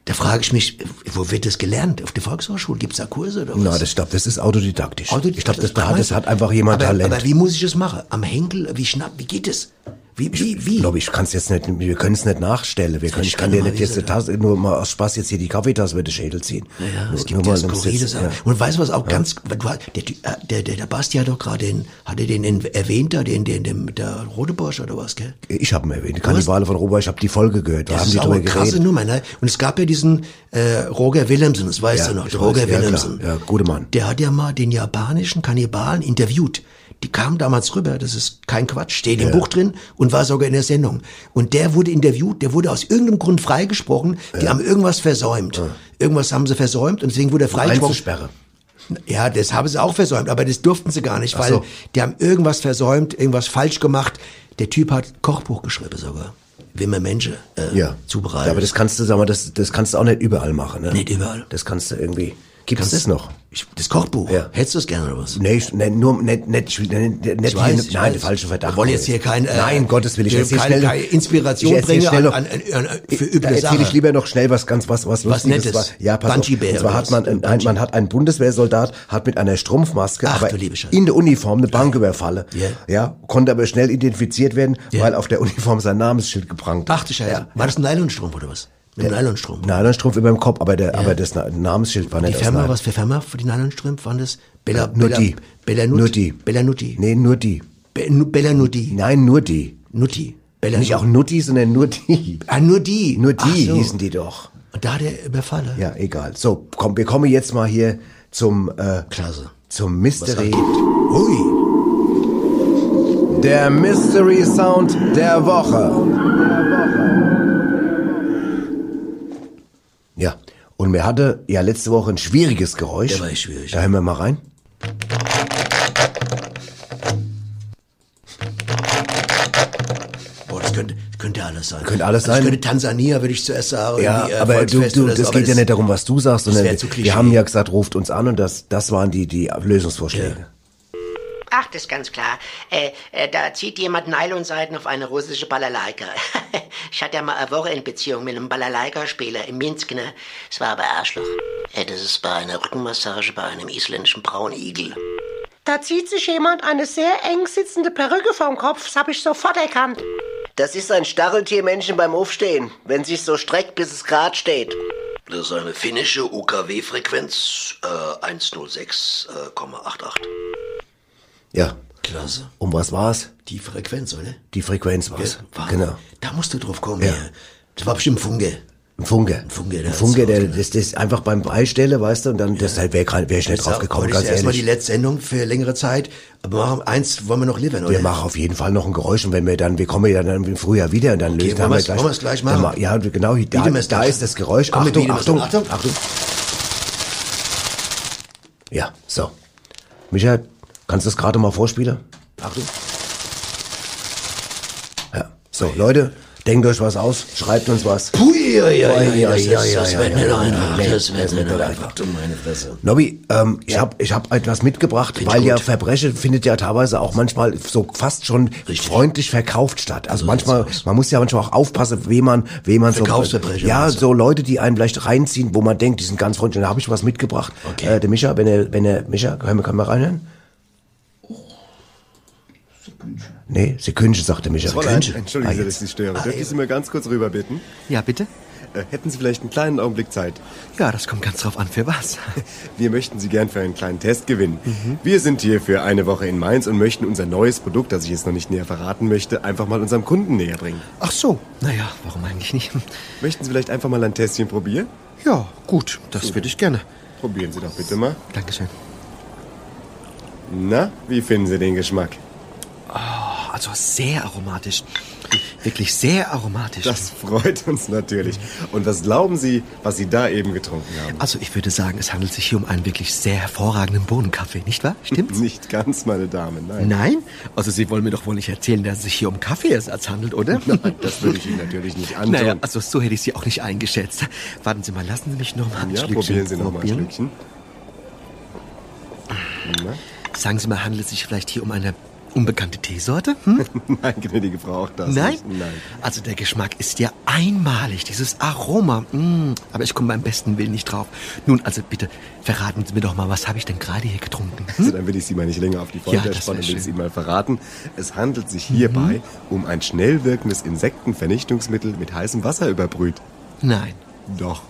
Speaker 2: Da frage ich mich, wo wird das gelernt? Auf der Volkshochschule? Gibt's da Kurse oder was?
Speaker 1: Na, das, ich glaube, das ist autodidaktisch.
Speaker 2: Autodidaktisch.
Speaker 1: ich glaube, das,
Speaker 2: Kann
Speaker 1: da-
Speaker 2: man-
Speaker 1: das hat einfach jemand
Speaker 2: aber,
Speaker 1: Talent.
Speaker 2: Aber wie muss ich das machen? Am Henkel? Wie schnapp? Wie geht es? Wie, wie, wie?
Speaker 1: Ich glaube, ich kann es jetzt nicht, wir können es nicht nachstellen. Wir können, ich kann
Speaker 2: kann
Speaker 1: dir
Speaker 2: mal
Speaker 1: nicht jetzt
Speaker 2: wissen,
Speaker 1: eine Tasse, nur mal aus Spaß jetzt hier die Kaffeetasse mit den Schädel ziehen.
Speaker 2: ja,
Speaker 1: Nur-
Speaker 2: es gibt
Speaker 1: nur
Speaker 2: ja
Speaker 1: mal, nimmst
Speaker 2: skurrile
Speaker 1: jetzt-
Speaker 2: Sachen.
Speaker 1: ja.
Speaker 2: Und weißt du was auch ganz, du, hast- der, Ty- äh, der, der, der Basti hat doch gerade den, hat er den in- erwähnt da, den, den, den, der rote Borsche oder was, gell?
Speaker 1: Ich habe mir erwähnt, Kannibale von Robo, ich habe die Folge gehört, da haben die
Speaker 2: auch
Speaker 1: drüber
Speaker 2: eine krasse
Speaker 1: geredet.
Speaker 2: Nummer, ne? Und es gab ja diesen, äh, Roger Willemsen, das
Speaker 1: Ja,
Speaker 2: weißt du noch,
Speaker 1: ich
Speaker 2: der Roger
Speaker 1: weiß, ja,
Speaker 2: Willemsen.
Speaker 1: klar. Ja, guter Mann.
Speaker 2: Der hat ja mal den japanischen Kannibalen interviewt. Die kam damals rüber, das ist kein Quatsch, steht im Buch drin und war sogar in der Sendung. Und der wurde interviewt, der wurde aus irgendeinem Grund freigesprochen, die haben irgendwas versäumt. Irgendwas haben sie versäumt und deswegen wurde er freigesprochen.
Speaker 1: Einzusperre.
Speaker 2: Ja, das haben sie auch versäumt, aber das durften sie gar nicht, weil
Speaker 1: so.
Speaker 2: die haben irgendwas versäumt, irgendwas falsch gemacht. Der Typ hat Kochbuch geschrieben sogar, wie man Menschen äh,
Speaker 1: Ja.
Speaker 2: zubereitet.
Speaker 1: Ja, aber das kannst du, sag mal, das, das kannst du auch nicht überall machen, ne?
Speaker 2: Nicht überall.
Speaker 1: Das kannst du irgendwie. Gibt es das
Speaker 2: Kannst-
Speaker 1: noch?
Speaker 2: Ich, das Kochbuch.
Speaker 1: Ja.
Speaker 2: Hättest du es gerne oder was?
Speaker 1: Nee, ich, nee, nur, nicht, nicht, ich will- nicht, nicht
Speaker 2: Ich weiß,
Speaker 1: hier,
Speaker 2: ich
Speaker 1: nein,
Speaker 2: weiß.
Speaker 1: falsche Verdacht.
Speaker 2: Wir wollen jetzt hier kein, äh,
Speaker 1: nein, Gottes Willen, ich
Speaker 2: wir
Speaker 1: erzähl
Speaker 2: keine-
Speaker 1: schnell noch-
Speaker 2: keine Inspiration
Speaker 1: ich erzähl
Speaker 2: bringen
Speaker 1: schnell
Speaker 2: an-
Speaker 1: noch-
Speaker 2: an- an- an- äh, für üble
Speaker 1: Da erzähl ich
Speaker 2: Sache.
Speaker 1: lieber noch schnell was ganz, was, was, Lustiges
Speaker 2: Nettes.
Speaker 1: war. Ja, pass
Speaker 2: Bungee-Bär
Speaker 1: auf. Und zwar
Speaker 2: oder
Speaker 1: hat
Speaker 2: was?
Speaker 1: man, ein, ein, man hat einen Bundeswehrsoldat, hat mit einer Strumpfmaske,
Speaker 2: Ach,
Speaker 1: aber
Speaker 2: du liebe Scheiße.
Speaker 1: in der Uniform eine Bank überfalle.
Speaker 2: Ja.
Speaker 1: Ja, konnte aber schnell identifiziert werden,
Speaker 2: Ja.
Speaker 1: weil auf der Uniform sein Namensschild geprangt
Speaker 2: Ach du Scheiße. War das ein Nylonstrumpf oder was? Mit einem Nylonstrumpf.
Speaker 1: Nylonstrumpf über dem Kopf, aber, der, aber das Na- Namensschild war
Speaker 2: Die
Speaker 1: nicht aus
Speaker 2: Firma,
Speaker 1: Nylon.
Speaker 2: was für Firma für die Nylonstrümpfe waren das? Bella,
Speaker 1: Äh, Nur
Speaker 2: Bella,
Speaker 1: die.
Speaker 2: Bella
Speaker 1: Nur die.
Speaker 2: Bella Nutti.
Speaker 1: Nee, nur die.
Speaker 2: Be, Nu- Bella Nutti.
Speaker 1: Nein, nur die.
Speaker 2: Nutti. Bella
Speaker 1: Nicht auch Nutti, sondern nur die.
Speaker 2: Ah, nur die.
Speaker 1: Nur die
Speaker 2: Ach so.
Speaker 1: hießen die doch.
Speaker 2: Und da der Überfalle.
Speaker 1: Ja, egal. So, komm, wir kommen jetzt mal hier zum, äh,
Speaker 2: Klasse.
Speaker 1: zum Mystery.
Speaker 2: Ui.
Speaker 1: Der Mystery Sound der Woche. Ja, und mir hatte ja letzte Woche ein schwieriges Geräusch.
Speaker 2: Der war echt schwierig.
Speaker 1: Da hören wir mal rein.
Speaker 2: Boah, das könnte, könnte alles sein. Also,
Speaker 1: Könnte alles sein.
Speaker 2: Das könnte Tansania, würde ich zuerst sagen.
Speaker 1: Ja,
Speaker 2: irgendwie, äh,
Speaker 1: aber du,
Speaker 2: Volksfest
Speaker 1: du
Speaker 2: oder so,
Speaker 1: das
Speaker 2: aber
Speaker 1: geht ja nicht darum, was du sagst, sondern
Speaker 2: wär zu
Speaker 1: wir
Speaker 2: Klischee.
Speaker 1: haben ja gesagt, ruft uns an und das, das waren die, die Lösungsvorschläge.
Speaker 8: Ach, das ist ganz klar. Äh, äh, da zieht jemand Nylonseiten auf eine russische Balalaika. ich hatte ja mal eine Woche in Beziehung mit einem Balalaika-Spieler in Minsk, ne? Es war aber Arschloch. Äh, das ist bei einer Rückenmassage bei einem isländischen Braunigel.
Speaker 11: Da zieht sich jemand eine sehr eng sitzende Perücke vom Kopf, das habe ich sofort erkannt.
Speaker 3: Das ist ein Stacheltiermännchen beim Aufstehen, wenn sich so streckt, bis es grad steht.
Speaker 2: Das ist eine finnische UKW-Frequenz äh, 106,88.
Speaker 1: Ja.
Speaker 2: Klasse.
Speaker 1: Um was war's?
Speaker 2: Die Frequenz, oder?
Speaker 1: Die Frequenz war's.
Speaker 2: Wahnsinn.
Speaker 1: Genau.
Speaker 2: Da musst du drauf kommen.
Speaker 1: Ja.
Speaker 2: Ja. Oh, Das war bestimmt Funke.
Speaker 1: Ein Funke. Ein
Speaker 2: Funke,
Speaker 1: der,
Speaker 2: der
Speaker 1: ein Funke,
Speaker 2: hat's
Speaker 1: der
Speaker 2: rausgemacht.
Speaker 1: das, das einfach beim Beistelle, weißt du, und dann das halt wäre kein- wär ich nicht drauf gekommen,
Speaker 2: Heute
Speaker 1: ganz
Speaker 2: ist erstmal die
Speaker 1: ehrlich.
Speaker 2: letzte Sendung für längere Zeit. Aber machen, eins wollen wir noch liefern, oder?
Speaker 1: Wir machen auf jeden Fall noch ein Geräusch und wenn wir dann, wir kommen ja dann im Frühjahr wieder und dann lösen
Speaker 2: wollen
Speaker 1: haben wir
Speaker 2: wir's-
Speaker 1: gleich.
Speaker 2: wollen wir's gleich
Speaker 1: Dann ma-
Speaker 2: machen?
Speaker 1: Ja, genau, hier, da,
Speaker 2: Wiedemesser.
Speaker 1: da ist das Geräusch.
Speaker 2: Komm mit
Speaker 1: Achtung,
Speaker 2: Wiedemesser.
Speaker 1: Achtung, Achtung, Achtung.
Speaker 2: Achtung.
Speaker 1: Ja, so. Michael, kannst du das gerade mal vorspielen? Achtung. Ja, so, Leute, denkt euch was aus, schreibt uns was.
Speaker 2: Pui, ja, ja,
Speaker 1: Ui,
Speaker 2: ja, ja,
Speaker 1: das
Speaker 2: ja,
Speaker 1: ist-
Speaker 2: ja,
Speaker 1: das
Speaker 2: das
Speaker 1: wird
Speaker 2: wird
Speaker 1: mir
Speaker 2: nicht
Speaker 1: doch
Speaker 2: einfach.
Speaker 1: einfach.
Speaker 2: Das
Speaker 1: Das
Speaker 2: wird mir
Speaker 1: wird
Speaker 2: doch
Speaker 1: mir
Speaker 2: einfach. Du meine Fresse.
Speaker 1: Nobby, ähm, ich habe ich hab etwas mitgebracht, weil ja Verbrechen findet ja teilweise auch manchmal so fast schon freundlich verkauft statt. Also manchmal, man muss ja manchmal auch aufpassen, wem man, wem man so
Speaker 2: Verkaufsverbrechen,
Speaker 1: ja
Speaker 2: meinst du?
Speaker 1: so Leute, die einen vielleicht reinziehen, wo man denkt, die sind ganz freundlich. Und Da habe ich was mitgebracht.
Speaker 2: Okay.
Speaker 1: Äh, der Micha, wenn er, wenn er, Micha, können wir, können wir reinhören?
Speaker 2: Oh,
Speaker 1: Nee, Sekünsche, sagt der Micha.
Speaker 9: Fräulein, entschuldigen
Speaker 1: Ah,
Speaker 9: Sie, dass
Speaker 1: jetzt.
Speaker 9: ich Sie störe. Dürfte ich Sie mir ganz kurz rüber bitten?
Speaker 12: Ja, bitte?
Speaker 9: Äh, hätten Sie vielleicht einen kleinen Augenblick Zeit?
Speaker 12: Ja, das kommt ganz drauf an, für was. Mhm.
Speaker 9: Wir möchten Sie gern für einen kleinen Test gewinnen. Wir sind hier für eine Woche in Mainz und möchten unser neues Produkt, das ich jetzt noch nicht näher verraten möchte, einfach mal unserem Kunden näher bringen.
Speaker 12: Ach so. Naja, warum eigentlich nicht?
Speaker 9: Möchten Sie vielleicht einfach mal ein Testchen probieren?
Speaker 12: Ja, gut, das würde ich gerne.
Speaker 9: Probieren Sie doch bitte mal.
Speaker 12: Dankeschön.
Speaker 9: Na, wie finden Sie den Geschmack?
Speaker 12: Also sehr aromatisch. Wirklich sehr aromatisch.
Speaker 9: Das freut uns natürlich. Und was glauben Sie, was Sie da eben getrunken haben?
Speaker 12: also ich würde sagen, es handelt sich hier um einen wirklich sehr hervorragenden Bohnenkaffee, nicht wahr? Stimmt's?
Speaker 9: Nicht ganz, meine Damen, nein.
Speaker 12: Nein? Also Sie wollen mir doch wohl nicht erzählen, dass es sich hier um Kaffeeersatz handelt, oder?
Speaker 9: Nein, das würde ich Ihnen natürlich nicht antun.
Speaker 12: Naja, also so hätte ich Sie auch nicht eingeschätzt. Warten Sie mal, lassen Sie mich noch mal ein
Speaker 9: ja,
Speaker 12: Schlückchen
Speaker 9: probieren Sie noch mal ein
Speaker 12: probieren.
Speaker 9: Schlückchen.
Speaker 12: Sagen Sie mal, handelt es sich vielleicht hier um eine unbekannte Teesorte? Hm?
Speaker 9: Nein, gnädige Frau, auch das
Speaker 12: Nein?
Speaker 9: nicht. Nein.
Speaker 12: Also der Geschmack ist ja einmalig, dieses Aroma. Mm, aber ich komme beim besten Willen nicht drauf. Nun, also bitte, verraten Sie mir doch mal, was habe ich denn gerade hier getrunken?
Speaker 9: Also, dann will ich Sie mal nicht länger auf
Speaker 12: Hm?
Speaker 9: die
Speaker 12: Ja,
Speaker 9: Folter
Speaker 12: das wär
Speaker 9: spannen und will es
Speaker 12: schön. Mhm.
Speaker 9: Ihnen mal verraten. Es handelt sich hierbei um ein schnell wirkendes Insektenvernichtungsmittel mit heißem Wasser überbrüht.
Speaker 12: Nein.
Speaker 9: Doch.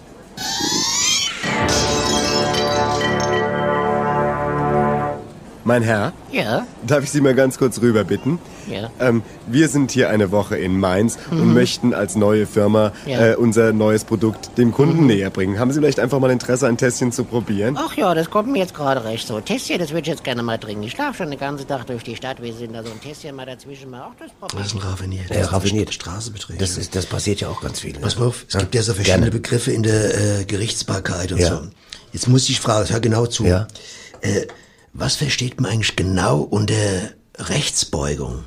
Speaker 9: Mein Herr,
Speaker 8: Ja,
Speaker 9: darf ich Sie mal ganz kurz rüber bitten?
Speaker 8: Ja.
Speaker 9: Ähm, wir sind hier eine Woche in Mainz
Speaker 12: Mhm.
Speaker 9: und möchten als neue Firma
Speaker 8: Ja.
Speaker 9: äh, unser neues Produkt dem Kunden
Speaker 12: Mhm.
Speaker 9: näher bringen. Haben Sie vielleicht einfach mal Interesse, ein Tässchen zu probieren?
Speaker 8: Hm?
Speaker 12: Oh,
Speaker 8: Ach ja, das kommt mir jetzt gerade recht so. Tässchen, das würde ich jetzt gerne mal trinken. Ich schlafe schon den ganzen Tag durch die Stadt. Wir sind da so ein Tässchen mal dazwischen mal. Auch das
Speaker 2: Das ist ein raffiniert.
Speaker 1: Ja, raffiniert.
Speaker 2: Straßenbetrieb.
Speaker 1: Das, ist, das passiert ja auch ganz viel. ne?
Speaker 2: Pass mal auf, es gibt ja so verschiedene Begriffe in der äh, Gerichtsbarkeit und
Speaker 1: Ja.
Speaker 2: so. Jetzt muss ich fragen, hör genau zu.
Speaker 1: Ja.
Speaker 2: Äh, was versteht man eigentlich genau unter Rechtsbeugung?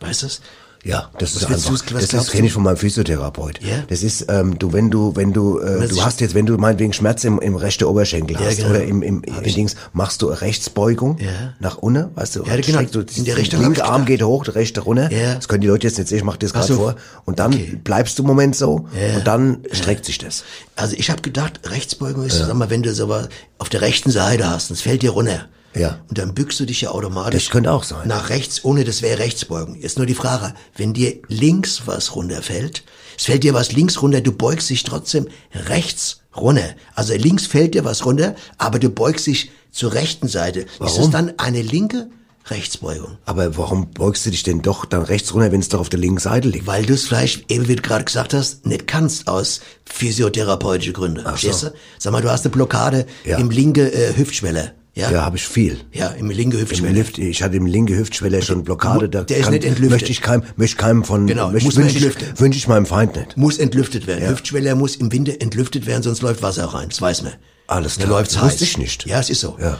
Speaker 2: Weißt du es?
Speaker 1: Ja, das
Speaker 2: Was
Speaker 1: ist einfach,
Speaker 2: willst du- was
Speaker 1: das, das
Speaker 2: glaubst
Speaker 1: kenne ich
Speaker 2: du?
Speaker 1: von meinem Physiotherapeut.
Speaker 2: Ja?
Speaker 1: Das ist, ähm, du, wenn du, wenn du, äh,
Speaker 2: Das
Speaker 1: du
Speaker 2: ist-
Speaker 1: hast jetzt, wenn du meinetwegen Schmerz im, im rechten Oberschenkel
Speaker 2: Ja,
Speaker 1: hast
Speaker 2: genau.
Speaker 1: oder im, im, im Dings, machst du Rechtsbeugung
Speaker 2: Ja.
Speaker 1: nach unten, weißt du,
Speaker 2: Ja, genau.
Speaker 1: streckst du,
Speaker 2: In der
Speaker 1: der
Speaker 2: Richtung
Speaker 1: linke
Speaker 2: hab ich
Speaker 1: Arm geht hoch, der rechte runter.
Speaker 2: Ja.
Speaker 1: Das können die Leute jetzt nicht sehen, ich mache das
Speaker 2: Ach
Speaker 1: gerade
Speaker 2: so.
Speaker 1: vor. Und dann bleibst du einen Moment so und dann streckt sich das.
Speaker 2: Also ich habe gedacht, Rechtsbeugung ist, sag mal, wenn du sowas auf der rechten Seite hast, und es fällt dir runter.
Speaker 1: Ja.
Speaker 2: Und dann bückst du dich ja automatisch.
Speaker 1: Das könnte auch sein.
Speaker 2: Nach rechts, ohne das wäre Rechtsbeugung. Jetzt nur die Frage, wenn dir links was runterfällt, es fällt dir was links runter, du beugst dich trotzdem rechts runter. Also links fällt dir was runter, aber du beugst dich zur rechten Seite. Ist
Speaker 1: Warum?
Speaker 2: es dann eine linke Rechtsbeugung?
Speaker 1: Aber warum beugst du dich denn doch dann rechts runter, wenn es doch auf der linken Seite liegt?
Speaker 2: Weil du es vielleicht, eben wie du gerade gesagt hast, nicht kannst aus physiotherapeutischen Gründen.
Speaker 1: Ach so.
Speaker 2: Verstehst du? Sag mal, du hast eine Blockade
Speaker 1: Ja.
Speaker 2: im linke äh, Hüftschwelle. Ja?
Speaker 1: Ja, habe ich viel.
Speaker 2: Ja, im linke
Speaker 1: Im
Speaker 2: Hüftschwelle.
Speaker 1: Lift, ich hatte im linken Hüftschwelle schon Blockade. Da
Speaker 2: Der ist nicht entlüftet.
Speaker 1: Möchte ich keinem, möchte ich keinem von,
Speaker 2: Genau, muss
Speaker 1: möchte,
Speaker 2: man
Speaker 1: wünsche ich,
Speaker 2: entlüften.
Speaker 1: wünsche ich meinem Feind nicht.
Speaker 2: Muss entlüftet werden.
Speaker 1: Ja.
Speaker 2: Hüftschwelle muss im Winter entlüftet werden, sonst läuft Wasser rein. Das weiß man.
Speaker 1: Alles
Speaker 2: Dann
Speaker 1: klar.
Speaker 2: läuft's
Speaker 1: Das
Speaker 2: heiß.
Speaker 1: wusste ich nicht.
Speaker 2: Ja, es ist so.
Speaker 1: Ja.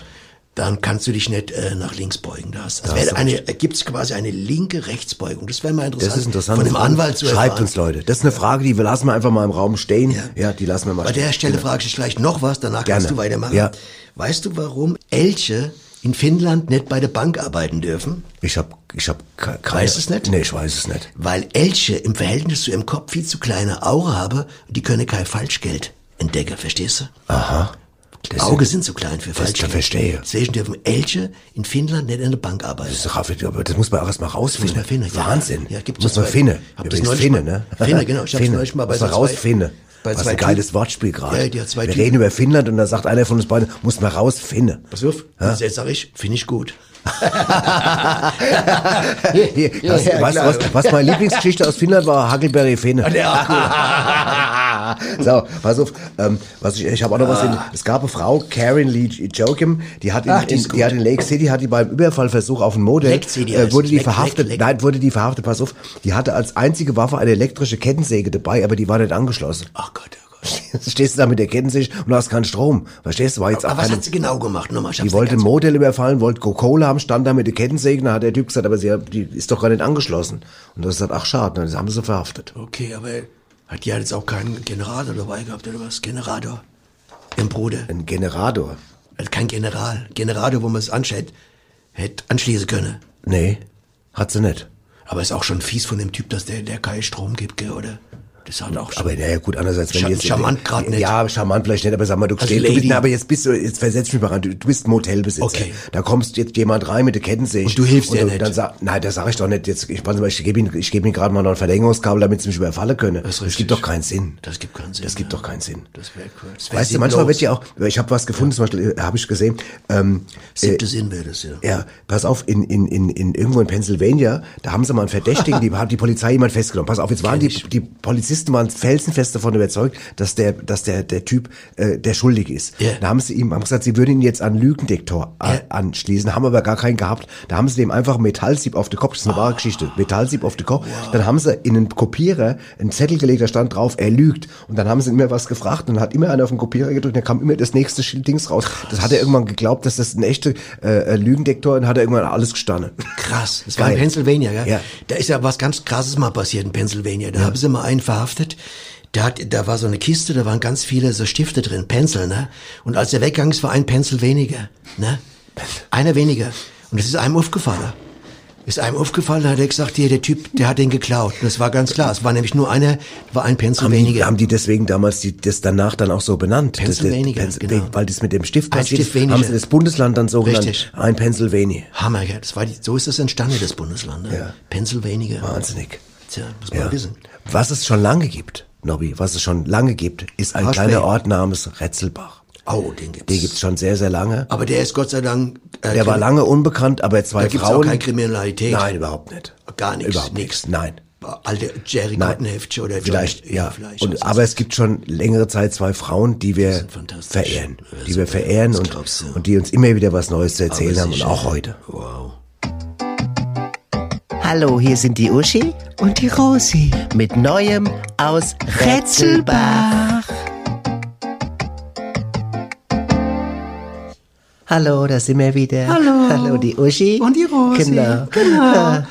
Speaker 2: Dann kannst du dich nicht äh, nach links beugen. Da hast-
Speaker 1: Da
Speaker 2: also
Speaker 1: hast
Speaker 2: wäre
Speaker 1: du
Speaker 2: eine, gibt's quasi eine linke Rechtsbeugung. Das wäre mal interessant.
Speaker 1: Das ist interessant.
Speaker 2: Von dem Anwalt zu
Speaker 1: Schreibt
Speaker 2: erfahren.
Speaker 1: uns, Leute. Das ist eine Frage, die wir lassen wir einfach mal im Raum stehen. Ja, die lassen wir mal
Speaker 2: Bei
Speaker 1: stehen.
Speaker 2: der Stelle frage ich dich gleich noch was, danach
Speaker 1: Gerne.
Speaker 2: kannst du weitermachen.
Speaker 1: Ja.
Speaker 2: Weißt du, warum Elche in Finnland nicht bei der Bank arbeiten dürfen?
Speaker 1: Ich habe ich hab ke- keine...
Speaker 2: Weißt du's nicht?
Speaker 1: Nee, ich weiß es nicht.
Speaker 2: Weil Elche im Verhältnis zu ihrem Kopf viel zu kleine Augen haben und die können kein Falschgeld entdecken, verstehst du?
Speaker 1: Aha.
Speaker 2: Die Augen sind zu klein für
Speaker 1: das-
Speaker 2: Falschgeld.
Speaker 1: das verstehe.
Speaker 2: Deswegen dürfen Elche in Finnland nicht in der Bank arbeiten.
Speaker 1: Das, ist Raffel, aber das muss man auch erst mal rausfinden.
Speaker 2: Muss man finden, ja.
Speaker 1: Wahnsinn.
Speaker 2: Ja, gibt's
Speaker 1: muss
Speaker 2: das
Speaker 1: man
Speaker 2: bei-
Speaker 1: Finne.
Speaker 2: hab das
Speaker 1: Übrigens
Speaker 2: neulich
Speaker 1: Finne,
Speaker 2: mal-
Speaker 1: ne?
Speaker 2: Finne, genau. Ich hab's
Speaker 1: Finne.
Speaker 2: neulich mal bei
Speaker 1: muss
Speaker 2: so
Speaker 1: man raus,
Speaker 2: zwei-
Speaker 1: Finne.
Speaker 2: bei
Speaker 1: Was
Speaker 2: zwei
Speaker 1: ein geiles
Speaker 2: Typen.
Speaker 1: Wortspiel gerade.
Speaker 2: Ja, die hat zwei
Speaker 1: Wir
Speaker 2: Typen.
Speaker 1: reden über Finnland und da sagt einer von uns beiden, muss man raus, Finne.
Speaker 2: Pass auf, jetzt sag ich, finde ich gut.
Speaker 1: Hier, das,
Speaker 2: ja,
Speaker 1: weißt du,
Speaker 2: klar.
Speaker 1: was, was meine Lieblingsgeschichte aus Finnland war, Huckleberry Fene. so, pass auf, ähm, was ich, ich habe auch noch was in, es gab eine Frau, Karen Lee Joachim, die hat in,
Speaker 2: Ah. Ach, die
Speaker 1: in,
Speaker 2: ist
Speaker 1: die
Speaker 2: gut.
Speaker 1: hat in Lake City, hat die beim Überfallversuch auf ein Model,
Speaker 2: Lake City
Speaker 1: äh,
Speaker 2: heißt
Speaker 1: wurde
Speaker 2: es.
Speaker 1: die
Speaker 2: Lake,
Speaker 1: verhaftet,
Speaker 2: Lake, Lake.
Speaker 1: nein, wurde die verhaftet, pass auf, die hatte als einzige Waffe eine elektrische Kettensäge dabei, aber die war nicht angeschlossen.
Speaker 2: Ach Gott, oh Gott.
Speaker 1: Stehst du da mit der Kettensäge und hast keinen Strom, verstehst du, war jetzt auch
Speaker 2: Aber was
Speaker 1: keine,
Speaker 2: hat sie genau gemacht? Nochmal, ich hab's
Speaker 1: die
Speaker 2: nicht
Speaker 1: wollte ein
Speaker 2: ganz-
Speaker 1: Model überfallen, wollte Coca-Cola haben, stand da mit der Kettensäge, da hat der Typ gesagt, aber sie hat, die ist doch gar nicht angeschlossen. Und das hat ach schade, dann haben sie sie verhaftet.
Speaker 2: Okay, aber hat die halt jetzt auch keinen Generator dabei gehabt oder was? Generator. Im Bruder.
Speaker 1: Ein Generator.
Speaker 2: Also kein General. Generator, wo man es anschält, hätte anschließen können.
Speaker 1: Nee, hat sie nicht.
Speaker 2: Aber ist auch schon fies von dem Typ, dass der, der keinen Strom gibt, gell, oder? Das hat auch schon.
Speaker 1: Aber naja, gut, andererseits, wenn
Speaker 2: Scha-
Speaker 1: die jetzt...
Speaker 2: charmant grad nicht.
Speaker 1: Ja, charmant vielleicht nicht, aber sag mal, du
Speaker 2: Also
Speaker 1: stehst... Du bist,
Speaker 2: Lady.
Speaker 1: na, aber jetzt bist du, jetzt versetz mich mal rein, du, du bist ein Motelbesitzer.
Speaker 2: Okay.
Speaker 1: Da kommst jetzt jemand rein mit der Kettensäge.
Speaker 2: Und du hilfst ihr
Speaker 1: dann-
Speaker 2: nicht.
Speaker 1: Dann sag, nein, das sag ich doch nicht. Jetzt, ich, warte mal, ich gebe ihm, ich gebe ihm gerade mal noch ein Verlängerungskabel, damit sie mich überfallen können.
Speaker 2: Das ist
Speaker 1: das
Speaker 2: richtig.
Speaker 1: gibt doch keinen Sinn.
Speaker 2: das gibt keinen Sinn.
Speaker 1: Das gibt
Speaker 2: ne?
Speaker 1: doch keinen Sinn.
Speaker 2: Das wäre cool. Das wär
Speaker 1: Weißt du,
Speaker 2: sinnlos.
Speaker 1: manchmal wird ja auch, ich habe was gefunden, zum Beispiel habe ich gesehen, ähm,
Speaker 2: Siebte Sinn wäre das, ja.
Speaker 1: ja, pass auf, in, in, in, in irgendwo in Pennsylvania, da haben sie mal einen Verdächtigen, die hat die Polizei jemand festgenommen. Pass auf, jetzt waren die, die Polizisten waren felsenfest davon überzeugt, dass der, dass der, der Typ, äh, der schuldig ist.
Speaker 2: Ja.
Speaker 1: Da haben sie ihm, haben gesagt, sie würden ihn jetzt an Lügendetektor a-
Speaker 2: Ja.
Speaker 1: anschließen, haben aber gar keinen gehabt. Da haben sie dem einfach einen Metallsieb auf den Kopf, das ist eine wahre Geschichte, Metallsieb auf den Kopf. Dann haben sie in einen Kopierer einen Zettel gelegt, da stand drauf, er lügt. Und dann haben sie immer was gefragt und dann hat immer einer auf den Kopierer gedrückt, dann kam immer das nächste Schild Dings raus. Das hat er irgendwann geglaubt, dass das ein echter äh, Lügendektor und hat er irgendwann alles gestanden.
Speaker 2: Krass. Das war in
Speaker 1: Geil.
Speaker 2: Pennsylvania, gell?
Speaker 1: Ja.
Speaker 2: Da ist ja was ganz krasses mal passiert in Pennsylvania. Da haben sie mal einen verhaftet. Da, hat, da war so eine Kiste, da waren ganz viele so Stifte drin, Pencil, ne? Und als er weggegangen ist, war ein Pencil weniger, ne? Einer weniger. Und das ist einem aufgefallen. Ist einem aufgefallen, da hat er gesagt, hier, der Typ, der hat den geklaut. Und das war ganz klar. Es war nämlich nur einer, war ein Pencil
Speaker 1: Haben die,
Speaker 2: weniger.
Speaker 1: haben die deswegen damals die, das danach dann auch so benannt? Das- das-
Speaker 2: Pennsylvania,
Speaker 1: Pens-
Speaker 2: genau.
Speaker 1: Weil das mit dem Stift
Speaker 2: Ein
Speaker 1: passiert ist,
Speaker 2: Stift weniger.
Speaker 1: haben sie das Bundesland dann so
Speaker 2: Richtig.
Speaker 1: genannt. Ein Pennsylvania.
Speaker 2: Hammer, gell? Das war die, so ist das entstanden, das Bundesland, ne?
Speaker 1: Ja.
Speaker 2: Pencil weniger.
Speaker 1: Wahnsinnig.
Speaker 2: Tja, muss man wissen.
Speaker 1: Was es schon lange gibt, Nobby, was es schon lange gibt, ist ein
Speaker 2: Haarspray.
Speaker 1: kleiner Ort namens Retzelbach.
Speaker 2: Oh, den gibt's.
Speaker 1: Den gibt's schon sehr, sehr lange.
Speaker 2: Aber der ist Gott sei Dank. Äh,
Speaker 1: Der war lange unbekannt, aber zwei
Speaker 2: Da gibt's
Speaker 1: Frauen.
Speaker 2: auch keine Kriminalität.
Speaker 1: Nein, überhaupt nicht.
Speaker 2: Gar nichts.
Speaker 1: Überhaupt nichts.
Speaker 2: nichts.
Speaker 1: Nein.
Speaker 2: Alte Jerry
Speaker 1: Nein.
Speaker 2: Gottenheft oder John-
Speaker 1: Vielleicht, ja.
Speaker 2: vielleicht.
Speaker 1: und,
Speaker 2: was
Speaker 1: aber
Speaker 2: weiß
Speaker 1: es gibt schon längere Zeit zwei Frauen, die wir
Speaker 2: sind fantastisch.
Speaker 1: verehren.
Speaker 2: Ja,
Speaker 1: Die wir
Speaker 2: super.
Speaker 1: verehren
Speaker 2: Das
Speaker 1: und,
Speaker 2: glaubst du.
Speaker 1: und die uns immer wieder was Neues zu erzählen
Speaker 2: Aber
Speaker 1: haben und
Speaker 2: sicher.
Speaker 1: auch heute.
Speaker 2: ich. Wow.
Speaker 3: Hallo, hier sind die Uschi und die Rosi mit Neuem aus Rätselbach. Hallo, da sind wir wieder.
Speaker 8: Hallo.
Speaker 3: Hallo, die Uschi.
Speaker 8: Und die Rosi.
Speaker 3: Genau.
Speaker 8: Genau.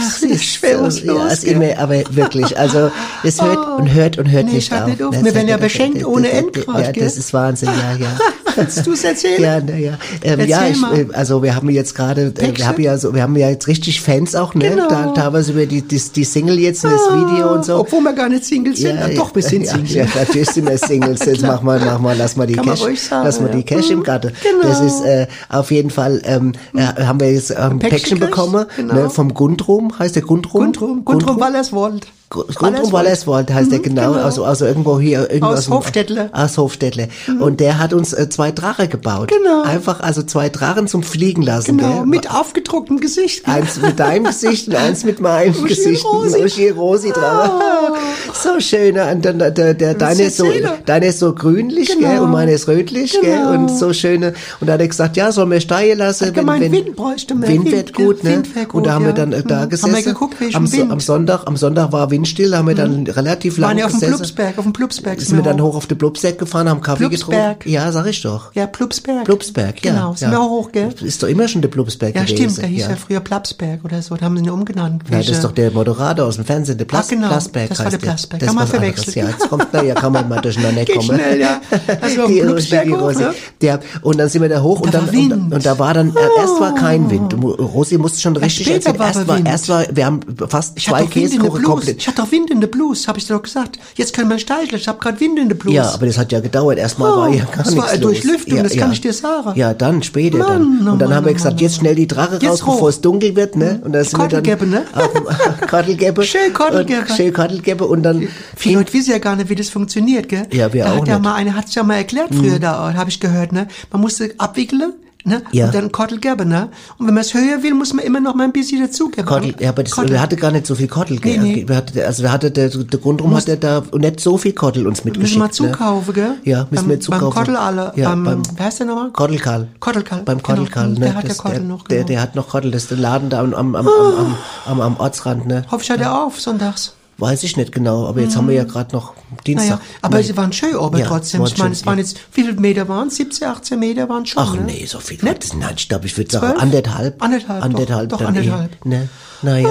Speaker 3: Es ist schwer was ja, ist immer, aber wirklich, also es hört und hört und hört
Speaker 8: Oh. Nee,
Speaker 3: nicht
Speaker 8: hört
Speaker 3: auf.
Speaker 8: nicht auf.
Speaker 3: Ne,
Speaker 8: Wir
Speaker 3: es
Speaker 8: werden
Speaker 3: hört
Speaker 8: ja
Speaker 3: und hört.
Speaker 8: beschenkt
Speaker 3: Das-
Speaker 8: ohne
Speaker 3: das- das-
Speaker 8: Endgrad,
Speaker 3: Ja,
Speaker 8: gell?
Speaker 3: das ist Wahnsinn, ja, ja.
Speaker 8: Kannst du's erzählen?
Speaker 3: Ja, na, ja. Ähm, ja,
Speaker 8: Erzähl
Speaker 3: ich,
Speaker 8: mal.
Speaker 3: äh, also wir haben jetzt gerade, äh,
Speaker 8: Päckchen?
Speaker 3: wir haben ja so, wir haben ja jetzt richtig Fans auch, ne?
Speaker 8: Genau.
Speaker 3: Da, teilweise über die, die, die Single jetzt und das Video und so.
Speaker 8: Ah, Obwohl wir gar nicht Single sind, aber doch, wir sind
Speaker 3: ja,
Speaker 8: Single.
Speaker 3: Ja, natürlich sind wir Singles. Jetzt mach mal, mach mal, lass mal die
Speaker 8: Kann man
Speaker 3: Cash,
Speaker 8: ruhig sagen,
Speaker 3: lass mal
Speaker 8: ja. Mhm. Genau.
Speaker 3: die Cash im Garten. Das ist äh, auf jeden Fall ähm, äh, haben wir jetzt ähm, ein Päckchen,
Speaker 8: Päckchen gekriegt,
Speaker 3: bekommen
Speaker 8: genau.
Speaker 3: ne, vom Gundrum, heißt der Gundrum? Gundrum,
Speaker 8: Gundrum Wallerswold.
Speaker 3: Gundrum Wallerswold heißt der genau,
Speaker 8: genau.
Speaker 3: Also, also irgendwo hier irgendwo
Speaker 8: Aus
Speaker 3: dem-
Speaker 8: Hofstädtle.
Speaker 3: Aus Ah, Hofstädtle. Und der hat uns äh, zwei Drache gebaut.
Speaker 8: Mhm. Genau.
Speaker 3: Einfach also zwei Drachen zum Fliegen lassen.
Speaker 8: Genau,
Speaker 3: gell?
Speaker 8: mit aufgedrucktem Gesicht.
Speaker 3: Eins mit deinem Gesicht und eins mit meinem
Speaker 8: Uschi und
Speaker 3: Gesicht.
Speaker 8: Rosi. Ah.
Speaker 3: Uschi und Rosi drauf. So schön. Und dann, äh, der, der, der, deine, ist so,
Speaker 8: erzählen?
Speaker 3: deine ist so grünlich
Speaker 8: Genau.
Speaker 3: gell, und meine ist rötlich. Gell,
Speaker 8: Genau.
Speaker 3: und so schöne. Und da hat er gesagt, ja, sollen wir steigen lassen.
Speaker 8: Hat gemeint, Wind bräuchte man.
Speaker 3: Wind
Speaker 8: Wind,
Speaker 3: wird gut, ne?
Speaker 8: Wind wär gut,
Speaker 3: und da haben wir
Speaker 8: ja.
Speaker 3: dann äh, da
Speaker 8: Mhm. Haben
Speaker 3: gesessen.
Speaker 8: wir geguckt, welchen
Speaker 3: am, So-
Speaker 8: Wind. Mhm.
Speaker 3: am Sonntag, am Sonntag war windstill, da haben wir dann relativ
Speaker 8: Waren
Speaker 3: lange
Speaker 8: ja auf dem
Speaker 3: gesessen.
Speaker 8: Plupsberg, auf dem Plupsberg.
Speaker 3: sind wir dann hoch auf den Blubsberg gefahren, haben Kaffee
Speaker 8: Plupsberg.
Speaker 3: getrunken. Ja, sag ich doch.
Speaker 8: Ja, Plupsberg.
Speaker 3: Blubsberg, ja.
Speaker 8: Genau, sind
Speaker 3: ja.
Speaker 8: wir auch hoch, gell?
Speaker 3: Ist doch immer schon der Blubsberg
Speaker 8: Ja,
Speaker 3: gewesen.
Speaker 8: stimmt, da hieß ja, früher Plapsberg oder so, da haben sie ihn umgenannt.
Speaker 3: Nein, das ist doch der Moderator aus dem Fernsehen, der Plas
Speaker 8: Ah, genau.
Speaker 3: Plasberg
Speaker 8: Das war der
Speaker 3: heißt
Speaker 8: Plasberg.
Speaker 3: Das
Speaker 8: Kann man
Speaker 3: war ein anderes,
Speaker 8: verwechseln.
Speaker 3: Ja, jetzt kommt, na ja, kann man mal durcheinander
Speaker 8: Geht
Speaker 3: kommen.
Speaker 8: schnell, ja. Also auf
Speaker 3: die
Speaker 8: dem
Speaker 3: Rosi,
Speaker 8: Plupsberg
Speaker 3: die
Speaker 8: hoch,
Speaker 3: Rosi.
Speaker 8: ne?
Speaker 3: Ja, und dann sind wir da hoch und,
Speaker 8: Da
Speaker 3: dann,
Speaker 8: war
Speaker 3: und, dann-
Speaker 8: Wind. Oh.
Speaker 3: und da war dann, äh, erst war kein Wind. Rosi musste schon richtig
Speaker 8: später
Speaker 3: erzählen.
Speaker 8: war
Speaker 3: Erst
Speaker 8: aber
Speaker 3: war,
Speaker 8: Wind.
Speaker 3: erst war, wir haben fast
Speaker 8: Ich
Speaker 3: zwei
Speaker 8: hatte doch Wind in the
Speaker 3: Käsekuchen
Speaker 8: Blues.
Speaker 3: komplett.
Speaker 8: Ich hatte doch Wind in the Blues, habe ich dir doch gesagt. Jetzt können wir steigern, ich habe gerade Wind in the Blues.
Speaker 3: Ja, aber das hat ja gedauert. Erstmal
Speaker 8: Oh,
Speaker 3: war ja gar
Speaker 8: das
Speaker 3: nichts
Speaker 8: war eine
Speaker 3: los.
Speaker 8: Durchlüftung,
Speaker 3: ja,
Speaker 8: das
Speaker 3: ja.
Speaker 8: kann ich dir sagen.
Speaker 3: Ja, dann später
Speaker 8: Mann,
Speaker 3: dann.
Speaker 8: oh
Speaker 3: Und dann
Speaker 8: Mann,
Speaker 3: haben wir
Speaker 8: oh
Speaker 3: gesagt,
Speaker 8: Mann,
Speaker 3: jetzt schnell die Drache
Speaker 8: Jetzt
Speaker 3: raus,
Speaker 8: hoch.
Speaker 3: bevor es dunkel wird, ne? Und da sind wir dann
Speaker 8: Kottelgäppe, ne?
Speaker 3: auf dem Kottelgäppe.
Speaker 8: Schön Kottelgäppe.
Speaker 3: Und Schön Kottelgäppe und dann
Speaker 8: Viele Leute wissen ja gar nicht, wie das funktioniert, gell?
Speaker 3: Ja, wir
Speaker 8: da
Speaker 3: auch
Speaker 8: hat ja
Speaker 3: nicht. Mhm.
Speaker 8: mal einer hat's ja mal erklärt früher da, habe ich gehört, ne? Man musste abwickeln, ne?
Speaker 3: Ja.
Speaker 8: Und dann Kottel geben, ne? Und wenn man es höher will, muss man immer noch mal ein bisschen dazugeben.
Speaker 3: Kottel, ja, aber das,
Speaker 8: Kottel.
Speaker 3: wir hatte gar nicht so viel Kottel,
Speaker 8: Nee,
Speaker 3: gell?
Speaker 8: nee.
Speaker 3: Wir hatte, also wir hatte der, der Grundrum hatte da nicht so viel Kottel uns mitgeschickt.
Speaker 8: Müssen wir
Speaker 3: ne?
Speaker 8: zukaufen, gell?
Speaker 3: Ja, müssen
Speaker 8: beim,
Speaker 3: wir zukaufen.
Speaker 8: Beim Kottel alle.
Speaker 3: Ja,
Speaker 8: beim,
Speaker 3: beim
Speaker 8: wer heißt der nochmal?
Speaker 3: Kottelkarl.
Speaker 8: Kottelkarl.
Speaker 3: Beim
Speaker 8: genau.
Speaker 3: Kottelkarl, ne?
Speaker 8: Der hat
Speaker 3: das,
Speaker 8: ja Kottel
Speaker 3: der,
Speaker 8: noch,
Speaker 3: der,
Speaker 8: genau.
Speaker 3: der hat noch Kottel, das ist der Laden da am, am, am, am, am, am, am Ortsrand, ne?
Speaker 8: Hoffe ich, hat er auf sonntags. Mhm.
Speaker 3: Weiß ich nicht genau, aber jetzt haben wir ja gerade noch Dienstag.
Speaker 8: Naja, Ah aber
Speaker 3: Nein.
Speaker 8: sie waren schön, aber
Speaker 3: Ja,
Speaker 8: trotzdem.
Speaker 3: waren
Speaker 8: Ich meine,
Speaker 3: schön,
Speaker 8: es waren
Speaker 3: ja.
Speaker 8: jetzt, wie viele Meter waren 17, 18 Meter waren schon.
Speaker 3: Ach
Speaker 8: ne?
Speaker 3: nee, so viel.
Speaker 8: Nett.
Speaker 3: Nicht? Nein, ich glaube, ich würde sagen
Speaker 8: Zwölf?
Speaker 3: anderthalb.
Speaker 8: Anderthalb, doch.
Speaker 3: Anderthalb.
Speaker 8: Doch,
Speaker 3: dann eher,
Speaker 8: anderthalb. Oh,
Speaker 3: Ne? Naja,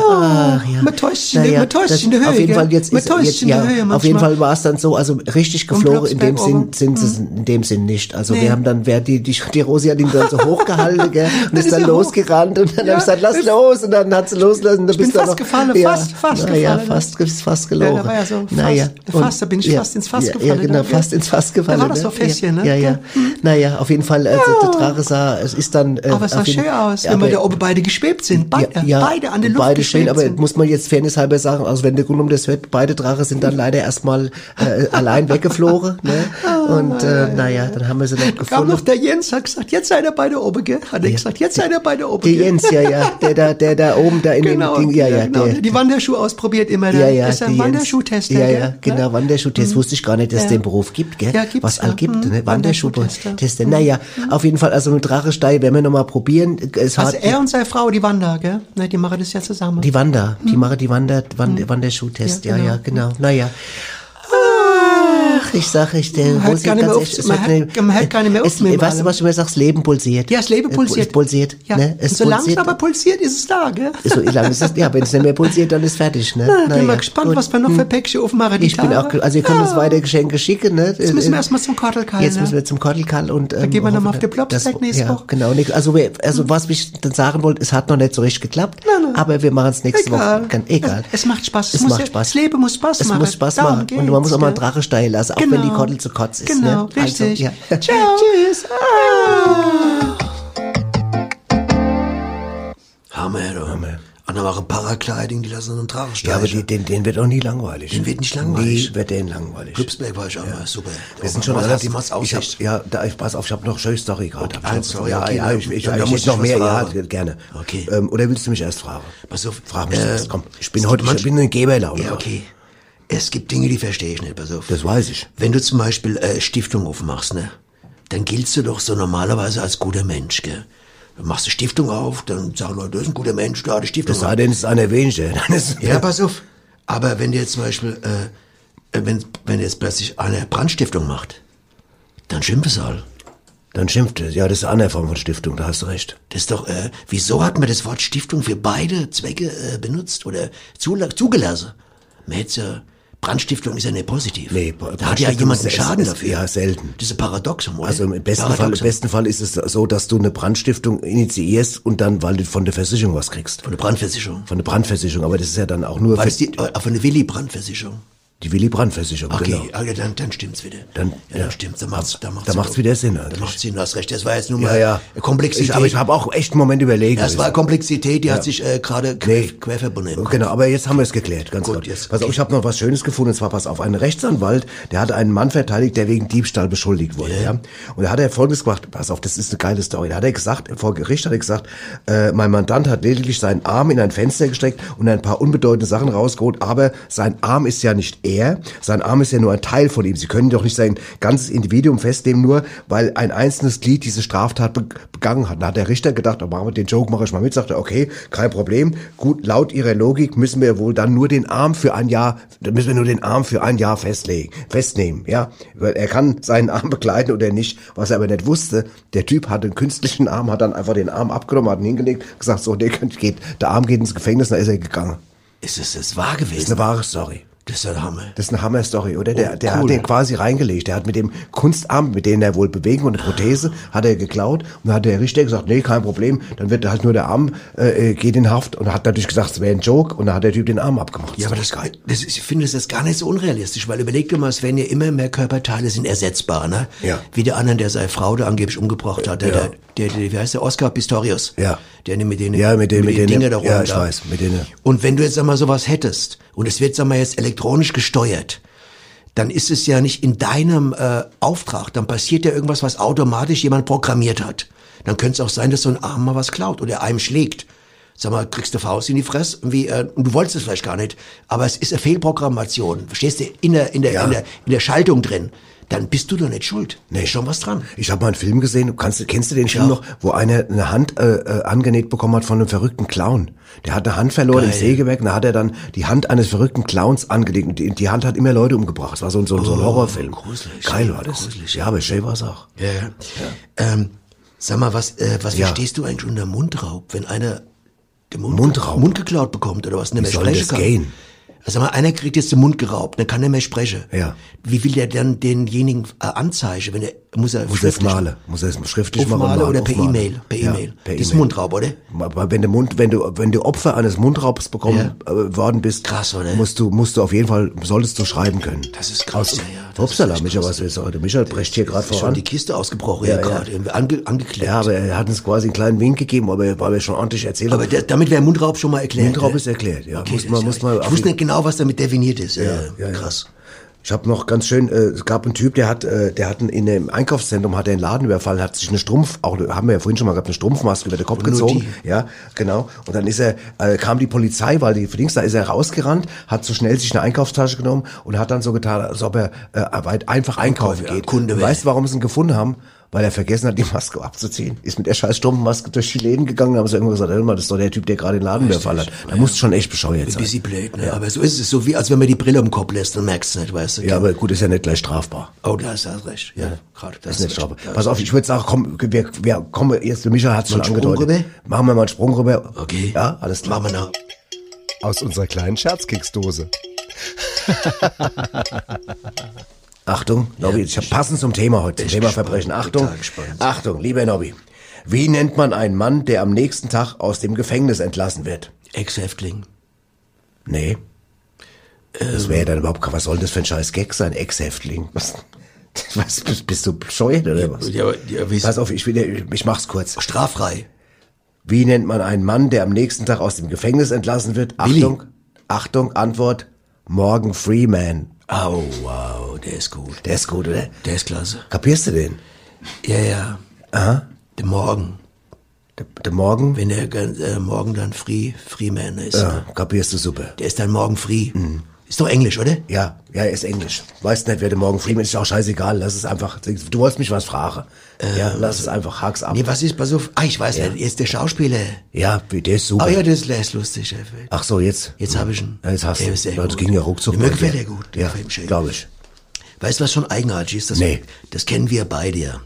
Speaker 3: ach ja.
Speaker 8: man täuscht sich in der- man täuscht
Speaker 3: das-
Speaker 8: sich in der Höhe,
Speaker 3: Auf jeden
Speaker 8: gell?
Speaker 3: Fall jetzt
Speaker 8: Man
Speaker 3: ist,
Speaker 8: täuscht
Speaker 3: jetzt,
Speaker 8: sich in der
Speaker 3: ja,
Speaker 8: Höhe
Speaker 3: auf
Speaker 8: manchmal.
Speaker 3: jeden Fall war es dann so, also richtig geflogen in dem
Speaker 8: Blocksberg
Speaker 3: Sinn,
Speaker 8: oben. Mhm.
Speaker 3: sind sie in dem Sinn nicht. Also
Speaker 8: Nee.
Speaker 3: wir haben dann, wer die, die, die Rosi hat ihn dann so hochgehalten, gell, und
Speaker 8: Dann
Speaker 3: ist
Speaker 8: ist
Speaker 3: dann
Speaker 8: er hoch.
Speaker 3: losgerannt und dann
Speaker 8: Ja,
Speaker 3: hab ich gesagt, lass
Speaker 8: ist-
Speaker 3: los und dann hat sie losgelassen. Ich
Speaker 8: bin fast gefallen, fast- fast
Speaker 3: naja,
Speaker 8: gefallen, ne?
Speaker 3: fast, ist fast gelaufen.
Speaker 8: Ja, da war ja so fast-
Speaker 3: und-
Speaker 8: fast, da bin ich fast ins Fass
Speaker 3: ja, Ja,
Speaker 8: gefallen,
Speaker 3: genau,
Speaker 8: ne? Ja.
Speaker 3: fast ins Fass gefallen.
Speaker 8: war das so Fässchen,
Speaker 3: ja,
Speaker 8: ne?
Speaker 3: Ja, ja. Naja, auf jeden Fall, also der Drache sah, es ist dann... Äh,
Speaker 8: Aber es sah
Speaker 3: auf jeden-
Speaker 8: schön aus, wenn
Speaker 3: aber-
Speaker 8: wir da oben beide geschwebt sind. Beide, beide an der Luft
Speaker 3: Beide
Speaker 8: geschwebt
Speaker 3: schön, aber
Speaker 8: sind.
Speaker 3: muss man jetzt fairnesshalber sagen, also wenn der Grund um das hört, beide Drache sind dann leider erstmal äh, allein weggeflogen. Ne?
Speaker 8: Oh
Speaker 3: Und äh, naja, dann haben wir sie noch
Speaker 8: Kam
Speaker 3: gefunden.
Speaker 8: noch der Jens, hat gesagt, jetzt seid ihr beide oben, gell? Hat er gesagt, jetzt seid ihr beide oben,
Speaker 3: der
Speaker 8: gell?
Speaker 3: Jens, ja, ja, der da, der da oben da in
Speaker 8: Genau,
Speaker 3: dem Ding, ja, ja,
Speaker 8: genau.
Speaker 3: der,
Speaker 8: Die Wanderschuhe ausprobiert immer.
Speaker 3: ja,
Speaker 8: ne?
Speaker 3: ja,
Speaker 8: ist
Speaker 3: die
Speaker 8: ein
Speaker 3: Jens.
Speaker 8: Wanderschuhtester.
Speaker 3: Ja, ja,
Speaker 8: gell?
Speaker 3: genau, Wanderschuhtest. Wusste ich gar nicht, dass es
Speaker 8: Mhm. Ja.
Speaker 3: den Beruf gibt, gell?
Speaker 8: Ja, gibt's,
Speaker 3: Was all
Speaker 8: ja.
Speaker 3: gibt,
Speaker 8: Mhm.
Speaker 3: ne? Wanderschuhtester.
Speaker 8: Wanderschuhtester. Mhm.
Speaker 3: Naja, auf jeden Fall, also mit Drachestein werden wir nochmal probieren. Es
Speaker 8: Also
Speaker 3: hat,
Speaker 8: er und seine Frau, die wandern, gell? Ne, die machen das ja zusammen.
Speaker 3: die Wander, die machen die Wander, Wand, Wanderschuhtest, ja,
Speaker 8: Mhm. Ja,
Speaker 3: ja, genau. Naja. Ach, ich sag, ich, der
Speaker 8: Man hört
Speaker 3: Rosi,
Speaker 8: gar nicht
Speaker 3: ganz
Speaker 8: mehr auf-
Speaker 3: ehrlich, es
Speaker 8: man
Speaker 3: hat
Speaker 8: hört-
Speaker 3: eine-
Speaker 8: man hört gar nicht mehr auf
Speaker 3: es,
Speaker 8: mit dem
Speaker 3: Weißt du,
Speaker 8: allem.
Speaker 3: was du mir sagst? Leben pulsiert.
Speaker 8: Ja, das Leben
Speaker 3: Äh,
Speaker 8: pulsiert.
Speaker 3: Es pulsiert,
Speaker 8: ja.
Speaker 3: ne?
Speaker 8: und
Speaker 3: Es
Speaker 8: solange es
Speaker 3: pulsiert.
Speaker 8: aber pulsiert, ist es da, gell?
Speaker 3: so lange ist es, ja, wenn es nicht mehr pulsiert, dann ist fertig, ne?
Speaker 8: Na, Ah, bin
Speaker 3: Naja,
Speaker 8: mal gespannt,
Speaker 3: gut. Hm.
Speaker 8: was wir noch für Päckchen aufmachen. die
Speaker 3: Ich bin
Speaker 8: Tage.
Speaker 3: auch, ge- also ihr könnt uns weiter Geschenke schicken, ne?
Speaker 8: Jetzt müssen wir erstmal zum Kottelkarl,
Speaker 3: Jetzt
Speaker 8: ne?
Speaker 3: müssen wir zum Kottelkarl und ähm,
Speaker 8: gehen wir nochmal
Speaker 3: hoffen,
Speaker 8: auf den
Speaker 3: dass-
Speaker 8: Plopsack nächste
Speaker 3: ja,
Speaker 8: Woche.
Speaker 3: Genau, nix- also, wir, also was ich dann sagen wollte, es hat noch nicht so richtig geklappt, aber wir machen es nächste
Speaker 8: Egal.
Speaker 3: Woche. Kann, egal.
Speaker 8: Es- es macht Spaß. Es
Speaker 3: Es,
Speaker 8: muss
Speaker 3: macht
Speaker 8: ja-
Speaker 3: Spaß.
Speaker 8: das Leben muss Spaß
Speaker 3: es
Speaker 8: machen.
Speaker 3: muss Spaß
Speaker 8: Darum
Speaker 3: machen. und man muss
Speaker 8: geht's,
Speaker 3: auch mal
Speaker 8: gell?
Speaker 3: einen Drache steigen lassen, auch wenn die
Speaker 8: Genau.
Speaker 3: Kottel zu kotz ist.
Speaker 8: Genau,
Speaker 3: ne? Also,
Speaker 8: richtig.
Speaker 3: ja.
Speaker 8: Ciao. Tschüss.
Speaker 2: Hammer, du. Hammer. Und dann machen Paragliding, die lassen einen Drachen
Speaker 1: Ja, aber
Speaker 2: steigen.
Speaker 1: die, den, den wird auch nie langweilig.
Speaker 2: Den wird nicht langweilig.
Speaker 1: Nie wird den langweilig.
Speaker 2: Glücksberg war ich auch mal, super. Oh,
Speaker 1: Wir sind schon
Speaker 2: Was
Speaker 1: relativ-
Speaker 2: hat die Mats
Speaker 1: ich hab,
Speaker 2: Aussicht?
Speaker 1: Ja, da, ich, pass auf, ich habe noch schöne Story gerade. Hab ich
Speaker 2: eine
Speaker 1: noch-
Speaker 2: Story,
Speaker 1: ja,
Speaker 2: Ah, okay,
Speaker 1: ja,
Speaker 2: dann-
Speaker 1: ich, ich,
Speaker 2: dann
Speaker 1: ich,
Speaker 2: muss ich
Speaker 1: noch
Speaker 2: was
Speaker 1: mehr,
Speaker 2: fragen.
Speaker 1: ja, gerne.
Speaker 2: Okay.
Speaker 1: Ähm, oder willst du mich erst fragen?
Speaker 2: Pass auf,
Speaker 1: Frag mich
Speaker 2: äh,
Speaker 1: erst, komm. Ich bin
Speaker 2: es
Speaker 1: heute,
Speaker 2: gibt
Speaker 1: ich bin in Geberlaune.
Speaker 2: Ja, okay. Es gibt Dinge, die verstehe ich nicht, pass auf.
Speaker 1: Das weiß ich.
Speaker 2: Wenn du zum Beispiel äh, Stiftung aufmachst, ne, dann giltst du doch so normalerweise als guter Mensch, gell? Dann machst du Stiftung auf, dann sagen Leute, das ist ein guter Mensch, da hat die Stiftung
Speaker 1: Es sei denn, es ist einer weniger. Dann ist,
Speaker 2: ja, pass auf. Aber wenn dir jetzt zum Beispiel, äh, äh, wenn, wenn jetzt plötzlich eine Brandstiftung macht, dann schimpfen sie alle.
Speaker 1: Dann schimpft er. Ja, das ist eine andere Form von Stiftung, da hast du recht.
Speaker 2: Das ist doch, äh, wieso hat man das Wort Stiftung für beide Zwecke äh, benutzt oder zula- zugelassen? Man hätte ja, Brandstiftung ist ja nicht positiv. Nee, da hat ja
Speaker 1: Brandstiftung
Speaker 2: jemand einen
Speaker 1: ist-
Speaker 2: Schaden
Speaker 1: ist-
Speaker 2: dafür.
Speaker 1: ja, selten.
Speaker 2: Das ist ein Paradoxum, oder?
Speaker 1: Also im besten, Fall, im
Speaker 2: Paradoxum.
Speaker 1: besten Fall ist es so, dass du eine Brandstiftung initiierst und dann, weil du von der Versicherung was kriegst. Von
Speaker 2: der Brandversicherung.
Speaker 1: Von der Brandversicherung, aber das ist ja dann auch nur
Speaker 2: War
Speaker 1: für
Speaker 2: das die, äh, auf eine Willy-Brandt-Versicherung?
Speaker 1: die Willy-Brandt-Versicherung,
Speaker 2: Okay,
Speaker 1: genau.
Speaker 2: ah, ja, dann, dann stimmt's wieder.
Speaker 1: Dann,
Speaker 2: ja, dann stimmt's. Dann macht's, dann macht's,
Speaker 1: da macht's wieder Sinn,
Speaker 2: Dann
Speaker 1: eigentlich.
Speaker 2: macht's Sinn, du hast recht. Das war jetzt nur
Speaker 1: Ja,
Speaker 2: mal
Speaker 1: ja.
Speaker 2: Komplexität.
Speaker 1: Ich, aber ich habe auch echt einen Moment überlegt.
Speaker 2: das war Komplexität, die
Speaker 1: Ja.
Speaker 2: hat sich äh, gerade quer, quer verbunden.
Speaker 1: Genau, aber jetzt haben wir es geklärt, ganz gut. pass auf, ich habe noch was Schönes gefunden, und zwar pass auf, ein Rechtsanwalt, der hatte einen Mann verteidigt, der wegen Diebstahl beschuldigt wurde, ja. Und da hat er Folgendes gemacht, pass auf, das ist eine geile Story. Da hat er gesagt, vor Gericht hat er gesagt, äh, mein Mandant hat lediglich seinen Arm in ein Fenster gesteckt und ein paar unbedeutende Sachen rausgeholt, aber sein Arm ist ja nicht er, sein Arm ist ja nur ein Teil von ihm. Sie können doch nicht sein ganzes Individuum festnehmen, nur weil ein einzelnes Glied diese Straftat be begangen hat. Da hat der Richter gedacht, oh, machen wir den Joke, mache ich mal mit, sagt er, okay, kein Problem. Gut, laut ihrer Logik müssen wir wohl dann nur den Arm für ein Jahr, dann müssen wir nur den Arm für ein Jahr festlegen, festnehmen, ja. Weil er kann seinen Arm begleiten oder nicht, was er aber nicht wusste. Der Typ hat einen künstlichen Arm, hat dann einfach den Arm abgenommen, hat ihn hingelegt, gesagt, so, der könnt, geht, der Arm geht ins Gefängnis, dann ist er gegangen.
Speaker 2: Ist es das wahr gewesen?
Speaker 1: Das ist eine wahre Story.
Speaker 2: Das ist ein Hammer.
Speaker 1: Das ist eine Hammer-Story, oder? Der,
Speaker 2: Oh,
Speaker 1: der
Speaker 2: cool.
Speaker 1: hat den quasi reingelegt. Der hat mit dem Kunstarm, mit dem er wohl bewegen und eine Prothese, hat er geklaut. Und dann hat der Richter gesagt, nee, kein Problem. Dann wird halt nur der Arm, äh, äh, geht in Haft. Und hat natürlich gesagt, es wäre ein Joke. Und dann hat der Typ den Arm abgemacht.
Speaker 2: Ja, aber das, das, ich finde das ist gar nicht so unrealistisch, weil überleg dir mal, es werden ja immer mehr Körperteile sind ersetzbar, ne?
Speaker 1: Ja.
Speaker 2: Wie der anderen, der seine Frau da angeblich umgebracht hat, der,
Speaker 1: Ja.
Speaker 2: der, der, der, wie heißt der, Oscar Pistorius?
Speaker 1: Ja.
Speaker 2: Der mit den,
Speaker 1: Ja, mit den, mit den,
Speaker 2: Dinger da rum
Speaker 1: Ja, ich
Speaker 2: da.
Speaker 1: weiß, mit denen.
Speaker 2: Und wenn du jetzt einmal sowas hättest und es wird sag mal jetzt elektronisch gesteuert, dann ist es ja nicht in deinem äh, Auftrag, dann passiert ja irgendwas, was automatisch jemand programmiert hat. Dann könnte es auch sein, dass so ein Arm mal was klaut oder einem schlägt. Sag mal, kriegst du Faust in die Fresse? Wie, äh, und du wolltest es vielleicht gar nicht, aber es ist eine Fehlprogrammation. Verstehst du? In der, in der, in der, in der Schaltung drin. Dann bist du doch nicht schuld. Nee. Ist schon was dran.
Speaker 1: Ich habe mal einen Film gesehen, du kannst, kennst du den Film noch, wo einer eine Hand äh, äh, angenäht bekommen hat von einem verrückten Clown. Der hat eine Hand verloren im
Speaker 2: Geil.
Speaker 1: Sägewerk und da hat er dann die Hand eines verrückten Clowns angelegt. Und die, die Hand hat immer Leute umgebracht. Das war so, ein- so, ein- so ein
Speaker 2: Oh,
Speaker 1: Horrorfilm.
Speaker 2: gruselig.
Speaker 1: Geil war das. Ja, aber schön war's auch.
Speaker 2: Ja, ja. Ähm, sag mal, was, äh, was
Speaker 1: Ja.
Speaker 2: verstehst du eigentlich unter Mundraub, wenn einer den Mund,
Speaker 1: Mundraub?
Speaker 2: Mund geklaut bekommt oder was, nicht
Speaker 1: Wie
Speaker 2: mehr
Speaker 1: soll
Speaker 2: sprechen
Speaker 1: das
Speaker 2: kann?
Speaker 1: gehen?
Speaker 2: Also mal, einer kriegt jetzt den Mund geraubt, dann kann er mehr sprechen.
Speaker 1: Ja.
Speaker 2: Wie will der dann denjenigen äh, anzeigen, wenn er, muss er
Speaker 1: Muss er es malen. Muss er es schriftlich machen.
Speaker 2: Aufmalen
Speaker 1: malen,
Speaker 2: Äh, oder per
Speaker 1: aufmalen.
Speaker 2: E-Mail? Per
Speaker 1: Ja,
Speaker 2: E-Mail.
Speaker 1: per
Speaker 2: Das ist
Speaker 1: E-Mail.
Speaker 2: Mundraub, oder?
Speaker 1: Aber wenn du, Mund, wenn, du, wenn du Opfer eines Mundraubs bekommen äh, worden bist, musst, du, musst du auf jeden Fall, solltest du schreiben können. Das
Speaker 2: ist krass, ja, ja.
Speaker 1: Hupsala, Micha, was ist heute? Micha bricht hier gerade
Speaker 2: Ist
Speaker 1: voran.
Speaker 2: schon die Kiste ausgebrochen
Speaker 1: Ja,
Speaker 2: hier
Speaker 1: ja.
Speaker 2: gerade, irgendwie ange, angeklebt.
Speaker 1: Ja, aber er hat uns quasi einen kleinen Wink gegeben, aber er war mir schon ordentlich erzählt.
Speaker 2: Aber der, damit wäre Mundraub schon mal erklärt.
Speaker 1: Mundraub
Speaker 2: ne?
Speaker 1: ist erklärt, ja.
Speaker 2: Okay,
Speaker 1: muss man, muss man
Speaker 2: ich wusste nicht genau, was damit definiert ist.
Speaker 1: Ja,
Speaker 2: äh,
Speaker 1: ja, ja.
Speaker 2: krass.
Speaker 1: Ich habe noch ganz schön, äh, es gab einen Typ, der hat, äh, der hat einen, in einem Einkaufszentrum hat er einen Laden überfallen, hat sich eine Strumpf, auch haben wir ja vorhin schon mal gehabt, eine Strumpfmaske über den Kopf
Speaker 2: nur
Speaker 1: gezogen, ja, genau. Und dann ist er, äh, kam die Polizei, weil die verdings da ist er rausgerannt, hat so schnell sich eine Einkaufstasche genommen und hat dann so getan, als ob er äh, weit einfach einkaufen geht.
Speaker 2: Oh Kunde
Speaker 1: und
Speaker 2: wäre.
Speaker 1: weißt du, warum sie ihn gefunden haben? Weil er vergessen hat, die Maske abzuziehen. Ist mit der scheiß Strumpfmaske durch die Läden gegangen, haben sie irgendwo gesagt, hör mal, das ist doch der Typ, der gerade den Laden überfallen hat. Da musst du schon echt bescheuert
Speaker 2: Ein
Speaker 1: sein.
Speaker 2: bisschen blöd, ne? Aber so ist es. So wie, als wenn man die Brille im Kopf lässt, dann merkst du nicht, weißt du.
Speaker 1: Ja, aber gut, ist ja nicht gleich strafbar.
Speaker 2: Oh, da ist das recht. Ja, gerade.
Speaker 1: Das ist nicht Schraube. Pass auf, ich würde sagen, komm, wir, wir kommen jetzt, der Michael hat es
Speaker 2: Mal
Speaker 1: schon
Speaker 2: einen
Speaker 1: angedeutet.
Speaker 2: Sprung
Speaker 1: Machen wir mal einen Sprung rüber.
Speaker 2: Okay.
Speaker 1: Ja, alles klar.
Speaker 2: Machen wir nach.
Speaker 9: Aus unserer kleinen Scherzkeksdose.
Speaker 1: Achtung, Nobby, ich habe passend zum Thema heute, zum Thema Verbrechen. Achtung, Achtung, lieber Nobby. Wie nennt man einen Mann, der am nächsten Tag aus dem Gefängnis entlassen wird?
Speaker 2: Ex-Häftling.
Speaker 1: Nee. Das wäre ja dann überhaupt, was soll das für ein scheiß Gag sein, Ex-Häftling? Was, was, bist- bist du bescheuert oder was?
Speaker 2: Ja, aber- ja, wie-
Speaker 1: Pass auf, ich, will, ja- ich mach's kurz.
Speaker 2: Straffrei.
Speaker 1: Wie nennt man einen Mann, der am nächsten Tag aus dem Gefängnis entlassen wird? Achtung, Achtung, Antwort, Morgan Freeman.
Speaker 2: Oh, wow, der ist gut. Also.
Speaker 1: Der ist gut, oder?
Speaker 2: Der ist klasse.
Speaker 1: Kapierst du den?
Speaker 2: Ja, ja.
Speaker 1: Aha.
Speaker 2: Der Morgen.
Speaker 1: Der, der Morgen?
Speaker 2: Wenn der ganz- äh, Morgen dann Free, Free Man ist.
Speaker 1: Ja, kapierst du super.
Speaker 2: Der ist dann Morgen Free. Mhm. Ist doch Englisch, oder?
Speaker 1: Ja, ja, er ist Englisch. Weiß nicht, wer der Morgan Freeman ist, ist auch scheißegal. Lass es einfach, du wolltest mich was fragen. ja, lass es einfach, hak's ab.
Speaker 2: Äh. Nee, was ist, pass auf. Ah, ich weiß
Speaker 1: Ja.
Speaker 2: nicht. Er ist der Schauspieler.
Speaker 1: Ja, der ist super.
Speaker 2: Ah ja, das der ist lustig. Chef.
Speaker 1: Ach so, jetzt?
Speaker 2: Jetzt hab ich ihn.
Speaker 1: Ja, jetzt hast du
Speaker 2: Der
Speaker 1: ihn.
Speaker 2: ist sehr
Speaker 1: Ja, Das
Speaker 2: gut.
Speaker 1: ging ja ruckzuck.
Speaker 2: Mir
Speaker 1: bei
Speaker 2: gefällt
Speaker 1: dir.
Speaker 2: er gut.
Speaker 1: Ja,
Speaker 2: Gefällt mir schön.
Speaker 1: glaube ich.
Speaker 2: Weißt du, was schon eigenartig ist? Das,
Speaker 1: Nee.
Speaker 2: das kennen wir beide ja.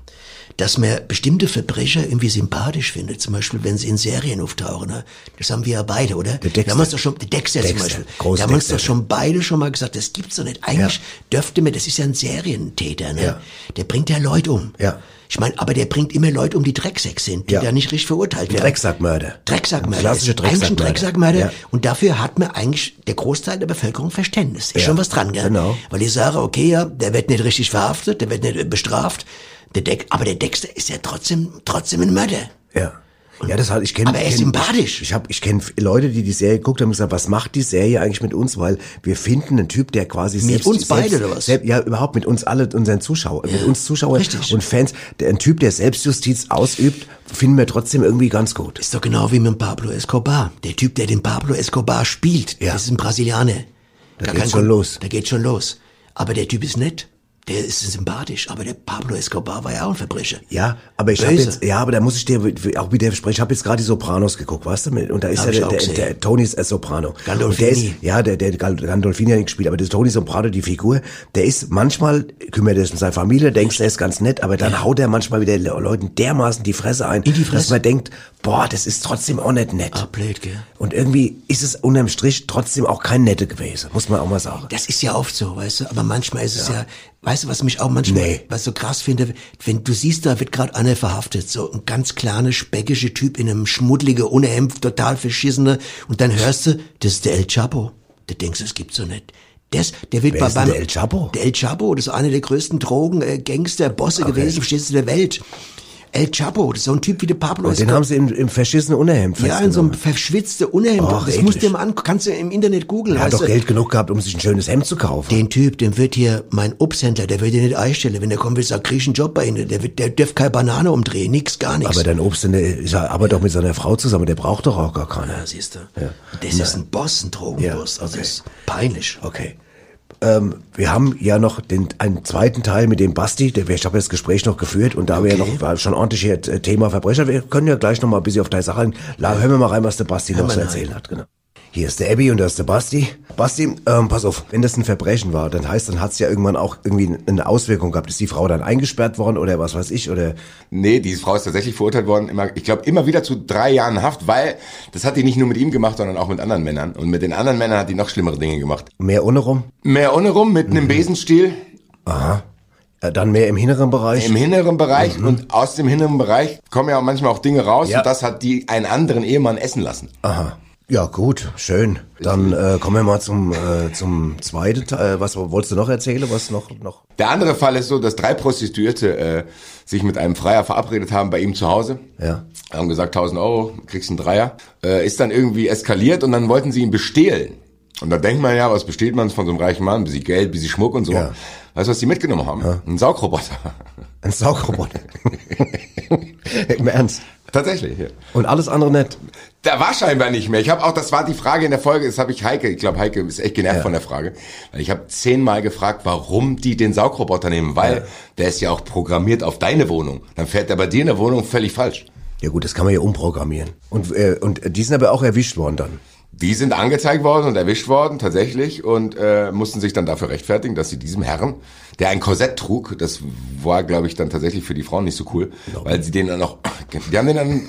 Speaker 2: dass man bestimmte Verbrecher irgendwie sympathisch findet. Zum Beispiel, wenn sie in Serien auftauchen. Ne? Das haben wir ja beide, oder? Der
Speaker 1: Dexter.
Speaker 2: Da haben wir uns doch schon, der Dexter, zum
Speaker 1: Dexter,
Speaker 2: Beispiel.
Speaker 1: großer
Speaker 2: da haben wir uns
Speaker 1: Dexter.
Speaker 2: doch schon beide schon mal gesagt, das gibt's doch nicht. Eigentlich
Speaker 1: Ja.
Speaker 2: dürfte man, das ist ja ein Serientäter, ne?
Speaker 1: Ja.
Speaker 2: Der bringt ja Leute um.
Speaker 1: Ja.
Speaker 2: Ich meine, aber der bringt immer Leute um, die Drecksack sind, die
Speaker 1: Ja.
Speaker 2: da nicht richtig verurteilt
Speaker 1: Ein
Speaker 2: werden.
Speaker 1: Drecksackmörder.
Speaker 2: Drecksackmörder.
Speaker 1: Ein klassischer
Speaker 2: ist Eigentlich ein
Speaker 1: Drecksackmörder.
Speaker 2: Drecksackmörder.
Speaker 1: Ja.
Speaker 2: Und dafür hat man eigentlich der Großteil der Bevölkerung Verständnis. Ist
Speaker 1: Ja.
Speaker 2: schon was dran, gell?
Speaker 1: Genau.
Speaker 2: Weil die sagen, okay, ja, der wird nicht richtig verhaftet, der wird nicht äh, bestraft. Der Deck, aber der Dexter ist ja trotzdem, trotzdem ein Mörder.
Speaker 1: Ja. Ja, das halt, ich kenne.
Speaker 2: Aber er ist sympathisch.
Speaker 1: Ich, hab, ich kenne Leute, die die Serie geguckt haben und gesagt, was macht die Serie eigentlich mit uns? Weil wir finden einen Typ, der quasi
Speaker 2: Mit
Speaker 1: selbst,
Speaker 2: uns beide
Speaker 1: selbst,
Speaker 2: oder was?
Speaker 1: Selbst, ja, überhaupt mit uns alle, unseren Zuschauern, mit uns Zuschauern
Speaker 2: Richtig.
Speaker 1: und Fans. Der, ein Typ, der Selbstjustiz ausübt, finden wir trotzdem irgendwie ganz gut.
Speaker 2: Ist doch genau wie mit Pablo Escobar. Der Typ, der den Pablo Escobar spielt,
Speaker 1: Ja.
Speaker 2: das ist ein Brasilianer.
Speaker 1: Da
Speaker 2: Gar
Speaker 1: geht's
Speaker 2: kein
Speaker 1: schon
Speaker 2: Grund-
Speaker 1: los.
Speaker 2: Da geht schon los. Aber der Typ ist nett. Der ist sympathisch. Aber der Pablo Escobar war ja auch ein Verbrecher.
Speaker 1: Ja, aber ich habe
Speaker 2: Böse.
Speaker 1: jetzt, ja, aber da muss ich dir auch widersprechen. Ich habe jetzt gerade die Sopranos geguckt, weißt du? mit- Und da ist
Speaker 2: Hab
Speaker 1: ja
Speaker 2: ich
Speaker 1: der,
Speaker 2: auch
Speaker 1: der,
Speaker 2: gesehen.
Speaker 1: der Tony ist ein Soprano.
Speaker 2: Gandolfini.
Speaker 1: Und der ist, ja, der, der Gal- Gandolfini hat ihn gespielt, aber der Tony Soprano, die Figur, der ist manchmal, kümmert er sich um seine Familie, denkst, er ist ganz nett, aber dann haut er manchmal wieder Le- Leuten dermaßen die Fresse ein,
Speaker 2: die Fresse.
Speaker 1: dass man denkt, boah, das ist trotzdem auch nicht nett.
Speaker 2: Ah, blöd, gell?
Speaker 1: Und irgendwie ist es unterm Strich trotzdem auch kein Nette gewesen, muss man auch mal sagen.
Speaker 2: Das ist ja oft so, weißt du. Aber manchmal ist es ja, weißt du, was mich auch manchmal,
Speaker 1: Nee.
Speaker 2: was ich so krass finde, wenn du siehst, da wird gerade einer verhaftet, so ein ganz kleiner, speckische Typ in einem schmuddeligen, unhemd, total verschissene, und dann hörst du, das ist der El Chapo. Du denkst, das gibt's doch nicht. Das, der wird
Speaker 1: Wer
Speaker 2: bei
Speaker 1: ist denn
Speaker 2: beim-
Speaker 1: der El Chapo? Ah,
Speaker 2: Der El Chapo, das ist einer der größten Drogen-Gangster-Bosse gewesen, verstehst du, der Welt. El Chapo, das ist so ein Typ wie der Pablo
Speaker 1: Und den
Speaker 2: Escobar.
Speaker 1: haben sie im, im verschissenen Unterhemd
Speaker 2: Ja, in so
Speaker 1: festgenommen.
Speaker 2: einem verschwitzte Unhemd.
Speaker 1: Och,
Speaker 2: das musst du
Speaker 1: eklig.
Speaker 2: dir mal angucken. Kannst du im Internet googeln.
Speaker 1: Er hat
Speaker 2: weißt
Speaker 1: doch
Speaker 2: du?
Speaker 1: Geld genug gehabt, um sich ein schönes Hemd zu kaufen.
Speaker 2: Den Typ, dem wird hier mein Obsthändler, der wird dir nicht einstellen. Wenn der kommt, will sagt, krieg ich einen Job bei Ihnen. Der, wird, der darf keine Banane umdrehen, nix, gar nichts.
Speaker 1: Aber dein Obst, der ist ja- arbeitet doch mit seiner Frau zusammen, der braucht doch auch gar keine.
Speaker 2: ja, siehst du, das ist ein Boss, ein Drogenboss.
Speaker 1: Ja,
Speaker 2: Also
Speaker 1: okay.
Speaker 2: das ist peinlich.
Speaker 1: Okay. Ähm, wir haben ja noch den, einen zweiten Teil mit dem Basti, der, ich habe das Gespräch noch geführt und da wir ja noch war schon ordentlich hier äh, Thema Verbrecher, wir können ja gleich noch mal ein bisschen auf deine Sache ein. La, hören wir mal rein, was der Basti noch
Speaker 2: mal
Speaker 1: zu
Speaker 2: rein.
Speaker 1: erzählen hat. Genau. Hier ist der Abby und da ist der Basti. Basti, ähm, pass auf, wenn das ein Verbrechen war, dann heißt, dann hat es ja irgendwann auch irgendwie eine Auswirkung gehabt. Ist die Frau dann eingesperrt worden oder was weiß ich oder
Speaker 10: Nee, eh, diese Frau ist tatsächlich verurteilt worden. Immer, ich glaube, immer wieder zu drei Jahren Haft, weil das hat die nicht nur mit ihm gemacht, sondern auch mit anderen Männern. Und mit den anderen Männern hat die noch schlimmere Dinge gemacht.
Speaker 1: mehr ohne rum?
Speaker 10: Mehr ohne rum, mit einem Besenstiel
Speaker 1: Äh, Mhm. Dann mehr im hinteren Bereich? Mhm.
Speaker 10: im hinteren Bereich. Und aus dem hinteren Bereich kommen ja auch manchmal auch Dinge raus.
Speaker 1: Ja.
Speaker 10: Und das hat die einen anderen Ehemann essen lassen.
Speaker 1: Aha. Ja, gut, schön. Dann äh, kommen wir mal zum, äh, zum zweiten Teil. Äh, was wolltest du noch erzählen? Was noch? noch?
Speaker 10: Der andere Fall ist so, dass drei Prostituierte äh, sich mit einem Freier verabredet haben bei ihm zu Hause.
Speaker 1: Ja.
Speaker 10: Haben gesagt, 1000 Euro, kriegst einen Dreier. Äh, ist dann irgendwie eskaliert und dann wollten sie ihn bestehlen. Und da denkt man ja, was besteht man von so einem reichen Mann? Bisschen Geld, bisschen Schmuck und so.
Speaker 1: Ja.
Speaker 10: Weißt du, was die mitgenommen haben? Ein Saugroboter.
Speaker 1: Ein Saugroboter. Im Ernst.
Speaker 10: Tatsächlich, ja.
Speaker 1: Und alles andere nicht.
Speaker 10: Da war scheinbar nicht mehr. Ich habe auch, das war die Frage in der Folge, das habe ich Heike, ich glaube, Heike ist echt genervt von der Frage. Weil ich habe zehnmal gefragt, warum die den Saugroboter nehmen, weil der ist ja auch programmiert auf deine Wohnung. Dann fährt er bei dir in der Wohnung völlig falsch.
Speaker 1: Ja gut, das kann man ja umprogrammieren. Und, äh, und die sind aber auch erwischt worden dann.
Speaker 10: Die sind angezeigt worden und erwischt worden, tatsächlich, und äh, mussten sich dann dafür rechtfertigen, dass sie diesem Herrn, der ein Korsett trug, das war, glaube ich, dann tatsächlich für die Frauen nicht so cool, weil sie den dann noch, die haben den dann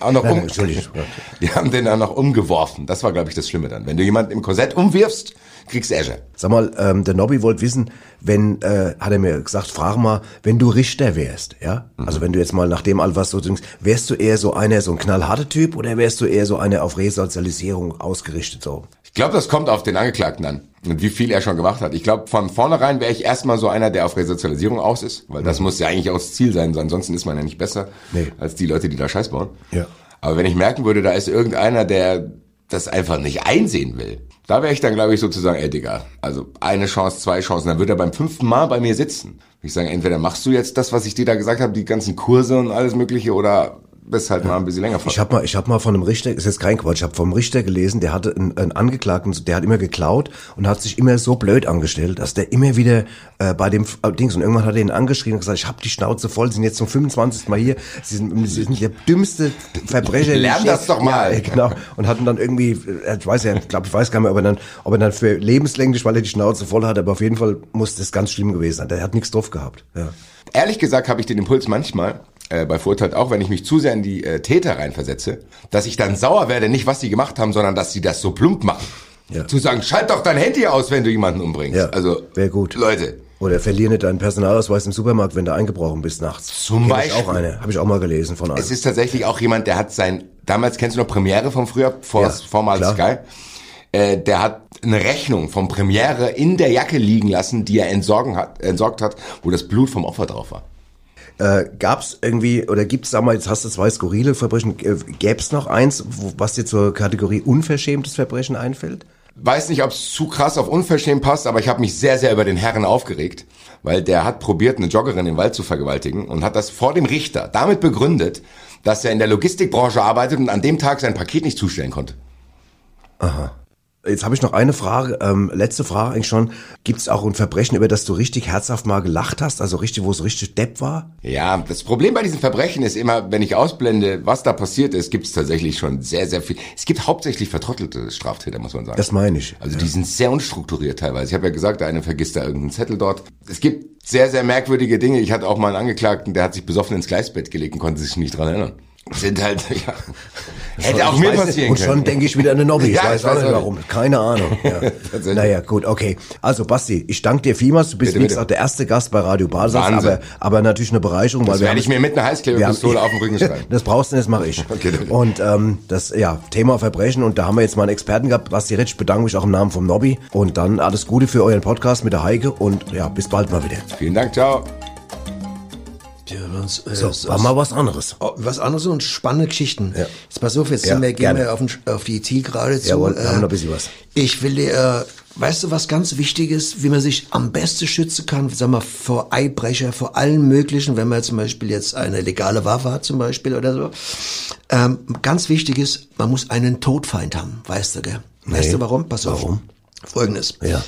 Speaker 10: auch noch
Speaker 1: Nein,
Speaker 10: um,
Speaker 1: Entschuldigung.
Speaker 10: die haben den dann noch umgeworfen. Das war, glaube ich, das Schlimme dann. Wenn du jemanden im Korsett umwirfst, kriegst du Ärger.
Speaker 1: Sag mal, ähm, der Nobby wollte wissen, wenn, äh, hat er mir gesagt, frag mal, wenn du Richter wärst, ja? Also wenn du jetzt mal nach dem all was so denkst, wärst du eher so einer, so ein knallharter Typ oder wärst du eher so einer auf Resozialisierung ausgerichtet so?
Speaker 10: Ich glaube, das kommt auf den Angeklagten an und wie viel er schon gemacht hat. Ich glaube, von vornherein wäre ich erstmal so einer, der auf Resozialisierung aus ist, weil das muss ja eigentlich auch das Ziel sein, ansonsten ist man ja nicht besser
Speaker 1: Mhm. Nee.
Speaker 10: als die Leute, die da Scheiß bauen.
Speaker 1: Ja.
Speaker 10: Aber wenn ich merken würde, da ist irgendeiner, der das einfach nicht einsehen will, da wäre ich dann, glaube ich, sozusagen, ey Digga, also eine Chance, zwei Chancen, dann würde er beim fünften Mal bei mir sitzen. Würde Ich sage, entweder machst du jetzt das, was ich dir da gesagt habe, die ganzen Kurse und alles mögliche, oder weshalb man ein bisschen länger
Speaker 1: Ich habe mal, ich hab mal von einem Richter, ist jetzt kein Quatsch, ich habe vom Richter gelesen, der hatte einen, einen Angeklagten, der hat immer geklaut und hat sich immer so blöd angestellt, dass der immer wieder äh, bei dem äh, Dings und irgendwann hat er ihn angeschrien und gesagt, ich habe die Schnauze voll, Sie sind jetzt zum 25. Mal hier, sie sind, sie sind der dümmste Verbrecher.
Speaker 10: Lern das doch mal.
Speaker 1: Ja, äh, genau. Und hat ihn dann irgendwie, äh, ich weiß ja, ich glaube, ich weiß gar nicht mehr, ob er dann, ob er dann für lebenslänglich, weil er die Schnauze voll hat, aber auf jeden Fall muss das ganz schlimm gewesen sein. Der hat nichts drauf gehabt. Ja.
Speaker 10: Ehrlich gesagt habe ich den Impuls manchmal, äh, bei Verurteilt auch, wenn ich mich zu sehr in die äh, Täter reinversetze, dass ich dann sauer werde, nicht was sie gemacht haben, sondern dass sie das so plump machen.
Speaker 1: Ja.
Speaker 10: Zu sagen, schalt doch dein Handy aus, wenn du jemanden umbringst.
Speaker 1: Ja,
Speaker 10: Also,
Speaker 1: Wäre gut.
Speaker 10: Leute,
Speaker 1: Oder verliere deinen Personalausweis im Supermarkt, wenn du eingebrochen bist nachts.
Speaker 10: Zum
Speaker 1: Kenn ich auch
Speaker 10: Beispiel.
Speaker 1: eine, habe ich auch mal gelesen von einem.
Speaker 10: es ist tatsächlich auch jemand, der hat sein, damals kennst du noch Premiere von früher, vor,
Speaker 1: Ja,
Speaker 10: vormals
Speaker 1: klar.
Speaker 10: Sky, äh, der hat eine Rechnung von Premiere in der Jacke liegen lassen, die er entsorgen hat, entsorgt hat, wo das Blut vom Opfer drauf war.
Speaker 1: Äh, gab's irgendwie oder gibt's sag mal, jetzt hast du zwei skurrile Verbrechen, äh, gäb's noch eins, wo, was dir zur Kategorie unverschämtes Verbrechen einfällt?
Speaker 10: Weiß nicht, ob es zu krass auf unverschämt passt, aber ich habe mich sehr, sehr über den Herren aufgeregt, weil der hat probiert, eine Joggerin im Wald zu vergewaltigen und hat das vor dem Richter damit begründet, dass er in der Logistikbranche arbeitet und an dem Tag sein Paket nicht zustellen konnte.
Speaker 1: Jetzt habe ich noch eine Frage, ähm, letzte Frage eigentlich schon. Gibt's auch ein Verbrechen, über das du richtig herzhaft mal gelacht hast, also richtig, wo es richtig depp war?
Speaker 10: Ja, das Problem bei diesen Verbrechen ist immer, wenn ich ausblende, was da passiert ist, gibt es tatsächlich schon sehr, sehr viel. Es gibt hauptsächlich vertrottelte Straftäter, muss man sagen.
Speaker 1: Das meine ich.
Speaker 10: Also die sind sehr unstrukturiert teilweise. Ich habe ja gesagt, der eine vergisst da irgendeinen Zettel dort. Es gibt sehr, sehr merkwürdige Dinge. Ich hatte auch mal einen Angeklagten, der hat sich besoffen ins Gleisbett gelegt und konnte sich nicht dran erinnern. Sind halt, ja. Hätte auch
Speaker 1: Ich
Speaker 10: mir
Speaker 1: weiß nicht.
Speaker 10: passieren
Speaker 1: Und
Speaker 10: können.
Speaker 1: schon denke ich wieder an eine Nobby. Ich
Speaker 10: Ja,
Speaker 1: weiß auch nicht warum. Keine Ahnung. Ja.
Speaker 10: Tatsächlich.
Speaker 1: naja, gut, okay. Also Basti, ich danke dir vielmals. Du bist
Speaker 10: Bitte,
Speaker 1: wie
Speaker 10: bitte.
Speaker 1: gesagt der erste Gast bei Radio Basas,
Speaker 10: Wahnsinn.
Speaker 1: aber, aber natürlich eine Bereicherung.
Speaker 10: Das
Speaker 1: weil wir
Speaker 10: werde
Speaker 1: haben-
Speaker 10: ich mir mit einer Heißklebepistole
Speaker 1: wir haben-
Speaker 10: auf den Rücken schreiben.
Speaker 1: Das brauchst du nicht, das mache ich.
Speaker 10: Okay, danke.
Speaker 1: und ähm, das ja Thema Verbrechen und da haben wir jetzt mal einen Experten gehabt. Basti Ritsch, bedanke mich auch im Namen vom Nobby und dann alles Gute für euren Podcast mit der Heike und ja, bis bald mal wieder.
Speaker 10: Vielen Dank, ciao.
Speaker 2: Ja, sonst, äh,
Speaker 1: So,
Speaker 2: sonst-
Speaker 1: war mal was anderes.
Speaker 2: Oh, was anderes und spannende Geschichten.
Speaker 1: Ja.
Speaker 2: Jetzt pass auf, jetzt
Speaker 1: Ja,
Speaker 2: sind wir, gehen
Speaker 1: gerne.
Speaker 2: wir auf, den, auf die Zielgerade zu. äh,
Speaker 1: Jawohl, wir haben noch ein bisschen was.
Speaker 2: Ich will dir, äh, weißt du, was ganz wichtig ist, wie man sich am besten schützen kann, sag mal, vor Eibrecher, vor allen möglichen, wenn man zum Beispiel jetzt eine legale Waffe hat zum Beispiel oder so. Ähm, ganz wichtig ist, man muss einen Todfeind haben, weißt du, gell? Weißt
Speaker 1: Nee.
Speaker 2: du warum? Pass auf.
Speaker 1: Warum?
Speaker 2: Folgendes.
Speaker 1: Ja.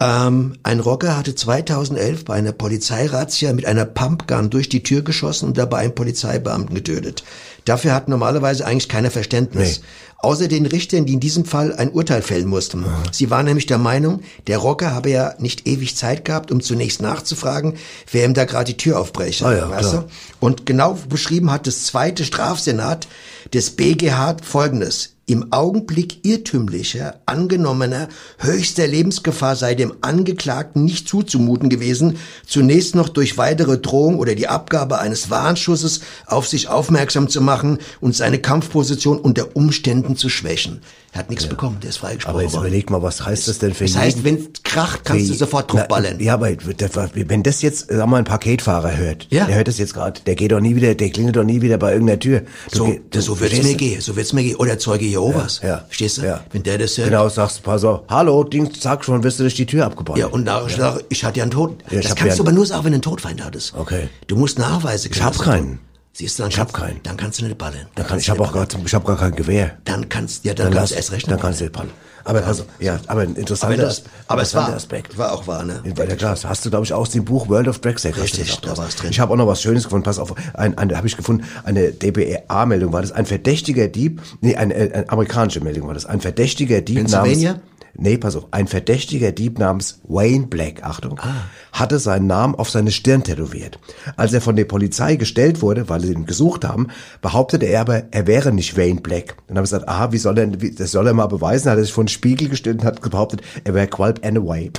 Speaker 2: Ähm, ein Rocker hatte 2011 bei einer Polizeirazzia mit einer Pumpgun durch die Tür geschossen und dabei einen Polizeibeamten getötet. Dafür hat normalerweise eigentlich keiner Verständnis.
Speaker 1: Nee.
Speaker 2: Außer den Richtern, die in diesem Fall ein Urteil fällen mussten. Sie waren nämlich der Meinung, der Rocker habe ja nicht ewig Zeit gehabt, um zunächst nachzufragen, wer ihm da gerade die Tür aufbreche.
Speaker 1: Ah ja, klar.
Speaker 2: Und genau beschrieben hat das zweite Strafsenat des BGH folgendes. Im Augenblick irrtümlicher, angenommener, höchster Lebensgefahr sei dem Angeklagten nicht zuzumuten gewesen, zunächst noch durch weitere Drohung oder die Abgabe eines Warnschusses auf sich aufmerksam zu machen und seine Kampfposition unter Umständen zu schwächen. Er hat nichts bekommen, der ist freigesprochen
Speaker 1: Aber jetzt
Speaker 2: worden.
Speaker 1: überleg mal, was heißt das denn für
Speaker 2: Das
Speaker 1: jeden?
Speaker 2: heißt, wenn kracht, kannst du
Speaker 1: Wie-
Speaker 2: sofort
Speaker 1: Na,
Speaker 2: draufballern.
Speaker 1: Ja, aber der- wenn das jetzt, sag mal, ein Paketfahrer hört,
Speaker 2: Ja.
Speaker 1: der hört das jetzt gerade, der geht doch nie wieder, der klingelt doch nie wieder bei irgendeiner Tür. Du
Speaker 2: So,
Speaker 1: geh- du-
Speaker 2: so wird's
Speaker 1: verstehst
Speaker 2: mir
Speaker 1: du?
Speaker 2: gehen, so wird's mir gehen. Oder Zeuge Jehovas.
Speaker 1: Ja, ja.
Speaker 2: Verstehst du?
Speaker 1: Ja.
Speaker 2: Wenn der das hört.
Speaker 1: Genau, sagst pass auf, hallo, Dings, zack, schon wirst du durch die Tür abgebrannt.
Speaker 2: Ja, und nachher sag, ich hatte ja einen Toten.
Speaker 1: Ja, ich
Speaker 2: das
Speaker 1: hab
Speaker 2: kannst
Speaker 1: ja
Speaker 2: du aber
Speaker 1: einen-
Speaker 2: nur sagen, wenn du einen Todfeind hattest.
Speaker 1: Okay.
Speaker 2: Du musst Nachweise Ich
Speaker 1: hab keinen.
Speaker 2: Siehst du, dann
Speaker 1: Ich hab
Speaker 2: kannst-
Speaker 1: keinen.
Speaker 2: Dann kannst du nicht ballern.
Speaker 1: Dann kann, ich
Speaker 2: kannst
Speaker 1: habe
Speaker 2: du
Speaker 1: auch gar, ich hab gar kein Gewehr.
Speaker 2: nicht- Dann kannst, ja, dann, kannst du erst rechnen.
Speaker 1: Dann kannst du nicht ballen. Aber, pass auf, ja, aber ein
Speaker 2: aber
Speaker 1: interessanter,
Speaker 2: das, aber es
Speaker 1: interessanter
Speaker 2: war,
Speaker 1: Aspekt.
Speaker 2: war auch wahr, ne?
Speaker 1: Bei der Glas hast du, glaube ich, auch aus dem Buch World of Dragsack. hast du
Speaker 2: Richtig,
Speaker 1: das auch
Speaker 2: da
Speaker 1: draus.
Speaker 2: war's drin.
Speaker 1: Ich habe auch noch was Schönes gefunden. Pass auf, ein, ein, habe ich gefunden, eine DBA-Meldung war das. Ein verdächtiger Dieb, nee, eine, äh, eine amerikanische Meldung war das. Ein verdächtiger Dieb namens...
Speaker 2: Pennsylvania?
Speaker 1: Nee, pass auf, ein verdächtiger Dieb namens Wayne Black, Achtung,
Speaker 2: Ah.
Speaker 1: hatte seinen Namen auf seine Stirn tätowiert. Als er von der Polizei gestellt wurde, weil sie ihn gesucht haben, behauptete er aber, er wäre nicht Wayne Black. Dann haben sie gesagt, aha, wie soll er, wie, das soll er mal beweisen, hat er sich vor den Spiegel gestellt und hat behauptet, er wäre Qualp Anyway.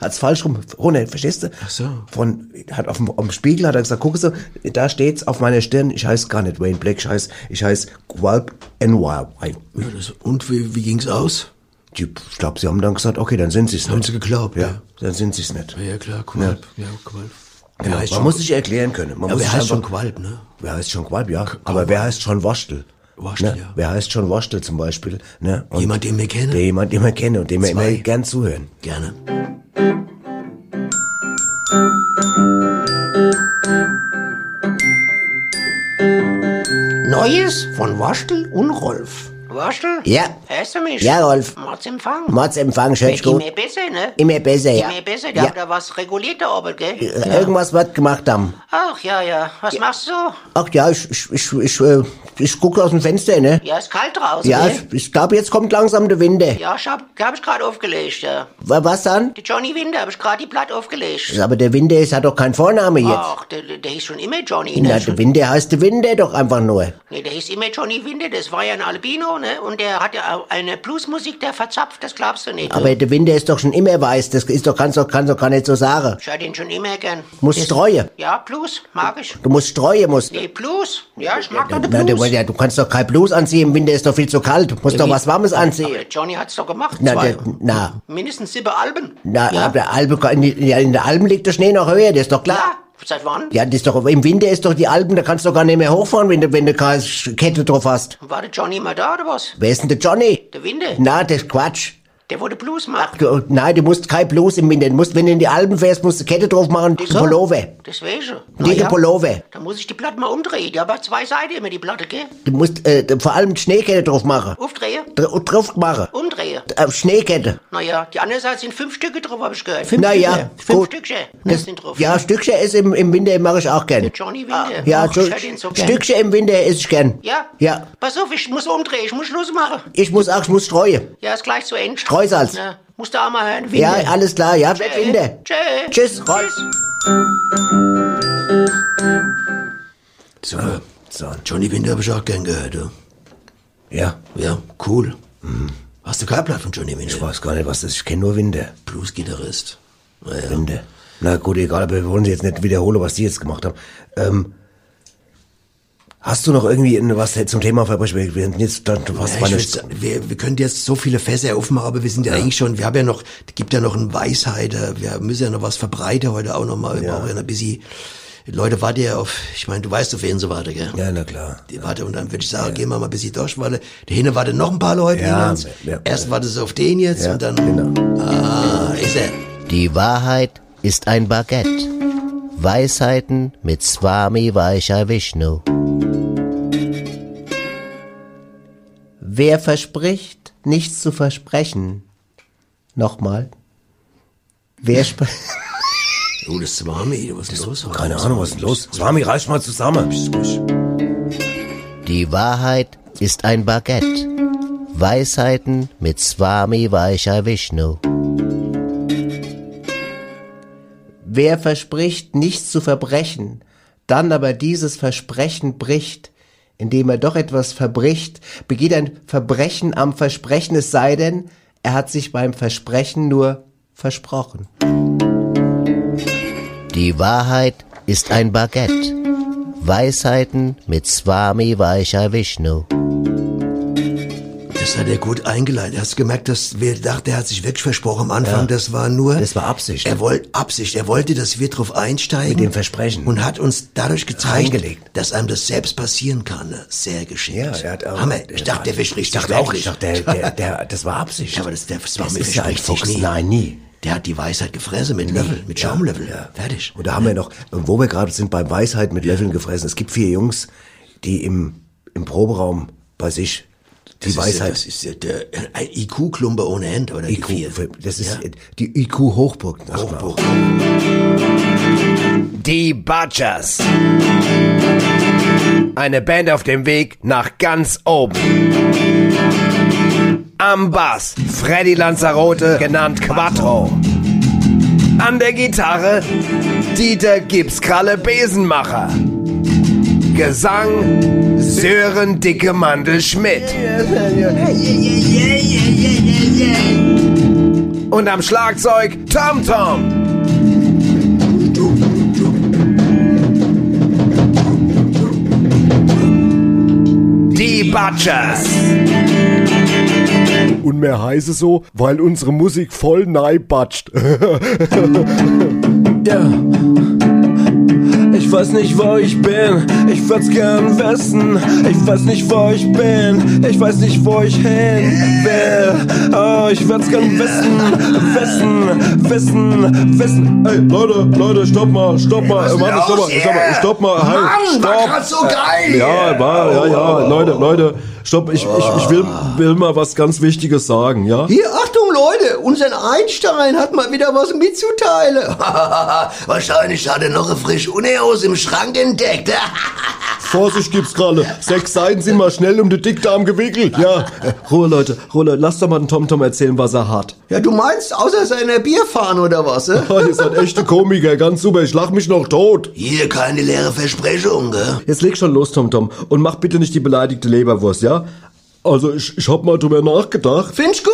Speaker 1: Hat's falsch rum, runter, verstehst du? Ach
Speaker 2: so.
Speaker 1: Von, hat auf dem, auf dem Spiegel hat er gesagt, guck so, da steht's auf meiner Stirn, ich heiße gar nicht Wayne Black, ich heiße, ich heiße Qualp Anyway.
Speaker 2: Ja, das- Und wie, wie ging's aus?
Speaker 1: Die, ich glaube, sie haben dann gesagt, okay, dann sind sie es
Speaker 2: Haben
Speaker 1: nicht.
Speaker 2: sie geglaubt,
Speaker 1: Ja,
Speaker 2: ja.
Speaker 1: dann sind sie es nicht.
Speaker 2: Ja, klar, Qualb. Ja, Qualb.
Speaker 1: Genau.
Speaker 2: Wer heißt
Speaker 1: Man
Speaker 2: schon-
Speaker 1: muss sich erklären können. Man
Speaker 2: Aber
Speaker 1: muss
Speaker 2: wer
Speaker 1: sich
Speaker 2: heißt schon
Speaker 1: einfach-
Speaker 2: Qualb, ne?
Speaker 1: Wer heißt schon Qualb, ja. Aber wer heißt schon Waschtel?
Speaker 2: Waschtel,
Speaker 1: ne?
Speaker 2: ja.
Speaker 1: Wer heißt schon Waschtel zum Beispiel? Ne? Und
Speaker 2: Jemand, den wir kennen?
Speaker 1: Der jemand, den wir kennen und dem wir
Speaker 2: Zwei.
Speaker 1: immer gern zuhören.
Speaker 2: Gerne.
Speaker 8: Neues von Waschtel und Rolf.
Speaker 11: Waschel?
Speaker 8: Ja.
Speaker 11: Hörst du mich?
Speaker 8: Ja, Rolf.
Speaker 11: Mordsempfang.
Speaker 3: Mordsempfang, schön gut.
Speaker 11: Immer besser, ne?
Speaker 3: Immer besser, ja.
Speaker 11: Immer besser, die
Speaker 3: Ja.
Speaker 11: haben da was reguliert da oben, gell?
Speaker 3: Äh, Irgendwas wird gemacht haben.
Speaker 11: Ach, ja, ja. Was machst du? so?
Speaker 3: Ach ja, ich, ich, ich, ich, äh, ich gucke aus dem Fenster, ne?
Speaker 11: Ja, ist kalt draußen,
Speaker 3: Ja,
Speaker 11: gell?
Speaker 3: ich, ich glaube, jetzt kommt langsam der Winter.
Speaker 11: Ja, ich hab, hab ich gerade aufgelegt, ja.
Speaker 3: Wa- Was dann?
Speaker 11: Die Johnny Winter hab ich gerade die Platte aufgelegt.
Speaker 3: Aber der Winter ist, hat doch keinen Vorname jetzt.
Speaker 11: Ach, der, der hieß schon immer Johnny,
Speaker 3: Na,
Speaker 11: ne?
Speaker 3: der Winter heißt der Winter doch einfach nur.
Speaker 11: Nee, der hieß immer Johnny Winter, das war ja ein Albino, ne? Und der hat ja auch eine Bluesmusik, der verzapft, das glaubst du nicht.
Speaker 3: Aber der Winter ist doch schon immer weiß. Das ist doch, kannst doch, kannst doch gar nicht so sagen.
Speaker 11: Ich hör den schon immer gern.
Speaker 3: Musst streuen.
Speaker 11: Ja, Blues, mag ich.
Speaker 3: Du musst streuen, musst.
Speaker 11: Nee, Blues. Ja, ich mag doch den
Speaker 3: Na, du,
Speaker 11: Blues.
Speaker 3: ja, du kannst doch kein Blues anziehen. Im Winter ist doch viel zu kalt. Du musst doch was Warmes anziehen.
Speaker 11: Aber Johnny hat's doch gemacht,
Speaker 3: Na,
Speaker 11: zwei.
Speaker 3: der, na,
Speaker 11: Mindestens sieben Alben.
Speaker 3: na, aber der Alpen, in, die- ja, in der Alpen liegt der Schnee noch höher. Das ist doch klar.
Speaker 11: Ja, seit wann?
Speaker 3: Ja, das ist doch, im Winter ist doch die Alpen, da kannst du gar nicht mehr hochfahren, wenn du, wenn du keine Kette drauf hast.
Speaker 11: War der Johnny mal da oder was?
Speaker 3: Wer ist denn der Johnny?
Speaker 11: Der Winde?
Speaker 3: Na, das ist Quatsch.
Speaker 11: Der wurde Blues macht.
Speaker 3: Du, nein, du musst kein Blues im Winter. Du musst, wenn du in die Alpen fährst, musst du Kette drauf machen, dicke Pullover.
Speaker 11: Deswegen.
Speaker 3: Dicke Pullover.
Speaker 11: Da muss ich die Platte mal umdrehen. Die hat aber zwei Seiten immer, die Platte, gell?
Speaker 3: Du musst äh, d- vor allem die Schneekette drauf machen.
Speaker 11: Aufdrehen,
Speaker 3: Dr äh, drauf machen.
Speaker 11: umdrehen.
Speaker 3: Auf Schneekette.
Speaker 11: Naja, die andere Seite sind fünf Stücke drauf, habe ich gehört.
Speaker 3: Na ja,
Speaker 11: Fünf
Speaker 3: gut.
Speaker 11: Stückchen. Das
Speaker 3: Das,
Speaker 11: sind drauf.
Speaker 3: ja, Stückchen ist im, im Winter mache ich auch gern.
Speaker 11: Johnny Winde.
Speaker 3: Ja,
Speaker 11: Ach,
Speaker 3: so,
Speaker 11: ich hör den so gern.
Speaker 3: Stückchen im Winter esse ich gern.
Speaker 11: Ja?
Speaker 3: Ja.
Speaker 11: Pass auf, ich muss umdrehen, ich muss Schluss machen.
Speaker 3: Ich muss auch, ich muss streuen.
Speaker 11: Ja, ist gleich zu Ende.
Speaker 3: Streusalz.
Speaker 11: Na, musst du auch mal hören.
Speaker 3: Ja, alles klar, ja, wird
Speaker 11: Tschö.
Speaker 3: Winter.
Speaker 11: Tschö.
Speaker 3: Tschüss, Rolf.
Speaker 2: So, Johnny Winter habe ich auch gern gehört. Ja,
Speaker 1: Ja. Mhm.
Speaker 2: ja cool. Hast du kein Blatt von Johnny Winter?
Speaker 1: Ich weiß gar nicht, was das ist. Ich kenne nur Winde.
Speaker 2: Bluesgitarrist.
Speaker 1: Winde. Na gut, egal, aber wir wollen sie jetzt nicht wiederholen, was die jetzt gemacht haben. Ähm, hast du noch irgendwie was zum Thema Verbrechen? Wir sind jetzt dann fast
Speaker 2: Ja,
Speaker 1: bei
Speaker 2: ich
Speaker 1: einer
Speaker 2: würd
Speaker 1: Stunde.
Speaker 2: sagen, wir, wir können jetzt so viele Fässer aufmachen, aber wir sind ja, eigentlich schon, wir haben ja noch, es gibt ja noch einen Weisheiter, wir müssen ja noch was verbreiten heute auch nochmal. Wir brauchen ja noch ein bisschen, Leute, warte ja auf, ich meine, du weißt, auf wen so warte, gell?
Speaker 1: Ja, na klar.
Speaker 2: Die Warte, und dann würde ich sagen, gehen wir mal ein bisschen durch, weil da hinten warten noch ein paar Leute.
Speaker 1: Ja,
Speaker 2: Ja, uns.
Speaker 1: ja. genau.
Speaker 2: Erst wartet es auf den jetzt und dann, ah, ist er.
Speaker 3: Die Wahrheit ist ein Baguette. Weisheiten mit Swami Vaishya Vishnu. Wer verspricht, nichts zu versprechen? Nochmal. Wer spricht.
Speaker 2: Oh, das ist Swami, was ist los?
Speaker 1: Keine Ahnung, was ist denn los? Swami, reiß mal zusammen.
Speaker 3: Die Wahrheit ist ein Baguette. Weisheiten mit Swami Vaishya Vishnu. Wer verspricht, nichts zu verbrechen, dann aber dieses Versprechen bricht, indem er doch etwas verbricht, begeht ein Verbrechen am Versprechen, es sei denn, er hat sich beim Versprechen nur versprochen. Die Wahrheit ist ein Baguette. Weisheiten mit Swami Vaishya Vishnu.
Speaker 2: Das hat er gut eingeleitet. Hast du gemerkt, dass wir dachten, er hat sich wirklich versprochen am Anfang. Das war nur.
Speaker 1: Das war Absicht. ne?
Speaker 2: Er wollte Absicht. Er wollte, dass wir drauf einsteigen.
Speaker 1: Mit dem Versprechen.
Speaker 2: Und hat uns dadurch gezeigt,
Speaker 1: Reingelegt.
Speaker 2: dass einem das selbst passieren kann. ne? Sehr geschickt.
Speaker 1: Ja, er hat auch-
Speaker 2: Hammer. Ich dachte, der verspricht
Speaker 1: Ich
Speaker 2: sich
Speaker 1: dachte auch,
Speaker 2: wirklich.
Speaker 1: ich dachte, der, der, der, das war Absicht.
Speaker 2: Ja, aber das, der, das war
Speaker 1: Das
Speaker 2: mir
Speaker 1: ist ja ein
Speaker 2: verspricht sich
Speaker 1: Fuchs.
Speaker 2: nie.
Speaker 1: Nein, nie.
Speaker 2: Der hat die Weisheit gefressen mit Löffel, mit Schaumlöffel. Fertig.
Speaker 1: Und da haben wir noch, wo wir gerade sind, bei Weisheit mit Löffeln gefressen. Es gibt vier Jungs, die im, im Proberaum bei sich die
Speaker 2: das
Speaker 1: Weisheit.
Speaker 2: Ist, das ist ja der, äh, ein IQ-Klumper ohne End, oder? die vier.
Speaker 1: IQ, das ist die IQ Hochburg. sagt man auch.
Speaker 2: Hochburg.
Speaker 1: Die Butchers. Eine Band auf dem Weg nach ganz oben. Am Bass Freddy Lanzarote, genannt Quattro. An der Gitarre Dieter Gipskralle Besenmacher. Gesang Sören Dicke Mandel Schmidt. Und am Schlagzeug Tom Tom. Die Butchers.
Speaker 9: Und mehr heiße so, weil unsere Musik voll neibatscht.
Speaker 1: Ja.
Speaker 13: Ich weiß nicht, wo ich bin, ich würd's gern wissen. Ich weiß nicht, wo ich bin, ich weiß nicht, wo ich hin will. Oh, ich würd's gern wissen, wissen, wissen, wissen. Ey, Leute, Leute, stopp mal, stopp mal,
Speaker 9: ist
Speaker 13: äh, warte,
Speaker 9: denn
Speaker 13: stopp
Speaker 9: los
Speaker 13: mal, stopp mal,
Speaker 9: hier?
Speaker 13: stopp mal, hey,
Speaker 9: Mann,
Speaker 13: stopp.
Speaker 9: war grad so geil
Speaker 13: Äh, Ja,
Speaker 9: hier.
Speaker 13: war, ja, ja, Ah, Leute, Leute, stopp, ich, ich, ich will, will mal was ganz Wichtiges sagen, ja?
Speaker 2: Hier, Achtung Leute, unser Einstein hat mal wieder was mitzuteilen. Wahrscheinlich hat er noch eine frische Uni aus im Schrank entdeckt.
Speaker 13: Vorsicht gibt's gerade. Sechs Seiten sind mal schnell um den Dickdarm gewickelt. Ja, Äh, Ruhe, Leute, Ruhe, Leute. Lasst doch mal den TomTom erzählen, was er hat.
Speaker 2: Ja, du meinst, außer seiner Bierfahne oder was? Äh?
Speaker 13: Ihr seid halt echte Komiker, ganz super. Ich lach mich noch tot.
Speaker 2: Hier keine leere Versprechung, gell?
Speaker 13: Jetzt leg schon los, TomTom. Und mach bitte nicht die beleidigte Leberwurst, ja? Also, ich, ich hab mal drüber nachgedacht.
Speaker 2: Find's gut?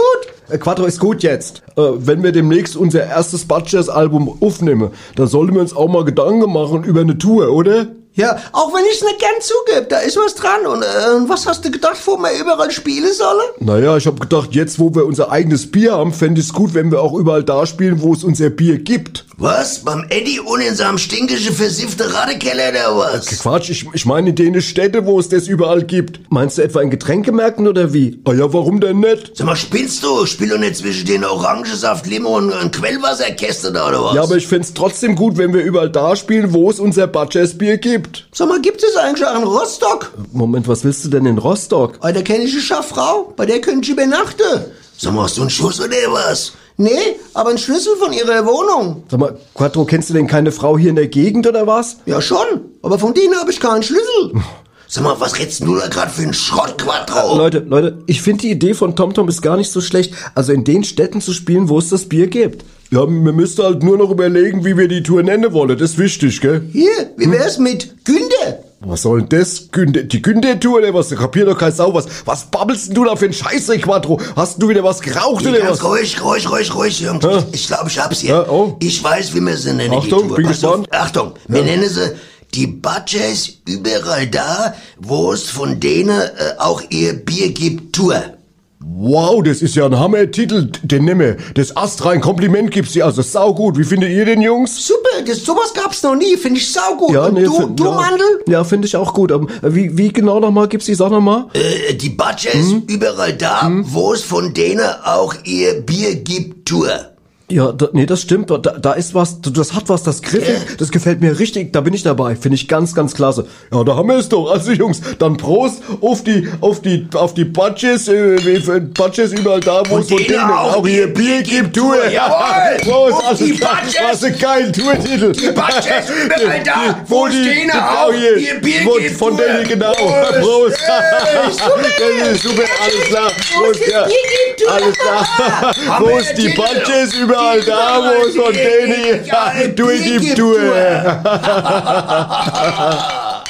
Speaker 13: Äh, Quattro ist gut jetzt. Äh, wenn wir demnächst unser erstes Butchers-Album aufnehmen, dann sollten wir uns auch mal Gedanken machen über eine Tour, oder?
Speaker 2: Ja, auch wenn ich's nicht gern zugebe, da ist was dran. Und äh, was hast du gedacht, wo wir überall spielen sollen?
Speaker 13: Naja, ich habe gedacht, jetzt wo wir unser eigenes Bier haben, fände ich es gut, wenn wir auch überall da spielen, wo es unser Bier gibt.
Speaker 2: Was? Beim Eddie und in seinem stinkischen, versifften Radekeller oder was?
Speaker 13: Quatsch, ich, ich meine in denen Städte, wo es das überall gibt. Meinst du etwa in Getränkemärkten oder wie? Ah ja, warum denn nicht?
Speaker 2: Sag mal, spielst du? Spiel doch nicht zwischen den Orangensaft, Limo und, und Quellwasserkästen da oder was?
Speaker 13: Ja, aber ich find's trotzdem gut, wenn wir überall da spielen, wo es unser Budgets Bier gibt.
Speaker 2: Sag mal, gibt es eigentlich auch in Rostock?
Speaker 13: Moment, was willst du denn in Rostock?
Speaker 2: Ah, da kenne ich eine Schaffrau, bei der könnte ich übernachten. Sag mal, hast du einen Schuss oder was? Nee, aber einen Schlüssel von ihrer Wohnung.
Speaker 13: Sag mal, Quattro, kennst du denn keine Frau hier in der Gegend oder was?
Speaker 2: Ja, schon, aber von denen habe ich keinen Schlüssel. Sag mal, was redst du da gerade für einen Schrott, Quattro?
Speaker 13: Äh, Leute, Leute, ich finde die Idee von TomTom ist gar nicht so schlecht. Also in den Städten zu spielen, wo es das Bier gibt. Ja, wir müssten halt nur noch überlegen, wie wir die Tour nennen wollen. Das ist wichtig, gell? Hm?
Speaker 2: Hier,
Speaker 3: Hm?
Speaker 2: wie wär's mit Günde?
Speaker 13: Was soll denn das? Günde, die Günde-Tour oder was? Da kapier doch kein Sau was. Was babbelst denn du da für ein Scheiße, Quattro? Hast du wieder was geraucht
Speaker 2: Nee,
Speaker 13: oder
Speaker 2: ganz
Speaker 13: was?
Speaker 2: ruhig, ruhig, ruhig, ruhig, Jungs.
Speaker 13: Hä?
Speaker 2: Ich, ich glaube, ich hab's hier.
Speaker 13: Ja, oh.
Speaker 2: Ich weiß, wie wir sie nennen.
Speaker 13: Achtung,
Speaker 2: die Tour.
Speaker 13: bin
Speaker 2: Pass auf.
Speaker 13: gespannt.
Speaker 2: Achtung, wir
Speaker 13: Ja.
Speaker 2: nennen sie die Budgets überall da, wo es von denen äh, auch ihr Bier gibt, Tour.
Speaker 13: Wow, das ist ja ein Hammer-Titel. Den nimm Das astrein Kompliment gibt's dir. Also saugut. Wie findet ihr den, Jungs?
Speaker 2: Super, das, sowas gab's noch nie, finde ich saugut. Und du,
Speaker 13: find-
Speaker 2: du
Speaker 13: ja.
Speaker 2: Mandel?
Speaker 13: Ja, finde ich auch gut. Aber wie, wie genau nochmal gibt's die Sache nochmal?
Speaker 2: Äh, die Budgets
Speaker 13: Hm?
Speaker 2: überall da, wo es von denen auch ihr Bier gibt, Tour.
Speaker 13: Ja, da, nee, das stimmt. Da, da ist was, das hat was, das griffig, das gefällt mir richtig. Da bin ich dabei, finde ich ganz, ganz klasse. Ja, da haben wir es doch. Also Jungs, dann Prost auf die, auf die, auf die Patches, äh, wie für- Patches überall da, wo es von denen auch hier Bier gibt, Tour.
Speaker 9: Jawohl!
Speaker 13: Prost,
Speaker 9: Auf
Speaker 13: also,
Speaker 9: die
Speaker 13: das
Speaker 9: Patches!
Speaker 13: war ein geiler Tourtitel.
Speaker 9: Die Patches überall da,
Speaker 13: Die- wo
Speaker 9: wo es
Speaker 13: die-
Speaker 9: denen
Speaker 13: genau
Speaker 9: auch
Speaker 13: hier,
Speaker 9: ihr Bier
Speaker 13: wo-
Speaker 9: gibt,
Speaker 13: Von
Speaker 9: Tour.
Speaker 13: denen, genau.
Speaker 9: Prost!
Speaker 13: Prost.
Speaker 9: Ey, super!
Speaker 13: Das ist super, alles klar.
Speaker 9: Wo es
Speaker 13: Prost, ja.
Speaker 9: das Bier gibt, Tour.
Speaker 13: Alles klar.
Speaker 9: Haben
Speaker 13: Wo
Speaker 9: wir
Speaker 13: es die
Speaker 9: Titel.
Speaker 13: Patches überall
Speaker 9: Die
Speaker 13: da, wo es von
Speaker 9: überall
Speaker 13: denen
Speaker 9: Ja,
Speaker 13: Tour gibt, Tour.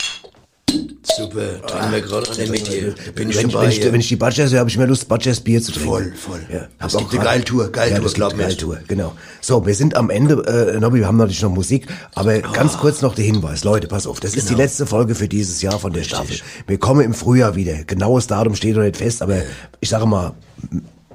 Speaker 2: Super, trinken wir gerade alle mit hier. Bin ich
Speaker 1: wenn,
Speaker 2: schon
Speaker 1: ich,
Speaker 2: bei
Speaker 1: wenn, ich,
Speaker 2: hier.
Speaker 1: wenn ich die Budgets höre, habe ich mehr Lust, Budgets Bier zu trinken.
Speaker 2: Voll, voll.
Speaker 1: Ja,
Speaker 2: Das
Speaker 1: hab auch
Speaker 2: gibt eine
Speaker 1: grad-
Speaker 2: geile Tour, geile
Speaker 1: ja,
Speaker 2: Tour,
Speaker 1: das
Speaker 2: glaub
Speaker 1: gibt
Speaker 2: mir.
Speaker 1: Geile Tour, genau. So, wir sind am Ende. Äh, Nobby, wir haben natürlich noch Musik, aber
Speaker 2: Oh.
Speaker 1: ganz kurz noch der Hinweis. Leute, pass auf, das ist
Speaker 2: Genau.
Speaker 1: die letzte Folge für dieses Jahr von der Staffel. Wir kommen im Frühjahr wieder. Genaues Datum steht noch nicht fest, aber ich sage mal,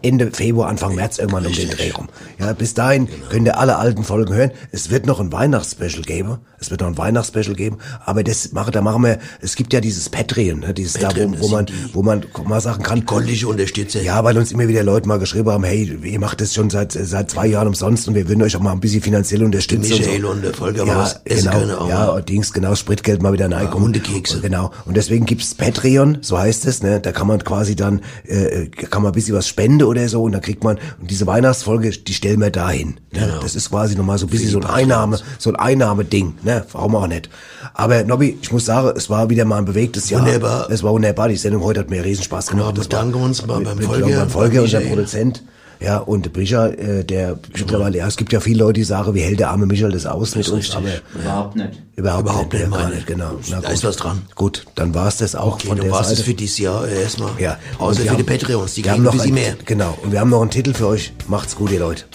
Speaker 1: Ende Februar, Anfang März irgendwann um den Dreh rum. Ja, bis dahin
Speaker 2: Genau.
Speaker 1: könnt ihr alle alten Folgen hören. Es wird noch ein Weihnachtsspecial geben. Es wird noch ein Weihnachtsspecial geben. Aber das mache, da machen wir, es gibt ja dieses Patreon, ne, dieses
Speaker 2: Patreon,
Speaker 1: da,
Speaker 2: das
Speaker 1: wo, wo man,
Speaker 2: sind die-
Speaker 1: wo man mal sagen kann. Die
Speaker 2: goldliche Unterstützer.
Speaker 1: Ja, weil uns immer wieder Leute mal geschrieben haben, hey, ihr macht das schon seit, seit zwei Jahren umsonst und wir würden euch auch mal ein bisschen finanziell unterstützen. und,
Speaker 2: Michael
Speaker 1: so.
Speaker 2: und der Volker mal was essen
Speaker 1: genau,
Speaker 2: können auch ne?
Speaker 1: Ja,
Speaker 2: mal.
Speaker 1: und Dings, genau, das Spritgeld mal wieder reinkommen.
Speaker 2: Ah, Hundekekse.
Speaker 1: Genau. Und deswegen gibt's Patreon, so heißt es, ne? Da kann man quasi dann, äh, kann man ein bisschen was spenden oder so und dann kriegt man, und diese Weihnachtsfolge, die stellen wir dahin. Ne?
Speaker 2: Genau.
Speaker 1: Das ist quasi nochmal so ein bisschen so ein Einnahme, so ein Einnahmeding, ne? Warum auch nicht. Aber Nobby, ich muss sagen, es war wieder mal ein bewegtes Jahr.
Speaker 2: Wunderbar.
Speaker 1: Es war wunderbar. Die Sendung heute hat mir riesen Spaß gemacht.
Speaker 2: wir
Speaker 1: Das war-
Speaker 2: bedanken uns mal
Speaker 1: mit-
Speaker 2: beim
Speaker 1: mit-
Speaker 2: Volker,
Speaker 1: Beim Folge,
Speaker 2: beim
Speaker 1: unser
Speaker 2: Michael.
Speaker 1: Produzent. Ja, und Bricha, äh, der mittlerweile, ja, es gibt ja viele Leute, die sagen, wie hält der arme Michael das aus mit uns, aber
Speaker 7: Überhaupt nicht.
Speaker 1: überhaupt, nicht,
Speaker 2: Überhaupt nicht,
Speaker 1: ja, gar
Speaker 2: meine
Speaker 1: nicht, genau. Na
Speaker 2: Da
Speaker 1: gut.
Speaker 2: ist was dran.
Speaker 1: Gut, dann war es das auch
Speaker 2: Okay,
Speaker 1: von
Speaker 2: dann
Speaker 1: der
Speaker 2: war's das
Speaker 1: Seite.
Speaker 2: für dieses Jahr erstmal.
Speaker 1: Ja. Und
Speaker 2: Außer
Speaker 1: wir
Speaker 2: für die
Speaker 1: haben-
Speaker 2: Patreons, die
Speaker 1: wir
Speaker 2: kriegen
Speaker 1: haben noch
Speaker 2: ein bisschen
Speaker 1: einen-
Speaker 2: mehr.
Speaker 1: Genau, und wir haben noch einen Titel für euch. Macht's gut, ihr Leute.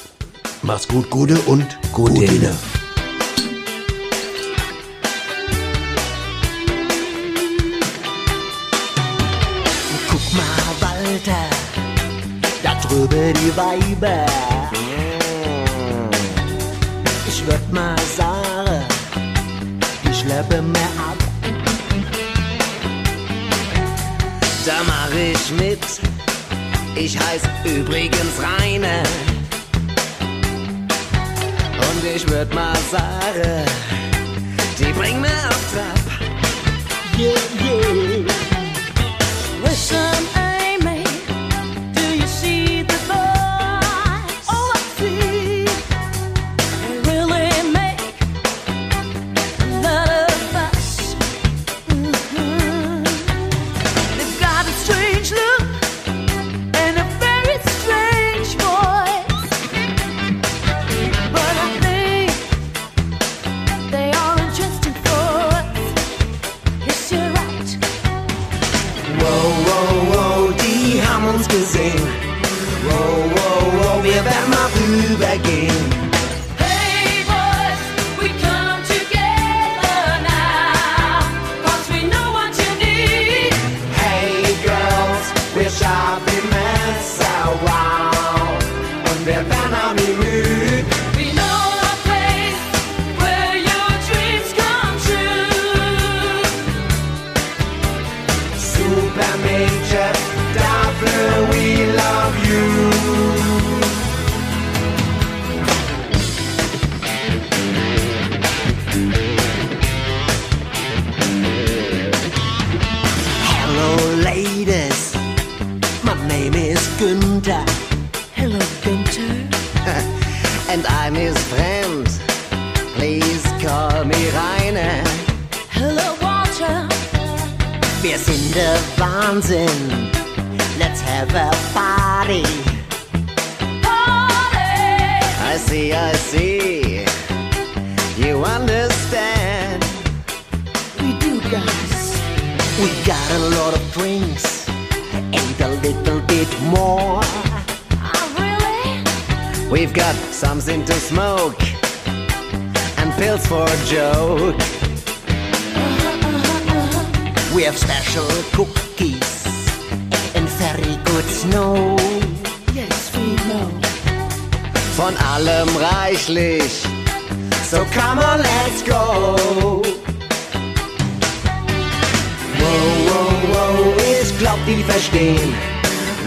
Speaker 2: Macht's gut, Gute und
Speaker 1: Gute.
Speaker 2: Gute.
Speaker 14: Guck mal, Walter, da drüben die Weiber. Ich würd mal sagen, Treppe mehr ab. Da mach ich mit, ich heiß übrigens Rainer. Und ich würd mal sagen, die bringt mir auf Trab. Yeah, yeah.
Speaker 7: Listen, Amy, do you see the boys? Oh, I see. They really make a lot of fuss. Mhm. They've got a strange look and a very strange voice, but I think they are interesting for us. Yes, you're right.
Speaker 14: Wow, wow, wow, die haben uns gesehen. Wow, wow, wow, wir werden mal rübergehen.
Speaker 7: Hey boys, we come together now, 'cause we know what you need.
Speaker 14: Hey girls, wir schaffen Messer, wow. Und wir werden auch nie müde.
Speaker 7: We know a place where your dreams come true.
Speaker 14: Super Major, dafür we love you.
Speaker 7: Hello,
Speaker 14: ladies. My name is Günther.
Speaker 7: Hello, Günther.
Speaker 14: And I'm his friend. Please call me Rainer.
Speaker 7: Hello, Walter.
Speaker 14: Wir sind der Wahnsinn. Let's have a party.
Speaker 7: Party.
Speaker 14: I see, I see. You understand.
Speaker 7: We do, guys.
Speaker 14: We got a lot of drinks and a little bit more.
Speaker 7: Oh, really?
Speaker 14: We've got something to smoke and pills for a joke. We have special cookies and very good snow.
Speaker 7: Yes, we know.
Speaker 14: Von allem reichlich. So come on, let's go. Wow, wow, wow, ich glaub, die verstehen.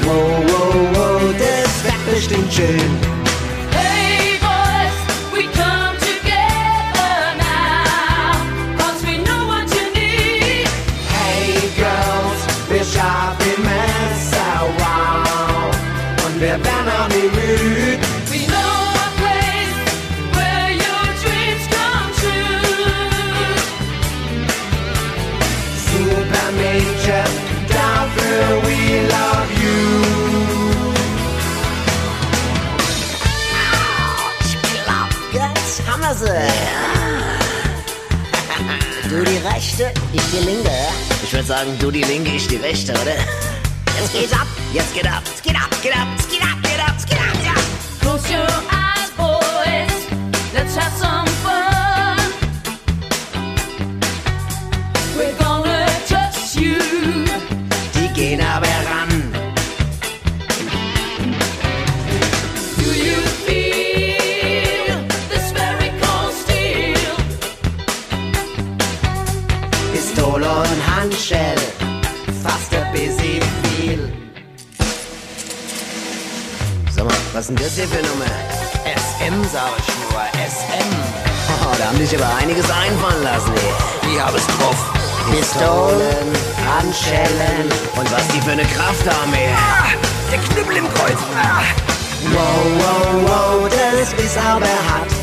Speaker 14: Wow, wow, wow, das wird bestimmt schön.
Speaker 7: Hey boys, we come together now, 'cause we know what you need.
Speaker 14: Hey Girls, wir schaffen Messer, wow. Und wir werden auch nie müde.
Speaker 7: We know a place where your dreams come true.
Speaker 14: Super Major, dafür we love you.
Speaker 8: Ich glaub, jetzt haben wir sie. Du die rechte, ich die linke.
Speaker 14: Ich würde sagen, du die linke, ich die rechte, oder?
Speaker 8: Jetzt geht's ab, jetzt geht ab, es geht ab, es geht ab, es geht ab, es geht ab, es geht ab, ja.
Speaker 7: Close your eyes, boys. Let's have some fun. We're gonna touch you.
Speaker 14: Die gehen aber ran.
Speaker 7: Do you feel this very cold steel?
Speaker 14: Pistole und Handschell, fast ein bisschen viel. Sag mal, was denn das hier für Nummer? SM, sag ich nur, SM. Oh, da haben dich aber einiges einfallen lassen hier. Die habe es drauf. Pistolen, Handschellen und was die für eine Kraft haben hier. der Knüppel im Kreuz. Wow, wow, wow, das ist aber hart.